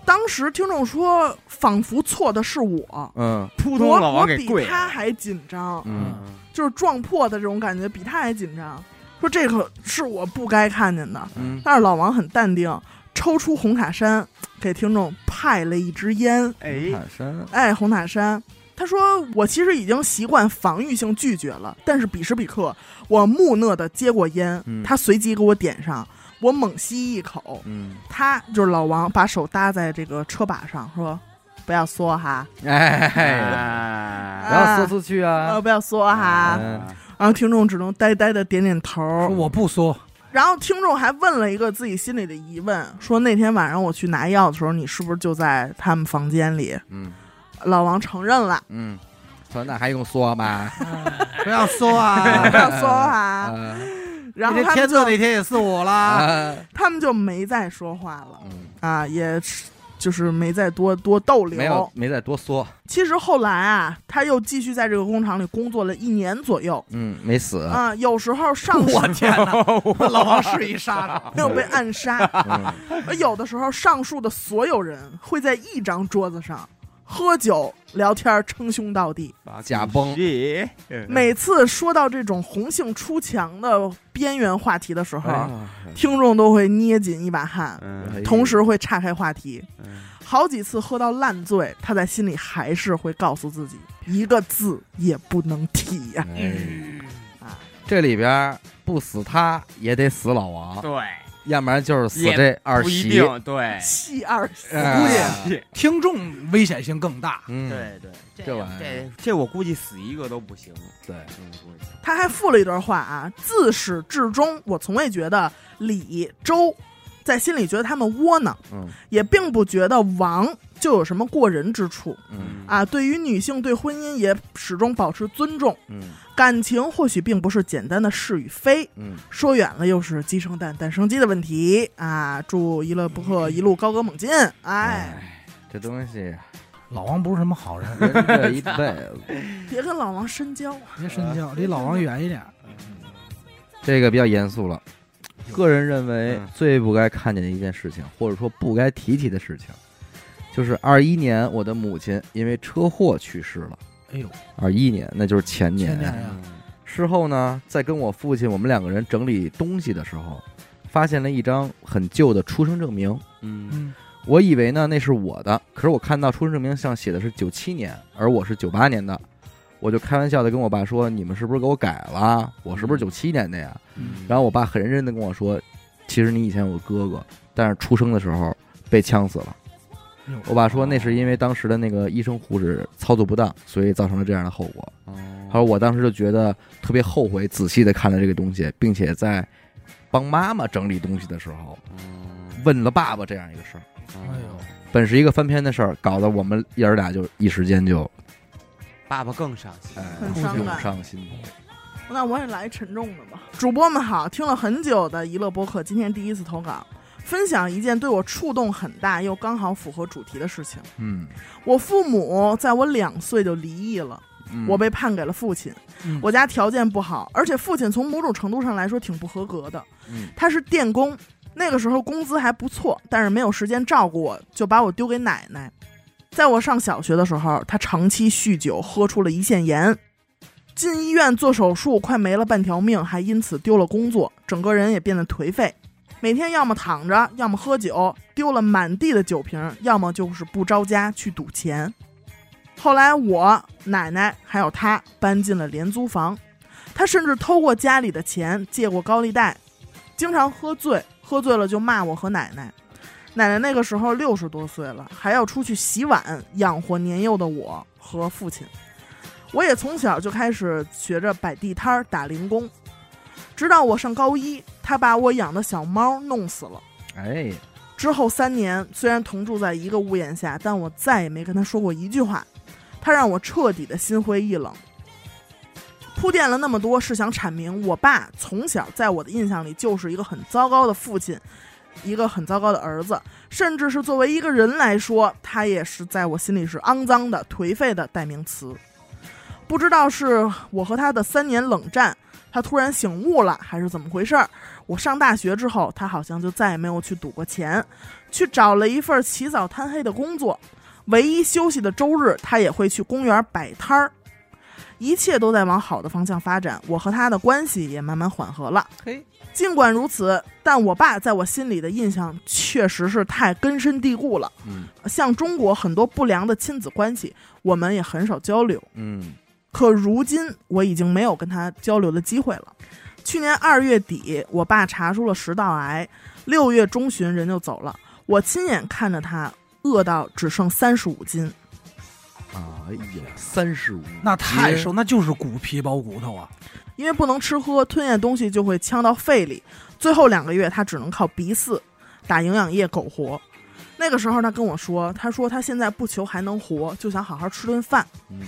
[SPEAKER 4] 当时听众说，仿佛错的是我，
[SPEAKER 1] 嗯
[SPEAKER 3] 扑
[SPEAKER 4] 我
[SPEAKER 3] 通老
[SPEAKER 4] 我
[SPEAKER 3] 王给
[SPEAKER 4] 比
[SPEAKER 3] 跪
[SPEAKER 4] 他
[SPEAKER 3] 了，
[SPEAKER 4] 还紧张，
[SPEAKER 1] 嗯，
[SPEAKER 4] 就是撞破的这种感觉比他还紧张。说这可是我不该看见的，
[SPEAKER 1] 嗯，
[SPEAKER 4] 但是老王很淡定，抽出红塔山给听众派了一支烟。
[SPEAKER 3] 哎，
[SPEAKER 1] 塔山，
[SPEAKER 4] 哎，红塔山，他说我其实已经习惯防御性拒绝了，但是彼时彼刻，我木讷的接过烟，
[SPEAKER 1] 嗯
[SPEAKER 4] 他随即给我点上，我猛吸一口，
[SPEAKER 1] 嗯，
[SPEAKER 4] 他就是老王，把手搭在这个车把上，说不要缩哈，
[SPEAKER 5] 啊
[SPEAKER 1] 哎，不
[SPEAKER 3] 哎，
[SPEAKER 1] 要说出去啊
[SPEAKER 4] 呃，，不要缩哈。
[SPEAKER 1] 嗯
[SPEAKER 4] 然后听众只能呆呆的点点头
[SPEAKER 2] 啊说。我不缩，
[SPEAKER 4] 然后听众还问了一个自己心里的疑问，说那天晚上我去拿药的时候，你是不是就在他们房间里？
[SPEAKER 1] 嗯
[SPEAKER 4] 老王承认
[SPEAKER 2] <laughs>
[SPEAKER 4] 了，
[SPEAKER 1] 嗯，说那还用说吗？
[SPEAKER 2] 不要缩啊
[SPEAKER 4] 不要缩哈。
[SPEAKER 1] 啊
[SPEAKER 4] <laughs> 然后
[SPEAKER 2] 这
[SPEAKER 4] 他
[SPEAKER 2] 天
[SPEAKER 4] 们
[SPEAKER 2] 热
[SPEAKER 4] 就
[SPEAKER 2] 那天也四五了， <laughs>
[SPEAKER 1] 啊，
[SPEAKER 4] 他们就没再说话了
[SPEAKER 1] 嗯，
[SPEAKER 4] 啊，也是就是没再多多逗
[SPEAKER 1] 没有
[SPEAKER 4] 留。
[SPEAKER 1] 没再多说，
[SPEAKER 4] 其实后来啊，他又继续在这个工厂里工作了一年左右
[SPEAKER 1] 嗯，没死，
[SPEAKER 4] 啊，有时候
[SPEAKER 1] <laughs>
[SPEAKER 4] 上
[SPEAKER 2] 我
[SPEAKER 4] 述
[SPEAKER 2] 天哪，老王是一杀
[SPEAKER 4] <laughs>
[SPEAKER 2] 手，
[SPEAKER 4] 没有被暗杀，
[SPEAKER 1] 嗯
[SPEAKER 4] 而有的时候上述的所有人会在一张桌子上。喝酒聊天称兄道弟，
[SPEAKER 1] 驾崩
[SPEAKER 3] 是，
[SPEAKER 1] 嗯
[SPEAKER 4] 每次说到这种红杏出墙的边缘话题的时候，
[SPEAKER 1] 哎
[SPEAKER 4] 听众都会捏紧一把汗，
[SPEAKER 3] 嗯，
[SPEAKER 4] 同时会岔开话题
[SPEAKER 3] 嗯，
[SPEAKER 4] 好几次喝到烂醉，他在心里还是会告诉自己，一个字也不能提
[SPEAKER 1] 嗯
[SPEAKER 4] 呀、
[SPEAKER 1] 哎这里边儿不死他也得死老
[SPEAKER 5] 嗯
[SPEAKER 1] 王，
[SPEAKER 5] 对，
[SPEAKER 1] 要不然就是死这二
[SPEAKER 5] 不一
[SPEAKER 1] 媳。
[SPEAKER 5] 定，对，
[SPEAKER 4] 细二十
[SPEAKER 1] 哎
[SPEAKER 2] 估计听众危险性更大，
[SPEAKER 1] 嗯，
[SPEAKER 5] 对对，
[SPEAKER 1] 这玩意儿
[SPEAKER 5] 这这我估计死一个都不行，
[SPEAKER 1] 对，
[SPEAKER 5] 嗯估计
[SPEAKER 4] 他还附了一段话啊，自始至终，我从未觉得李周在心里觉得他们窝囊，
[SPEAKER 1] 嗯
[SPEAKER 4] 也并不觉得王就有什么过人之处
[SPEAKER 1] 嗯
[SPEAKER 4] 啊。对于女性，对婚姻也始终保持尊重。
[SPEAKER 1] 嗯
[SPEAKER 4] 感情或许并不是简单的是与非，
[SPEAKER 1] 嗯，
[SPEAKER 4] 说远了又是鸡生蛋，蛋生鸡的问题啊！祝娱乐播客一路高歌猛进！哎，
[SPEAKER 1] 哎，这东西
[SPEAKER 2] 老王不是什么
[SPEAKER 1] <laughs>
[SPEAKER 2] 好人，
[SPEAKER 1] 人这一辈子，
[SPEAKER 4] 别跟老王深交啊！
[SPEAKER 2] 别深交，离
[SPEAKER 1] 呃
[SPEAKER 2] 老王远一点。
[SPEAKER 1] 这个比较严肃了。个人认为
[SPEAKER 3] 嗯
[SPEAKER 1] 最不该看见的一件事情，或者说不该提起的事情，就是二一年我的母亲因为车祸去世了。
[SPEAKER 2] 哎呦，
[SPEAKER 1] 二一年，那就是前
[SPEAKER 2] 前年呀，
[SPEAKER 5] 嗯
[SPEAKER 1] 嗯事后呢，在跟我父亲我们两个人整理东西的时候，发现了一张很旧的出生证明。
[SPEAKER 3] 嗯，
[SPEAKER 2] 嗯，
[SPEAKER 1] 我以为呢那是我的，可是我看到出生证明上写的是九七年，而我是九八年的，我就开玩笑的跟我爸说：“你们是不是给我改了？我是不
[SPEAKER 2] 嗯
[SPEAKER 1] 是九七年的呀？”
[SPEAKER 5] 嗯
[SPEAKER 1] 然后我爸很认真的跟我说：“其实你以前有个哥哥，但是出生的时候被呛死了。”我爸说那是因为当时的那个医生护士操作不当，所以造成了这样的后果。
[SPEAKER 5] 哦
[SPEAKER 1] 他说我当时就觉得特别后悔，仔细的看了这个东西，并且在帮妈妈整理东西的时候
[SPEAKER 5] 嗯
[SPEAKER 1] 问了爸爸这样一个事儿。
[SPEAKER 2] 哎呦，
[SPEAKER 1] 本是一个翻篇的事儿，搞得我们爷儿俩就一时间就
[SPEAKER 5] 爸爸更伤心
[SPEAKER 1] 哎，
[SPEAKER 4] 很
[SPEAKER 1] 涌
[SPEAKER 4] 伤感
[SPEAKER 1] 上心头。
[SPEAKER 4] 那我也来沉重的吧。主播们好，听了很久的娱乐播客，今天第一次投稿，分享一件对我触动很大又刚好符合主题的事情。
[SPEAKER 1] 嗯，
[SPEAKER 4] 我父母在我两岁就离异了，
[SPEAKER 1] 嗯
[SPEAKER 4] 我被判给了父亲。
[SPEAKER 2] 嗯
[SPEAKER 4] 我家条件不好，而且父亲从某种程度上来说挺不合格的。
[SPEAKER 1] 嗯
[SPEAKER 4] 他是电工，那个时候工资还不错，但是没有时间照顾我，就把我丢给奶奶。在我上小学的时候，他长期酗酒，喝出了胰腺炎，进医院做手术，快没了半条命，还因此丢了工作，整个人也变得颓废。每天要么躺着，要么喝酒，丢了满地的酒瓶，要么就是不着家去赌钱。后来我奶奶还有他搬进了廉租房，他甚至偷过家里的钱，借过高利贷，经常喝醉，喝醉了就骂我和奶奶。奶奶那个时候六十多岁了，还要出去洗碗养活年幼的我和父亲。我也从小就开始学着摆地摊儿、打零工，直到我上高一，他把我养的小猫弄死了。
[SPEAKER 1] 哎，
[SPEAKER 4] 之后三年，虽然同住在一个屋檐下，但我再也没跟他说过一句话。他让我彻底的心灰意冷。铺垫了那么多，是想阐明我爸从小在我的印象里就是一个很糟糕的父亲，一个很糟糕的儿子，甚至是作为一个人来说，他也是在我心里是肮脏的、颓废的代名词。不知道是我和他的三年冷战，他突然醒悟了，还是怎么回事儿？我上大学之后，他好像就再也没有去赌过钱，去找了一份起早贪黑的工作。唯一休息的周日，他也会去公园摆摊儿。一切都在往好的方向发展，我和他的关系也慢慢缓和了。
[SPEAKER 1] 嘿，
[SPEAKER 4] 尽管如此，但我爸在我心里的印象确实是太根深蒂固了。
[SPEAKER 3] 嗯，
[SPEAKER 4] 像中国很多不良的亲子关系，我们也很少交流。
[SPEAKER 1] 嗯，
[SPEAKER 4] 可如今我已经没有跟他交流的机会了。去年二月底，我爸查出了食道癌，六月中旬人就走了。我亲眼看着他饿到只剩三十五斤，
[SPEAKER 1] 哎呀，三十五，
[SPEAKER 2] 那太瘦，那就是骨皮包骨头啊！
[SPEAKER 4] 因为不能吃喝，吞咽东西就会呛到肺里。最后两个月，他只能靠鼻饲，打营养液苟活。那个时候，他跟我说，他说他现在不求还能活，就想好好吃顿饭。
[SPEAKER 3] 嗯，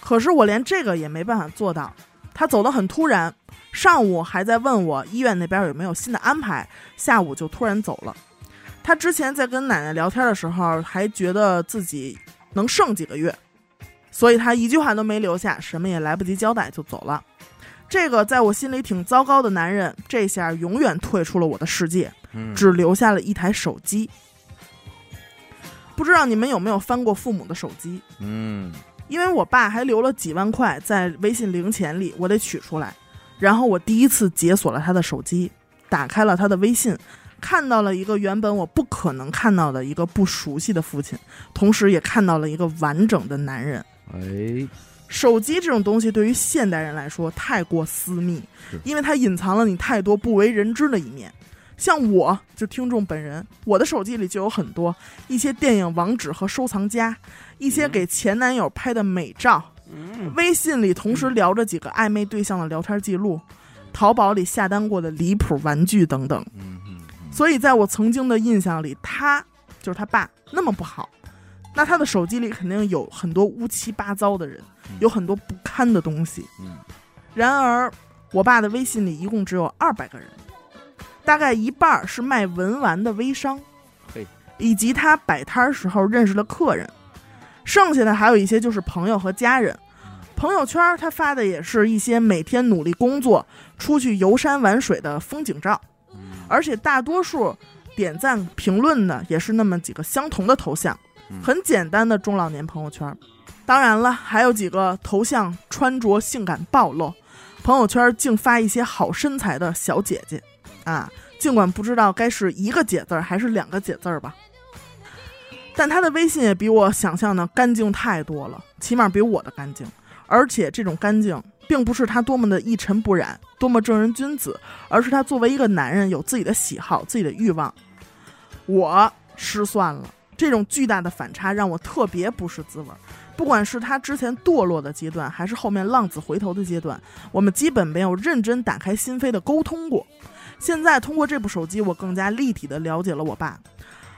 [SPEAKER 4] 可是我连这个也没办法做到。他走得很突然，上午还在问我医院那边有没有新的安排，下午就突然走了。他之前在跟奶奶聊天的时候，还觉得自己能剩几个月，所以他一句话都没留下，什么也来不及交代就走了。这个在我心里挺糟糕的男人，这下永远退出了我的世界，
[SPEAKER 3] 嗯
[SPEAKER 4] 只留下了一台手机。不知道你们有没有翻过父母的手机？
[SPEAKER 3] 嗯，
[SPEAKER 4] 因为我爸还留了几万块在微信零钱里，我得取出来。然后我第一次解锁了他的手机，打开了他的微信，看到了一个原本我不可能看到的一个不熟悉的父亲，同时也看到了一个完整的男人。
[SPEAKER 1] 哎，
[SPEAKER 4] 手机这种东西对于现代人来说太过私密
[SPEAKER 1] 是，
[SPEAKER 4] 因为它隐藏了你太多不为人知的一面。像我就听众本人，我的手机里就有很多一些电影网址和收藏夹，一些给前男友拍的美照，微信里同时聊着几个暧昧对象的聊天记录，淘宝里下单过的离谱玩具等等。
[SPEAKER 2] 嗯
[SPEAKER 4] 所以在我曾经的印象里，他就是他爸那么不好，那他的手机里肯定有很多乌七八糟的人。有很多不堪的东西。
[SPEAKER 3] 嗯，
[SPEAKER 4] 然而我爸的微信里一共只有二百个人，大概一半儿是卖文玩的微商
[SPEAKER 3] 嘿，
[SPEAKER 4] 以及他摆摊儿时候认识的客人，剩下的还有一些就是朋友和家人。
[SPEAKER 3] 嗯
[SPEAKER 4] 朋友圈儿他发的也是一些每天努力工作、出去游山玩水的风景照，而且大多数点赞评论的也是那么几个相同的头像，
[SPEAKER 3] 嗯
[SPEAKER 4] 很简单的中老年朋友圈儿。当然了，还有几个头像穿着性感暴露，朋友圈竟发一些好身材的小姐姐，啊，尽管不知道该是一个“姐”字儿还是两个“姐”字儿吧。但他的微信也比我想象的干净太多了，起码比我的干净。而且这种干净，并不是他多么的一尘不染，多么正人君子，而是他作为一个男人有自己的喜好、自己的欲望。我失算了，这种巨大的反差让我特别不是滋味儿。不管是他之前堕落的阶段，还是后面浪子回头的阶段，我们基本没有认真打开心扉的沟通过。现在通过这部手机，我更加立体的了解了我爸。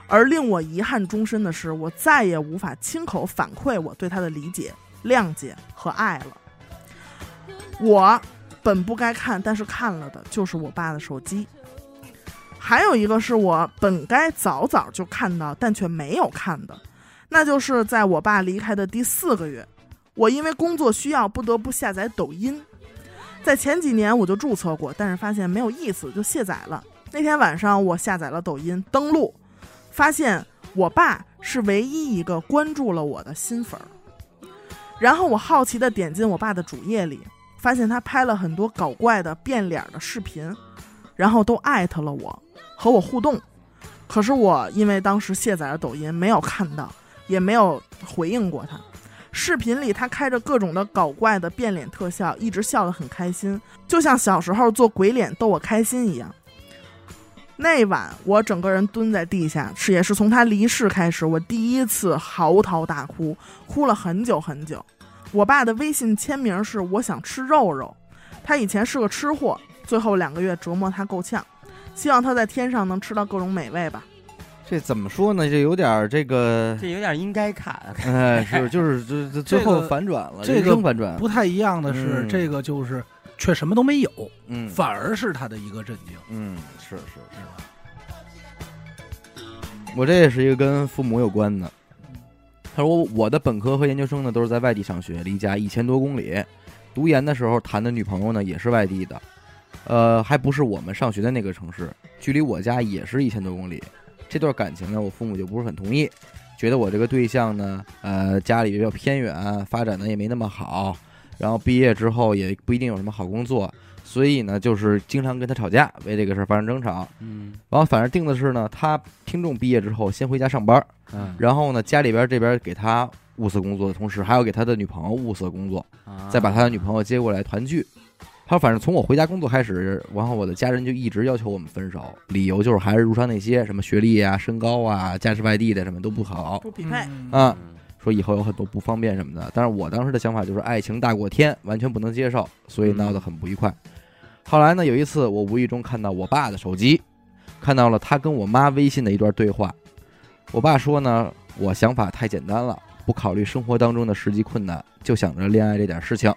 [SPEAKER 4] 而令我遗憾终身的是，我再也无法亲口反馈我对他的理解、谅解和爱了。我本不该看，但是看了的就是我爸的手机。还有一个是我本该早早就看到，但却没有看的，那就是在我爸离开的第四个月，我因为工作需要不得不下载抖音。在前几年我就注册过，但是发现没有意思，就卸载了。那天晚上我下载了抖音，登录，发现我爸是唯一一个关注了我的新粉儿。然后我好奇的点进我爸的主页里，发现他拍了很多搞怪的变脸儿的视频，然后都艾特了我，和我互动。可是我因为当时卸载了抖音，没有看到，也没有回应过他。视频里他开着各种的搞怪的变脸特效，一直笑得很开心，就像小时候做鬼脸逗我开心一样。那晚我整个人蹲在地下，是也是从他离世开始，我第一次嚎啕大哭，哭了很久很久。我爸的微信签名是“我想吃肉肉”，他以前是个吃货，最后两个月折磨他够呛，希望他在天上能吃到各种美味吧。
[SPEAKER 1] 这怎么说呢？这有点儿这个，
[SPEAKER 5] 这有点应该看。
[SPEAKER 1] 哎，是就是这
[SPEAKER 2] <laughs>
[SPEAKER 1] 这
[SPEAKER 2] 这
[SPEAKER 1] 最
[SPEAKER 2] 个
[SPEAKER 1] 后反转了，
[SPEAKER 2] 这
[SPEAKER 1] 人
[SPEAKER 2] 个
[SPEAKER 1] 生反转，
[SPEAKER 2] 不太一样的是，
[SPEAKER 1] 啊嗯
[SPEAKER 2] 这个就是却什么都没有，
[SPEAKER 1] 嗯
[SPEAKER 2] 反而是他的一个震惊。
[SPEAKER 1] 嗯，是是
[SPEAKER 2] 是吧
[SPEAKER 1] 嗯我这也是一个跟父母有关的。他说我的本科和研究生呢都是在外地上学，离家一千多公里。读研的时候谈的女朋友呢也是外地的，呃，还不是我们上学的那个城市，距离我家也是一千多公里。这段感情呢，我父母就不是很同意，觉得我这个对象呢，呃，家里比较偏远，发展的也没那么好，然后毕业之后也不一定有什么好工作，所以呢，就是经常跟他吵架，为这个事儿发生争吵。
[SPEAKER 5] 嗯
[SPEAKER 1] 然后反正定的是呢，他听众毕业之后先回家上班，
[SPEAKER 5] 嗯
[SPEAKER 1] 然后呢，家里边这边给他物色工作的同时，还要给他的女朋友物色工作，嗯
[SPEAKER 5] 啊
[SPEAKER 1] 再把他的女朋友接过来团聚。他说，反正从我回家工作开始，然后我的家人就一直要求我们分手，理由就是还是如上那些，什么学历啊、身高啊、家是外地的什么都不好
[SPEAKER 4] 不匹配，
[SPEAKER 1] 啊。
[SPEAKER 5] 嗯
[SPEAKER 1] 说以后有很多不方便什么的。但是我当时的想法就是爱情大过天，完全不能接受，所以闹得很不愉快。后来呢，有一次我无意中看到我爸的手机，看到了他跟我妈微信的一段对话。我爸说呢，我想法太简单了，不考虑生活当中的实际困难，就想着恋爱这点事情。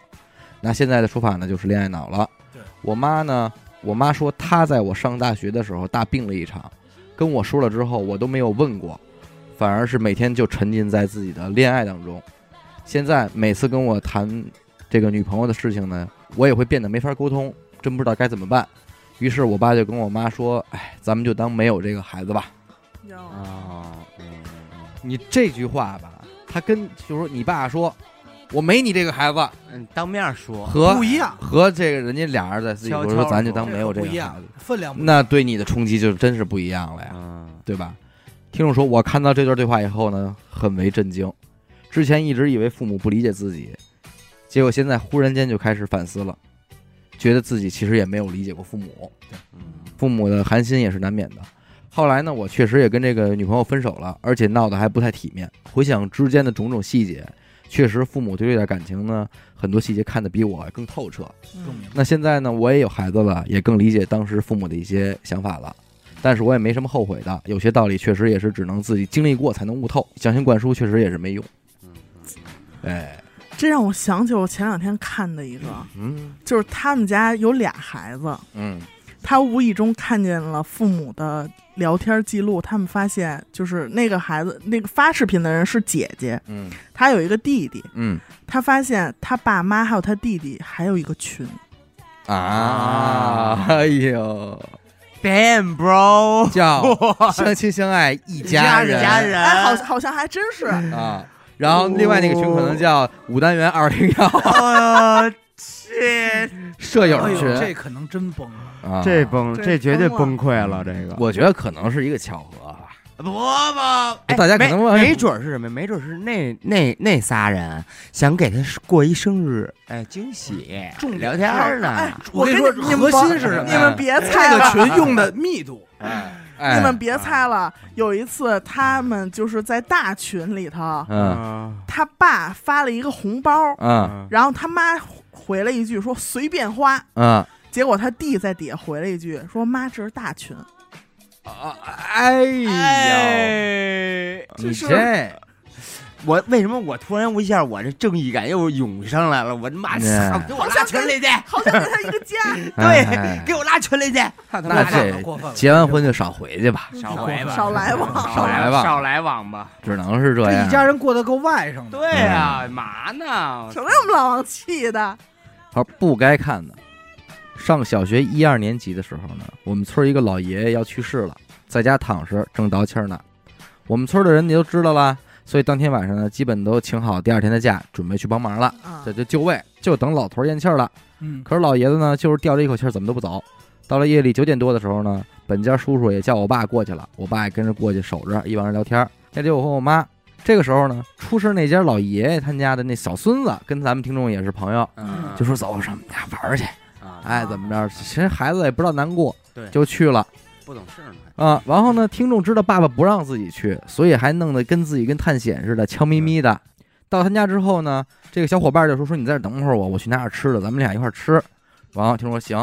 [SPEAKER 1] 那现在的说法呢，就是恋爱脑了
[SPEAKER 2] 对。
[SPEAKER 1] 我妈呢，我妈说她在我上大学的时候大病了一场，跟我说了之后，我都没有问过，反而是每天就沉浸在自己的恋爱当中。现在每次跟我谈这个女朋友的事情呢，我也会变得没法沟通，真不知道该怎么办。于是我爸就跟我妈说：“哎，咱们就当没有这个孩子吧。
[SPEAKER 4] 哟
[SPEAKER 5] 啊，嗯嗯”
[SPEAKER 1] 你这句话吧，他跟就是说你爸说：“我没你这个孩子。
[SPEAKER 5] 嗯，当面说
[SPEAKER 1] 和
[SPEAKER 2] 不一样”
[SPEAKER 1] 和这个人家俩人在自己
[SPEAKER 5] 悄
[SPEAKER 1] 我
[SPEAKER 5] 悄
[SPEAKER 1] 说咱
[SPEAKER 5] 说
[SPEAKER 1] 就当没有这
[SPEAKER 2] 不
[SPEAKER 1] 个
[SPEAKER 2] 一
[SPEAKER 1] 孩
[SPEAKER 2] 样
[SPEAKER 1] 子，，
[SPEAKER 2] 分量不一样
[SPEAKER 1] 那对你的冲击就真是不一样了呀。
[SPEAKER 5] 嗯
[SPEAKER 1] 对吧？听众说，我看到这段对话以后呢，很为震惊。之前一直以为父母不理解自己，结果现在忽然间就开始反思了，觉得自己其实也没有理解过父母，
[SPEAKER 5] 嗯
[SPEAKER 1] 父母的寒心也是难免的。后来呢，我确实也跟这个女朋友分手了，而且闹得还不太体面。回想之间的种种细节，确实父母对这段感情呢，很多细节看得比我更透彻。
[SPEAKER 2] 更
[SPEAKER 4] 嗯
[SPEAKER 2] 明白
[SPEAKER 1] 那现在呢，我也有孩子了，也更理解当时父母的一些想法了。但是我也没什么后悔的，有些道理确实也是只能自己经历过才能悟透，强行灌输确实也是没用。
[SPEAKER 5] 嗯
[SPEAKER 1] 哎，
[SPEAKER 4] 这让我想起我前两天看的一个，
[SPEAKER 1] 嗯
[SPEAKER 4] 就是他们家有俩孩子，
[SPEAKER 1] 嗯
[SPEAKER 4] 他无意中看见了父母的聊天记录，他们发现就是那个孩子，那个发视频的人是姐姐，
[SPEAKER 1] 嗯
[SPEAKER 4] 她有一个弟弟，
[SPEAKER 1] 嗯
[SPEAKER 4] 他发现他爸妈还有他弟弟还有一个群，
[SPEAKER 1] 嗯啊！哎呦，
[SPEAKER 5] ，Damn bro，
[SPEAKER 1] 叫相亲相爱一家人
[SPEAKER 5] 家人
[SPEAKER 4] 哎，好好像还真是，
[SPEAKER 1] 啊。然后另外那个群可能叫五单元二零幺
[SPEAKER 5] 哎呦，这
[SPEAKER 1] <laughs> 舍友
[SPEAKER 2] 哎呦，
[SPEAKER 1] 群
[SPEAKER 2] 这可能真崩了。
[SPEAKER 1] 啊。
[SPEAKER 3] 这崩，
[SPEAKER 4] 这
[SPEAKER 3] 这绝对崩
[SPEAKER 4] 崩
[SPEAKER 3] 溃了。这个
[SPEAKER 1] 我觉得可能是一个巧合吧。
[SPEAKER 5] 不不，哎
[SPEAKER 1] 大家可
[SPEAKER 5] 没
[SPEAKER 1] 能忘了
[SPEAKER 5] 没准儿是什么？没准儿是那那那仨人想给他过一生日，哎，惊喜，
[SPEAKER 2] 重
[SPEAKER 5] 聊天儿
[SPEAKER 4] 哎
[SPEAKER 5] 呢。，
[SPEAKER 2] 我
[SPEAKER 4] 跟
[SPEAKER 2] 跟
[SPEAKER 4] 你
[SPEAKER 2] 你说，
[SPEAKER 4] 你们
[SPEAKER 2] 核心是什么
[SPEAKER 4] 你
[SPEAKER 1] 哎
[SPEAKER 2] 呀？
[SPEAKER 4] 们别猜
[SPEAKER 2] 这
[SPEAKER 4] 了
[SPEAKER 2] 个。群用的
[SPEAKER 1] <laughs>
[SPEAKER 2] 密度，
[SPEAKER 1] 哎
[SPEAKER 4] 你们别猜了，有一次他们就是在大群里头，
[SPEAKER 1] 嗯
[SPEAKER 4] 他爸发了一个红包，
[SPEAKER 1] 嗯
[SPEAKER 4] 然后他妈回了一句说随便花，
[SPEAKER 1] 嗯，
[SPEAKER 4] 结果他弟在底下回了一句说妈这是大群，
[SPEAKER 1] 哎呦，
[SPEAKER 5] 哎，
[SPEAKER 1] 你
[SPEAKER 4] 是
[SPEAKER 1] 这。
[SPEAKER 5] 我为什么我突然我一下我这正义感又涌上来了？我他妈
[SPEAKER 1] 嗯
[SPEAKER 5] 操，给我拉群里去！
[SPEAKER 4] 好想给他一个 <laughs> 家。
[SPEAKER 1] 哎
[SPEAKER 5] 对，给我拉群里去！
[SPEAKER 1] 那
[SPEAKER 5] 那
[SPEAKER 1] 这
[SPEAKER 2] 过分了。
[SPEAKER 1] 结完婚就少回去吧，
[SPEAKER 5] 少回吧，
[SPEAKER 4] 少来往
[SPEAKER 1] 少来往
[SPEAKER 5] 少来往吧。
[SPEAKER 1] 只能是这
[SPEAKER 2] 这
[SPEAKER 1] 样。
[SPEAKER 2] 一家人过得够外甥的。
[SPEAKER 5] 对呀，嘛呢？
[SPEAKER 4] 什么让我们老王气的？
[SPEAKER 1] 他说不该看的。上小学一二年级的时候呢，我们村儿一个老爷爷要去世了，在家躺着正倒气儿呢。我们村儿的人也都知道了，所以当天晚上呢，基本都请好第二天的假，准备去帮忙了。
[SPEAKER 4] 啊
[SPEAKER 1] 这就就位，就等老头儿咽气儿了。
[SPEAKER 2] 嗯，
[SPEAKER 1] 可是老爷子呢，就是吊着一口气儿，怎么都不走。到了夜里九点多的时候呢，本家叔叔也叫我爸过去了，我爸也跟着过去守着，一晚上聊天儿。那里我和我妈。这个时候呢，出事那家老爷爷他家的那小孙子跟咱们听众也是朋友，
[SPEAKER 5] 嗯，
[SPEAKER 1] 就说走上我们家玩儿去，
[SPEAKER 5] 啊，
[SPEAKER 1] 哎，怎么着？其实孩子也不知道难过，
[SPEAKER 5] 对
[SPEAKER 1] 就去了。
[SPEAKER 5] 不懂事呢，
[SPEAKER 1] 啊，然后呢，听众知道爸爸不让自己去，所以还弄得跟自己跟探险似的，悄咪咪的。到他家之后呢，这个小伙伴就说：“说你在这儿等会儿我，我去拿点吃的，咱们俩一块儿吃。”然后听众说：“行。”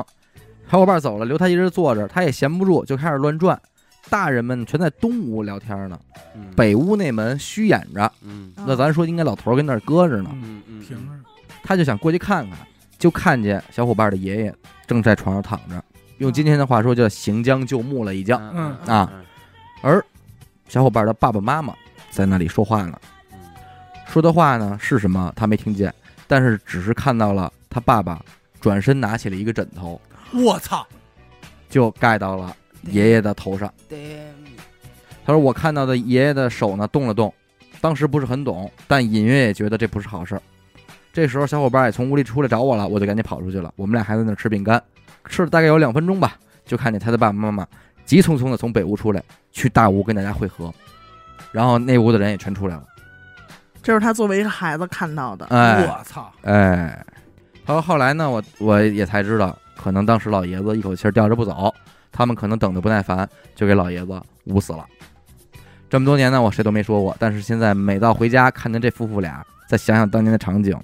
[SPEAKER 1] 小伙伴走了，留他一人坐着，他也闲不住，就开始乱转。大人们全在东屋聊天呢，
[SPEAKER 5] 嗯
[SPEAKER 1] 北屋那门虚掩着。
[SPEAKER 5] 嗯
[SPEAKER 1] 那咱说应该老头儿跟那儿搁着呢，
[SPEAKER 5] 嗯嗯，
[SPEAKER 2] 停着，
[SPEAKER 1] 他就想过去看看，就看见小伙伴的爷爷正在床上躺着，用今天的话说叫行将就木了，已经。
[SPEAKER 5] 嗯
[SPEAKER 1] 嗯啊，而小伙伴的爸爸妈妈在那里说话呢，
[SPEAKER 5] 嗯
[SPEAKER 1] 说的话呢是什么他没听见，但是只是看到了他爸爸转身拿起了一个枕头，
[SPEAKER 2] 我操，
[SPEAKER 1] 就盖到了爷爷的头上。
[SPEAKER 5] 对，
[SPEAKER 1] 他说我看到的爷爷的手呢动了动，当时不是很懂，但隐约也觉得这不是好事儿。这时候小伙伴也从屋里出来找我了，我就赶紧跑出去了。我们俩还在那儿吃饼干，吃了大概有两分钟吧，就看见他的爸爸妈妈急匆匆的从北屋出来，去大屋跟大家会合，然后那屋的人也全出来了。
[SPEAKER 4] 这是他作为一个孩子看到的，
[SPEAKER 1] 哎
[SPEAKER 2] 我操，
[SPEAKER 1] 哎，他说后来呢，我我也才知道，可能当时老爷子一口气儿吊着不走，他们可能等的不耐烦，就给老爷子捂死了。这么多年呢，我谁都没说过，但是现在每到回家看见这夫妇俩，再想想当年的场景，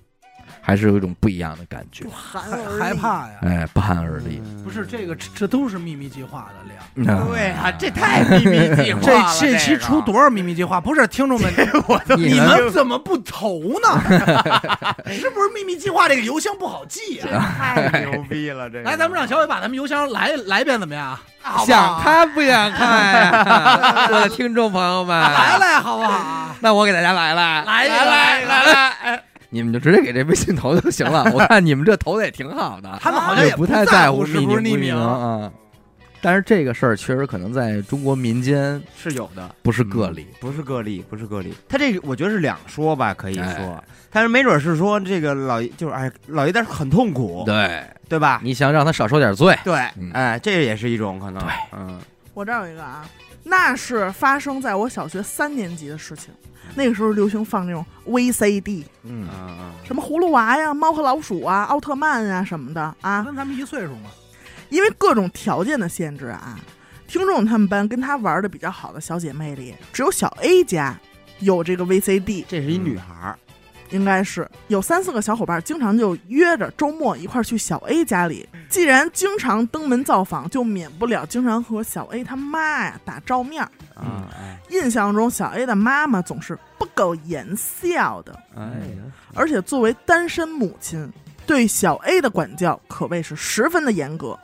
[SPEAKER 1] 还是有一种不一样的感
[SPEAKER 2] 嗯
[SPEAKER 1] 觉，
[SPEAKER 4] 寒
[SPEAKER 2] 害
[SPEAKER 4] 而
[SPEAKER 2] 害
[SPEAKER 4] 栗，
[SPEAKER 2] 怕呀。
[SPEAKER 1] 哎，不寒而栗。
[SPEAKER 2] 不是这个，这这都是秘密计划的量。
[SPEAKER 5] 对啊，这太秘密计划
[SPEAKER 2] <laughs> 这
[SPEAKER 5] 了，
[SPEAKER 2] 这期
[SPEAKER 5] 个
[SPEAKER 2] 出多少秘密计划？不是听众们，
[SPEAKER 5] 我都
[SPEAKER 1] 你
[SPEAKER 2] 你
[SPEAKER 1] 们
[SPEAKER 2] 们怎么不投呢？是不是秘密计划这个邮箱不好记啊？
[SPEAKER 5] 太牛逼了，这个
[SPEAKER 2] 来，咱们让小伟把他们邮箱来来一遍，怎么样？好不
[SPEAKER 1] 想
[SPEAKER 2] 好？
[SPEAKER 1] 看不 <laughs> 想看呀，我的听众朋友们，
[SPEAKER 2] 来来，好不好？
[SPEAKER 1] 那我给大家来了，
[SPEAKER 2] 来一个
[SPEAKER 1] 来
[SPEAKER 2] 来一个
[SPEAKER 1] 来来，哎你们就直接给这微信投就行了。我看你们这投的也挺好的，
[SPEAKER 2] 他们好像也
[SPEAKER 1] 不
[SPEAKER 2] 太
[SPEAKER 1] 在
[SPEAKER 2] 乎
[SPEAKER 1] 是
[SPEAKER 2] 是不是
[SPEAKER 1] 匿
[SPEAKER 2] 匿名。
[SPEAKER 1] 啊。但是这个事儿确实可能在中国民间
[SPEAKER 5] 是有的，
[SPEAKER 1] 不是个例，
[SPEAKER 5] 不是个例，不是个例。他这个我觉得是两说吧，可以说
[SPEAKER 1] 哎，
[SPEAKER 5] 但是没准是说这个老爷就是哎，老爷子很痛
[SPEAKER 3] 嗯
[SPEAKER 5] 苦，
[SPEAKER 1] 对，
[SPEAKER 5] 对吧？
[SPEAKER 1] 啊你想让他少受点罪，
[SPEAKER 5] 对
[SPEAKER 1] 嗯，
[SPEAKER 5] 哎，这也是一种可能，对，嗯，
[SPEAKER 4] 我这儿有一个啊，那是发生在我小学三年级的事情。那个时候流行放那种 VCD，
[SPEAKER 1] 嗯
[SPEAKER 5] 嗯
[SPEAKER 4] 什么葫芦娃呀、猫和老鼠啊、奥特曼呀什么的啊。
[SPEAKER 2] 跟咱们一岁数嘛，
[SPEAKER 4] 因为各种条件的限制啊，听众他们班跟他玩的比较好的小姐妹里，只有小 A 家有这个 VCD，
[SPEAKER 5] 这是一女孩儿，
[SPEAKER 4] 应该是有三四个小伙伴，经常就约着周末一块儿去小 A 家里。既然经常登门造访，就免不了经常和小 A 他妈呀打照面儿。
[SPEAKER 1] 嗯
[SPEAKER 5] 啊，哎，
[SPEAKER 4] 印象中，小 A 的妈妈总是不苟言笑的，
[SPEAKER 5] 哎呀，
[SPEAKER 4] 而且作为单身母亲，对小 A 的管教可谓是十分的严格。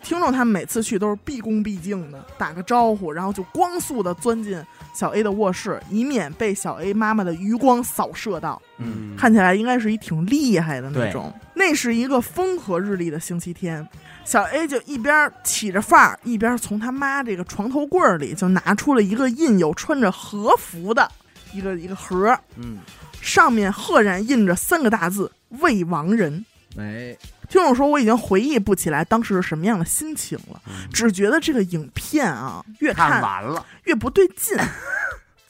[SPEAKER 4] 听众他们每次去都是毕恭毕敬的，打个招呼，然后就光速的钻进小 A 的卧室，以免被小 A 妈妈的余光扫射到。
[SPEAKER 5] 嗯，
[SPEAKER 4] 看起来应该是一挺厉害的那
[SPEAKER 5] 对
[SPEAKER 4] 种。那是一个风和日丽的星期天，小 A 就一边起着范儿，一边从他妈这个床头柜儿里就拿出了一个印有穿着和服的一个一个盒，
[SPEAKER 1] 嗯，
[SPEAKER 4] 上面赫然印着三个大字“未亡人
[SPEAKER 1] 哎，”。
[SPEAKER 4] 听众说，我已经回忆不起来当时是什么样的心情了，
[SPEAKER 5] 嗯
[SPEAKER 4] 只觉得这个影片啊，越
[SPEAKER 5] 看
[SPEAKER 4] 看
[SPEAKER 5] 完了，
[SPEAKER 4] 越不对
[SPEAKER 5] <laughs>
[SPEAKER 4] 劲。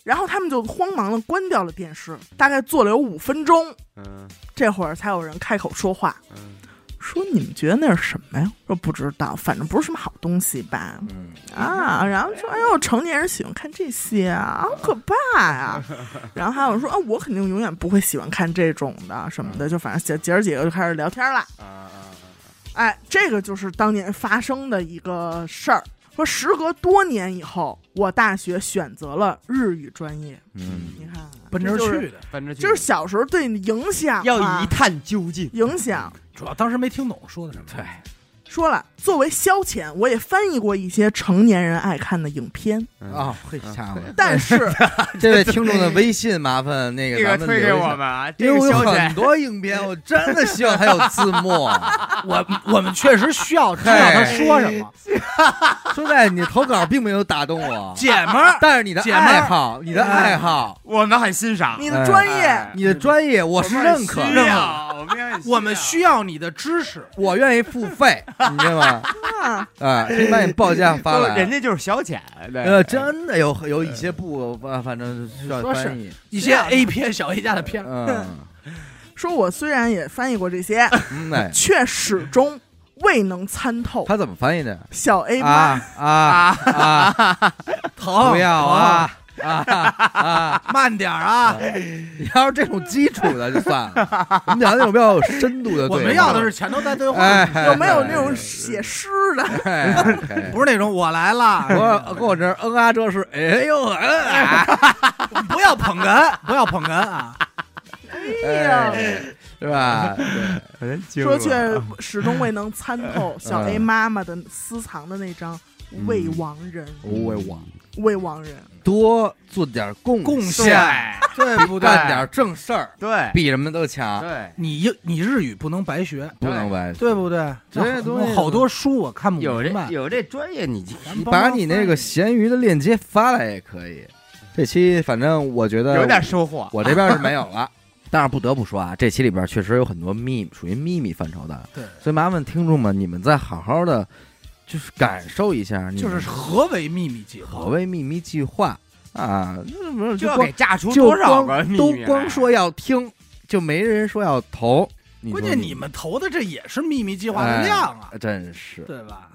[SPEAKER 4] 然后他们就慌忙的关掉了电视，大概坐了有五分钟，
[SPEAKER 5] 嗯
[SPEAKER 4] 这会儿才有人开口说话，
[SPEAKER 5] 嗯，
[SPEAKER 4] 说你们觉得那是什么呀？说不知道，反正不是什么好东西吧？
[SPEAKER 1] 嗯，
[SPEAKER 4] 啊，然后说哎呦，成年人喜欢看这些啊，好可怕
[SPEAKER 2] <laughs>
[SPEAKER 4] 呀、然后还有人说啊，我肯定永远不会喜欢看这种的什么
[SPEAKER 2] 嗯
[SPEAKER 4] 的，就反正姐姐儿几个就开始聊天了。
[SPEAKER 5] 啊啊，
[SPEAKER 4] 哎，这个就是当年发生的一个事儿。说时隔多年以后，我大学选择了日语专业。
[SPEAKER 1] 嗯，
[SPEAKER 4] 你看，啊
[SPEAKER 2] 奔着
[SPEAKER 4] 这就是
[SPEAKER 2] 去的。
[SPEAKER 5] 反正
[SPEAKER 4] 就是小时候对你影响、啊、
[SPEAKER 5] 要一探究竟，
[SPEAKER 4] 影响。
[SPEAKER 2] 主要当时没听懂说的什么。对，
[SPEAKER 4] 说了，作为消遣，我也翻译过一些成年人爱看的影片，
[SPEAKER 3] 嗯
[SPEAKER 1] 啊，嘿，家伙！
[SPEAKER 4] 但是
[SPEAKER 1] 这位听众的微信，麻烦那个
[SPEAKER 5] 这个
[SPEAKER 1] 咱们
[SPEAKER 5] 推给
[SPEAKER 1] 留一
[SPEAKER 5] 我
[SPEAKER 1] 下
[SPEAKER 5] 们啊，
[SPEAKER 1] 因
[SPEAKER 5] 这
[SPEAKER 1] 为
[SPEAKER 5] 个
[SPEAKER 1] 我有
[SPEAKER 5] 消遣
[SPEAKER 1] 很多影片，我真的希望它有字幕。啊
[SPEAKER 2] 我我们确实需要知道他说什么。
[SPEAKER 1] 说实在，你投稿并没有打动我，
[SPEAKER 2] 姐们儿，
[SPEAKER 1] 但是你的
[SPEAKER 2] 姐妹儿
[SPEAKER 1] 爱好，你的爱好，
[SPEAKER 5] 我们很欣赏，
[SPEAKER 4] 你的专业
[SPEAKER 5] 哎
[SPEAKER 1] 你的专业，我是认可，
[SPEAKER 5] 认可，我们也
[SPEAKER 2] 我们需要你的支持。
[SPEAKER 1] 我愿意付费，你知道吗？
[SPEAKER 4] 啊，
[SPEAKER 1] 啊，可以把你报价发
[SPEAKER 3] <laughs>
[SPEAKER 1] 来。
[SPEAKER 5] 人家就是消遣，对
[SPEAKER 1] 呃，真的有有一些部，反反正需要
[SPEAKER 2] 说是
[SPEAKER 1] 翻译。
[SPEAKER 2] 一些 A 片小 A 加的片，
[SPEAKER 1] 嗯，
[SPEAKER 4] 说我虽然也翻译过这些，
[SPEAKER 1] 嗯
[SPEAKER 4] <laughs>
[SPEAKER 1] 哎，
[SPEAKER 4] 却始终未能参透
[SPEAKER 1] 他怎么翻译的？
[SPEAKER 4] 小 A 妈、
[SPEAKER 1] 啊啊啊！
[SPEAKER 2] 疼
[SPEAKER 1] 不要！啊啊啊！
[SPEAKER 2] 疼慢点儿啊！
[SPEAKER 1] 哎你要是这种基础的就算了，我们讲那种比较有深度的对话。
[SPEAKER 2] <laughs> 我们要的是前头带对话，
[SPEAKER 1] 哎，
[SPEAKER 4] <laughs> 有没有那种写诗的？
[SPEAKER 1] 哎？哎
[SPEAKER 2] 不是那种我来了，
[SPEAKER 1] 我跟我这儿嗯啊，这是哎呦嗯啊！
[SPEAKER 2] 不要捧哏，不要捧哏啊！
[SPEAKER 1] 哎，是吧？对
[SPEAKER 4] 说却始终未能参透小 A 妈妈的私藏的那张《未亡人》
[SPEAKER 1] 我我
[SPEAKER 4] 未亡人，
[SPEAKER 1] 多做点贡
[SPEAKER 2] 贡献，
[SPEAKER 5] 对
[SPEAKER 1] 对不对？干点正事儿，
[SPEAKER 5] 对
[SPEAKER 1] 比什么都强，
[SPEAKER 5] 对，
[SPEAKER 2] 你英你日语不能白学，
[SPEAKER 1] 不能白。
[SPEAKER 2] 对不对？
[SPEAKER 1] 这些东西
[SPEAKER 2] 好多书我看不
[SPEAKER 5] 有
[SPEAKER 2] 明
[SPEAKER 5] 这
[SPEAKER 2] 白。
[SPEAKER 5] 有这专业，你
[SPEAKER 2] 咱
[SPEAKER 1] 你
[SPEAKER 2] 帮
[SPEAKER 1] 把
[SPEAKER 2] 忙
[SPEAKER 1] 你那个闲鱼的链接发来也可以。这期反正我觉得
[SPEAKER 5] 有点收获，
[SPEAKER 1] 我这边是没有了。但是不得不说啊，这期里边确实有很多秘属于秘密范畴的，
[SPEAKER 2] 对
[SPEAKER 1] 所以麻烦听众们，你们再好好的就是感受一下，你
[SPEAKER 2] 翻译，就是何为秘密计
[SPEAKER 1] 何
[SPEAKER 2] 划？
[SPEAKER 1] 谓秘密计划啊？那没有就
[SPEAKER 5] 这
[SPEAKER 1] 光
[SPEAKER 5] 给炸出
[SPEAKER 1] 就
[SPEAKER 5] 多少个
[SPEAKER 1] 光
[SPEAKER 5] 秘
[SPEAKER 1] 都
[SPEAKER 5] 密来
[SPEAKER 1] 光说要听，就没人说要投。你说
[SPEAKER 2] 关键
[SPEAKER 1] 你
[SPEAKER 2] 你们投的这也是秘密计划
[SPEAKER 1] 哎
[SPEAKER 2] 的量啊，
[SPEAKER 1] 真是
[SPEAKER 2] 对吧？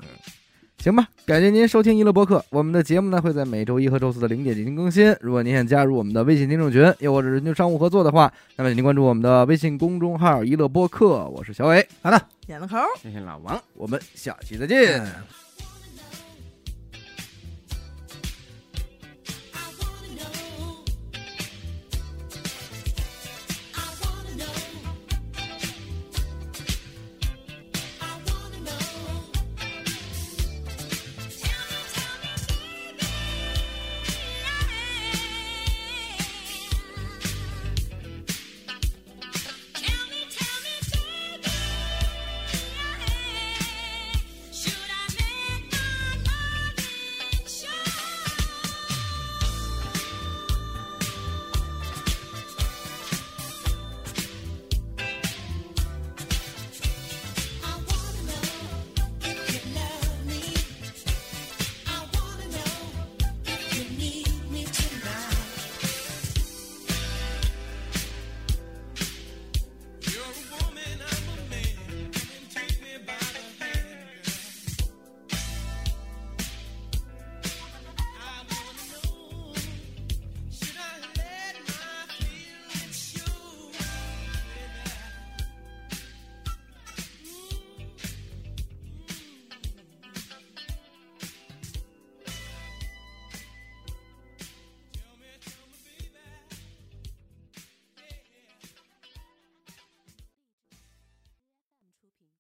[SPEAKER 1] 行吧，感谢您收听娱乐播客。我们的节目呢会在每周一和周四的零点进行更新。如果您想加入我们的微信听众群，又或者是跟商务合作的话，那么请您关注我们的微信公众号“娱乐播客”。我是小伟，
[SPEAKER 4] 演了口。
[SPEAKER 5] 这是老王。
[SPEAKER 1] 我们下期再见。
[SPEAKER 2] 哎